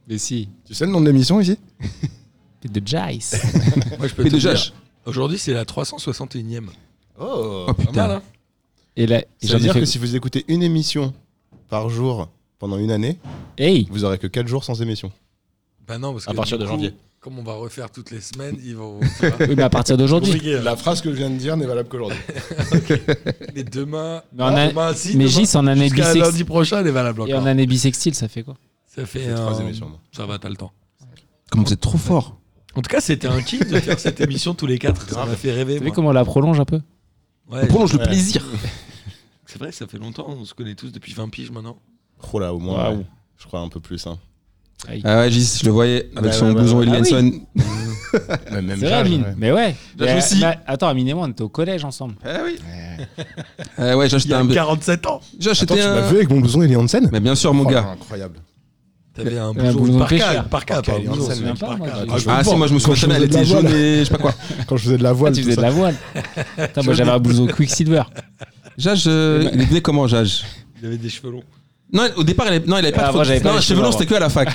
Mais si.
Tu sais le nom de l'émission ici
De Jice.
Moi, je peux
Mais
te
déjà,
dire, Aujourd'hui, c'est la 361e.
Oh,
Oh
Pas
putain.
mal, hein
Et là,
Ça veut
j'en ai
dire
fait.
que si vous écoutez une émission par jour pendant une année,
Hey
vous aurez que 4 jours sans émission.
Bah non, parce que.
À partir
du
de
coup,
janvier.
Comme on va refaire toutes les semaines, ils vont.
Oui, mais à partir d'aujourd'hui.
La phrase que je viens de dire n'est valable qu'aujourd'hui.
Mais demain.
Mais en a-
demain, si,
Mais
demain,
Gis, en année
Jusqu'à
bisextile.
lundi prochain, elle est valable
Et en
encore.
année bisextile, ça fait quoi
Ça fait.
Trois
un-
émissions, moi.
Ça va, t'as le temps.
Comme vous êtes trop fort.
En tout cas, c'était un kiff de faire cette émission tous les quatre. Ça
Grave.
m'a fait rêver.
T'as vu
moi.
comment on la prolonge un peu
Ouais,
Prolonge le
Ouais.
plaisir.
C'est vrai, ça fait longtemps. On se connaît tous depuis 20 piges maintenant.
Oh là, au moins,
Waouh.
ouais. je crois un peu plus. Hein.
Ah ouais, Gis, je le voyais avec
Ouais,
son
ouais, ouais,
blouson
ouais.
Eli
Ah oui.
Hanson.
Même, même
C'est vrai,
Jal,
Amine.
ouais.
Mais ouais.
Jal
Mais-
aussi.
mais Attends, Amine et moi, on était au collège ensemble.
Eh oui. Eh ouais, j'ai
Il y
acheté
a
un.
47 ans.
Attends,
J'ai acheté
tu m'as
un.
vu avec mon blouson, il est en scène
Mais bien sûr, mon
Oh,
gars.
Incroyable.
T'avais un
Un
blouson
blouson
de
de
parka.
pêcheur.
Parka,
Parka,
pas un
il est en
blouson.
scène,
c'est
même
un
pas,
parka.
moi,
Ah,
j'ai-
je-
Ah si, moi je me souviens
Quand
jamais,
je
elle
faisais de la
était jaune
voile.
et je sais pas quoi.
Quand je faisais de la
Ah,
voile,
tu
tout
faisais de
ça.
la voile. Putain, moi, j'avais un blouson Quicksilver.
Jage, euh, il est venu comment Jage
Il avait des cheveux longs.
Non, au départ, il avait, non, il avait pas
Ah,
de
moi,
photo.
j'avais pas
Non,
les
cheveux
cheveux,
longs, c'était que à la fac.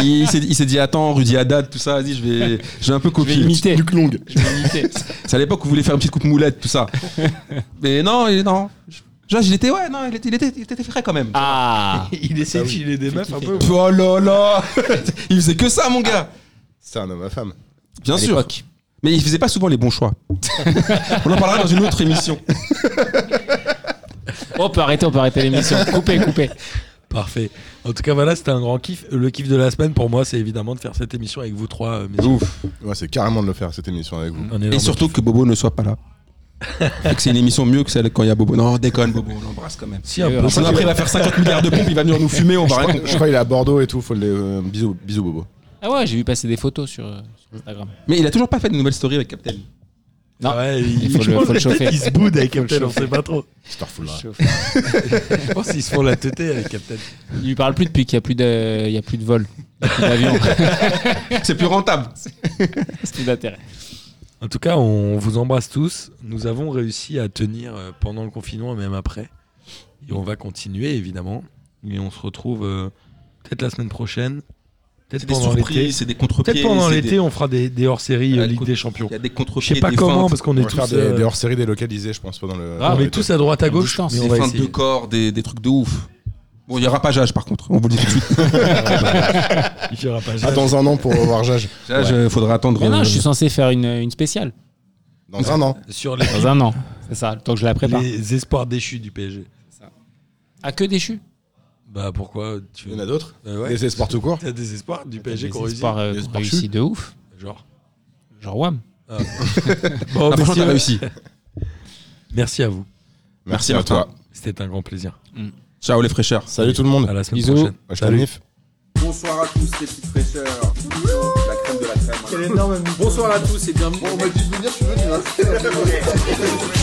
il il s'est il s'est dit, attends, Rudy Haddad, tout ça, vas-y, je vais, je vais un peu copier.
imiter.
Luc Long.
Je l'ai imité.
C'est à l'époque où vous voulez faire une petite coupe moulette, tout ça. Mais non, il- non. Je- Genre, il était, ouais, non, il était, il était, il était frais quand même.
Ah
Il essaie de filer des meufs un peu.
Oh là là Il faisait que ça, mon gars
C'est un homme à femme.
Bien
à
sûr
l'époque.
Mais il faisait pas souvent les bons choix. On en parlera dans une autre émission.
On peut arrêter, on peut arrêter l'émission. Coupez, coupez.
Parfait. En tout cas, voilà, c'était un grand kiff. Le kiff de la semaine pour moi, c'est évidemment de faire cette émission avec vous trois. euh, messieurs.
Ouais, c'est carrément de le faire cette émission avec vous.
Un énorme
Et surtout que Bobo ne soit pas là. Et que c'est une émission mieux que celle quand il y a Bobo. Non, on déconne, Bobo, on l'embrasse quand même.
kiff. Si, un peu.
Euh,
Sinon, après, il va faire 50 milliards de pompes, il va venir nous fumer, on va rien
Je crois qu'il est à Bordeaux et tout. Faut le euh, bisous, bisous Bobo.
Ah ouais, j'ai vu passer des photos sur, euh, sur Instagram.
Mais il a toujours pas fait de nouvelle story avec Captain.
Non.
Ah ouais, il,
Il faut le, faut le chauffer.
il se boude avec Captain, on sait pas trop.
Starful.
Je pense qu'ils se font la teuté avec Captain.
Il lui parle plus depuis qu'il n'y a plus de, il y a plus de vol, il y a plus d'avion.
C'est plus rentable.
C'est plus d'intérêt.
En tout cas, on vous embrasse tous. Nous avons réussi à tenir euh, pendant le confinement et même après. Et on va continuer, évidemment. Et on se retrouve euh, peut-être la semaine prochaine. Peut-être
C'est des
pendant l'été.
surprises, c'est des contre-pieds.
Peut-être pendant
c'est
l'été,
des-
on fera des, des hors-séries euh,
Ah,
Ligue
écoute,
des Champions.
Il y a des
Je
contre-pieds.
sais pas
des
comment,
feintes.
parce qu'on
On
est
va faire
tous,
des,
euh,
des hors-séries délocalisées, je pense, pendant le.
Ah,
on est tous à droite à gauche.
distance,
mais on
Des
va
feintes de
essayer.
corps, des, des trucs de ouf. Bon, il y aura pas Jage par contre, on vous le dit tout de suite.
Il fera pas
Ah, dans un an pour revoir Jage.
Jage,
Ouais.
euh, faudra attendre.
Mais non,
euh,
je suis censé faire une, une spéciale
Dans un an.
Sur les,
dans un an. C'est ça, le temps que je la prépare.
les espoirs déchus du PSG.
À que déchu
Bah pourquoi tu
Il y en a d'autres
Euh, ouais.
Des sports tout court
T'as des espoirs du PSG qu'on
Des
réussit
espoirs euh,
Des
qu'on
espoirs
réussit de ouf.
Genre.
Genre WAM.
Ah. bon, bah,
Ah, franchement,
messieurs,
t'as réussi.
merci à vous.
Merci à toi.
C'était un grand plaisir.
Ciao les fraîcheurs.
Salut tout le monde.
À la semaine
Bisous.
prochaine.
Moi, je te
Salut.
renifle.
Bonsoir à tous les petites fraîcheurs. La crème de la crème. Bonsoir à tous et bienvenue. on m'a dit de venir, je suis venu.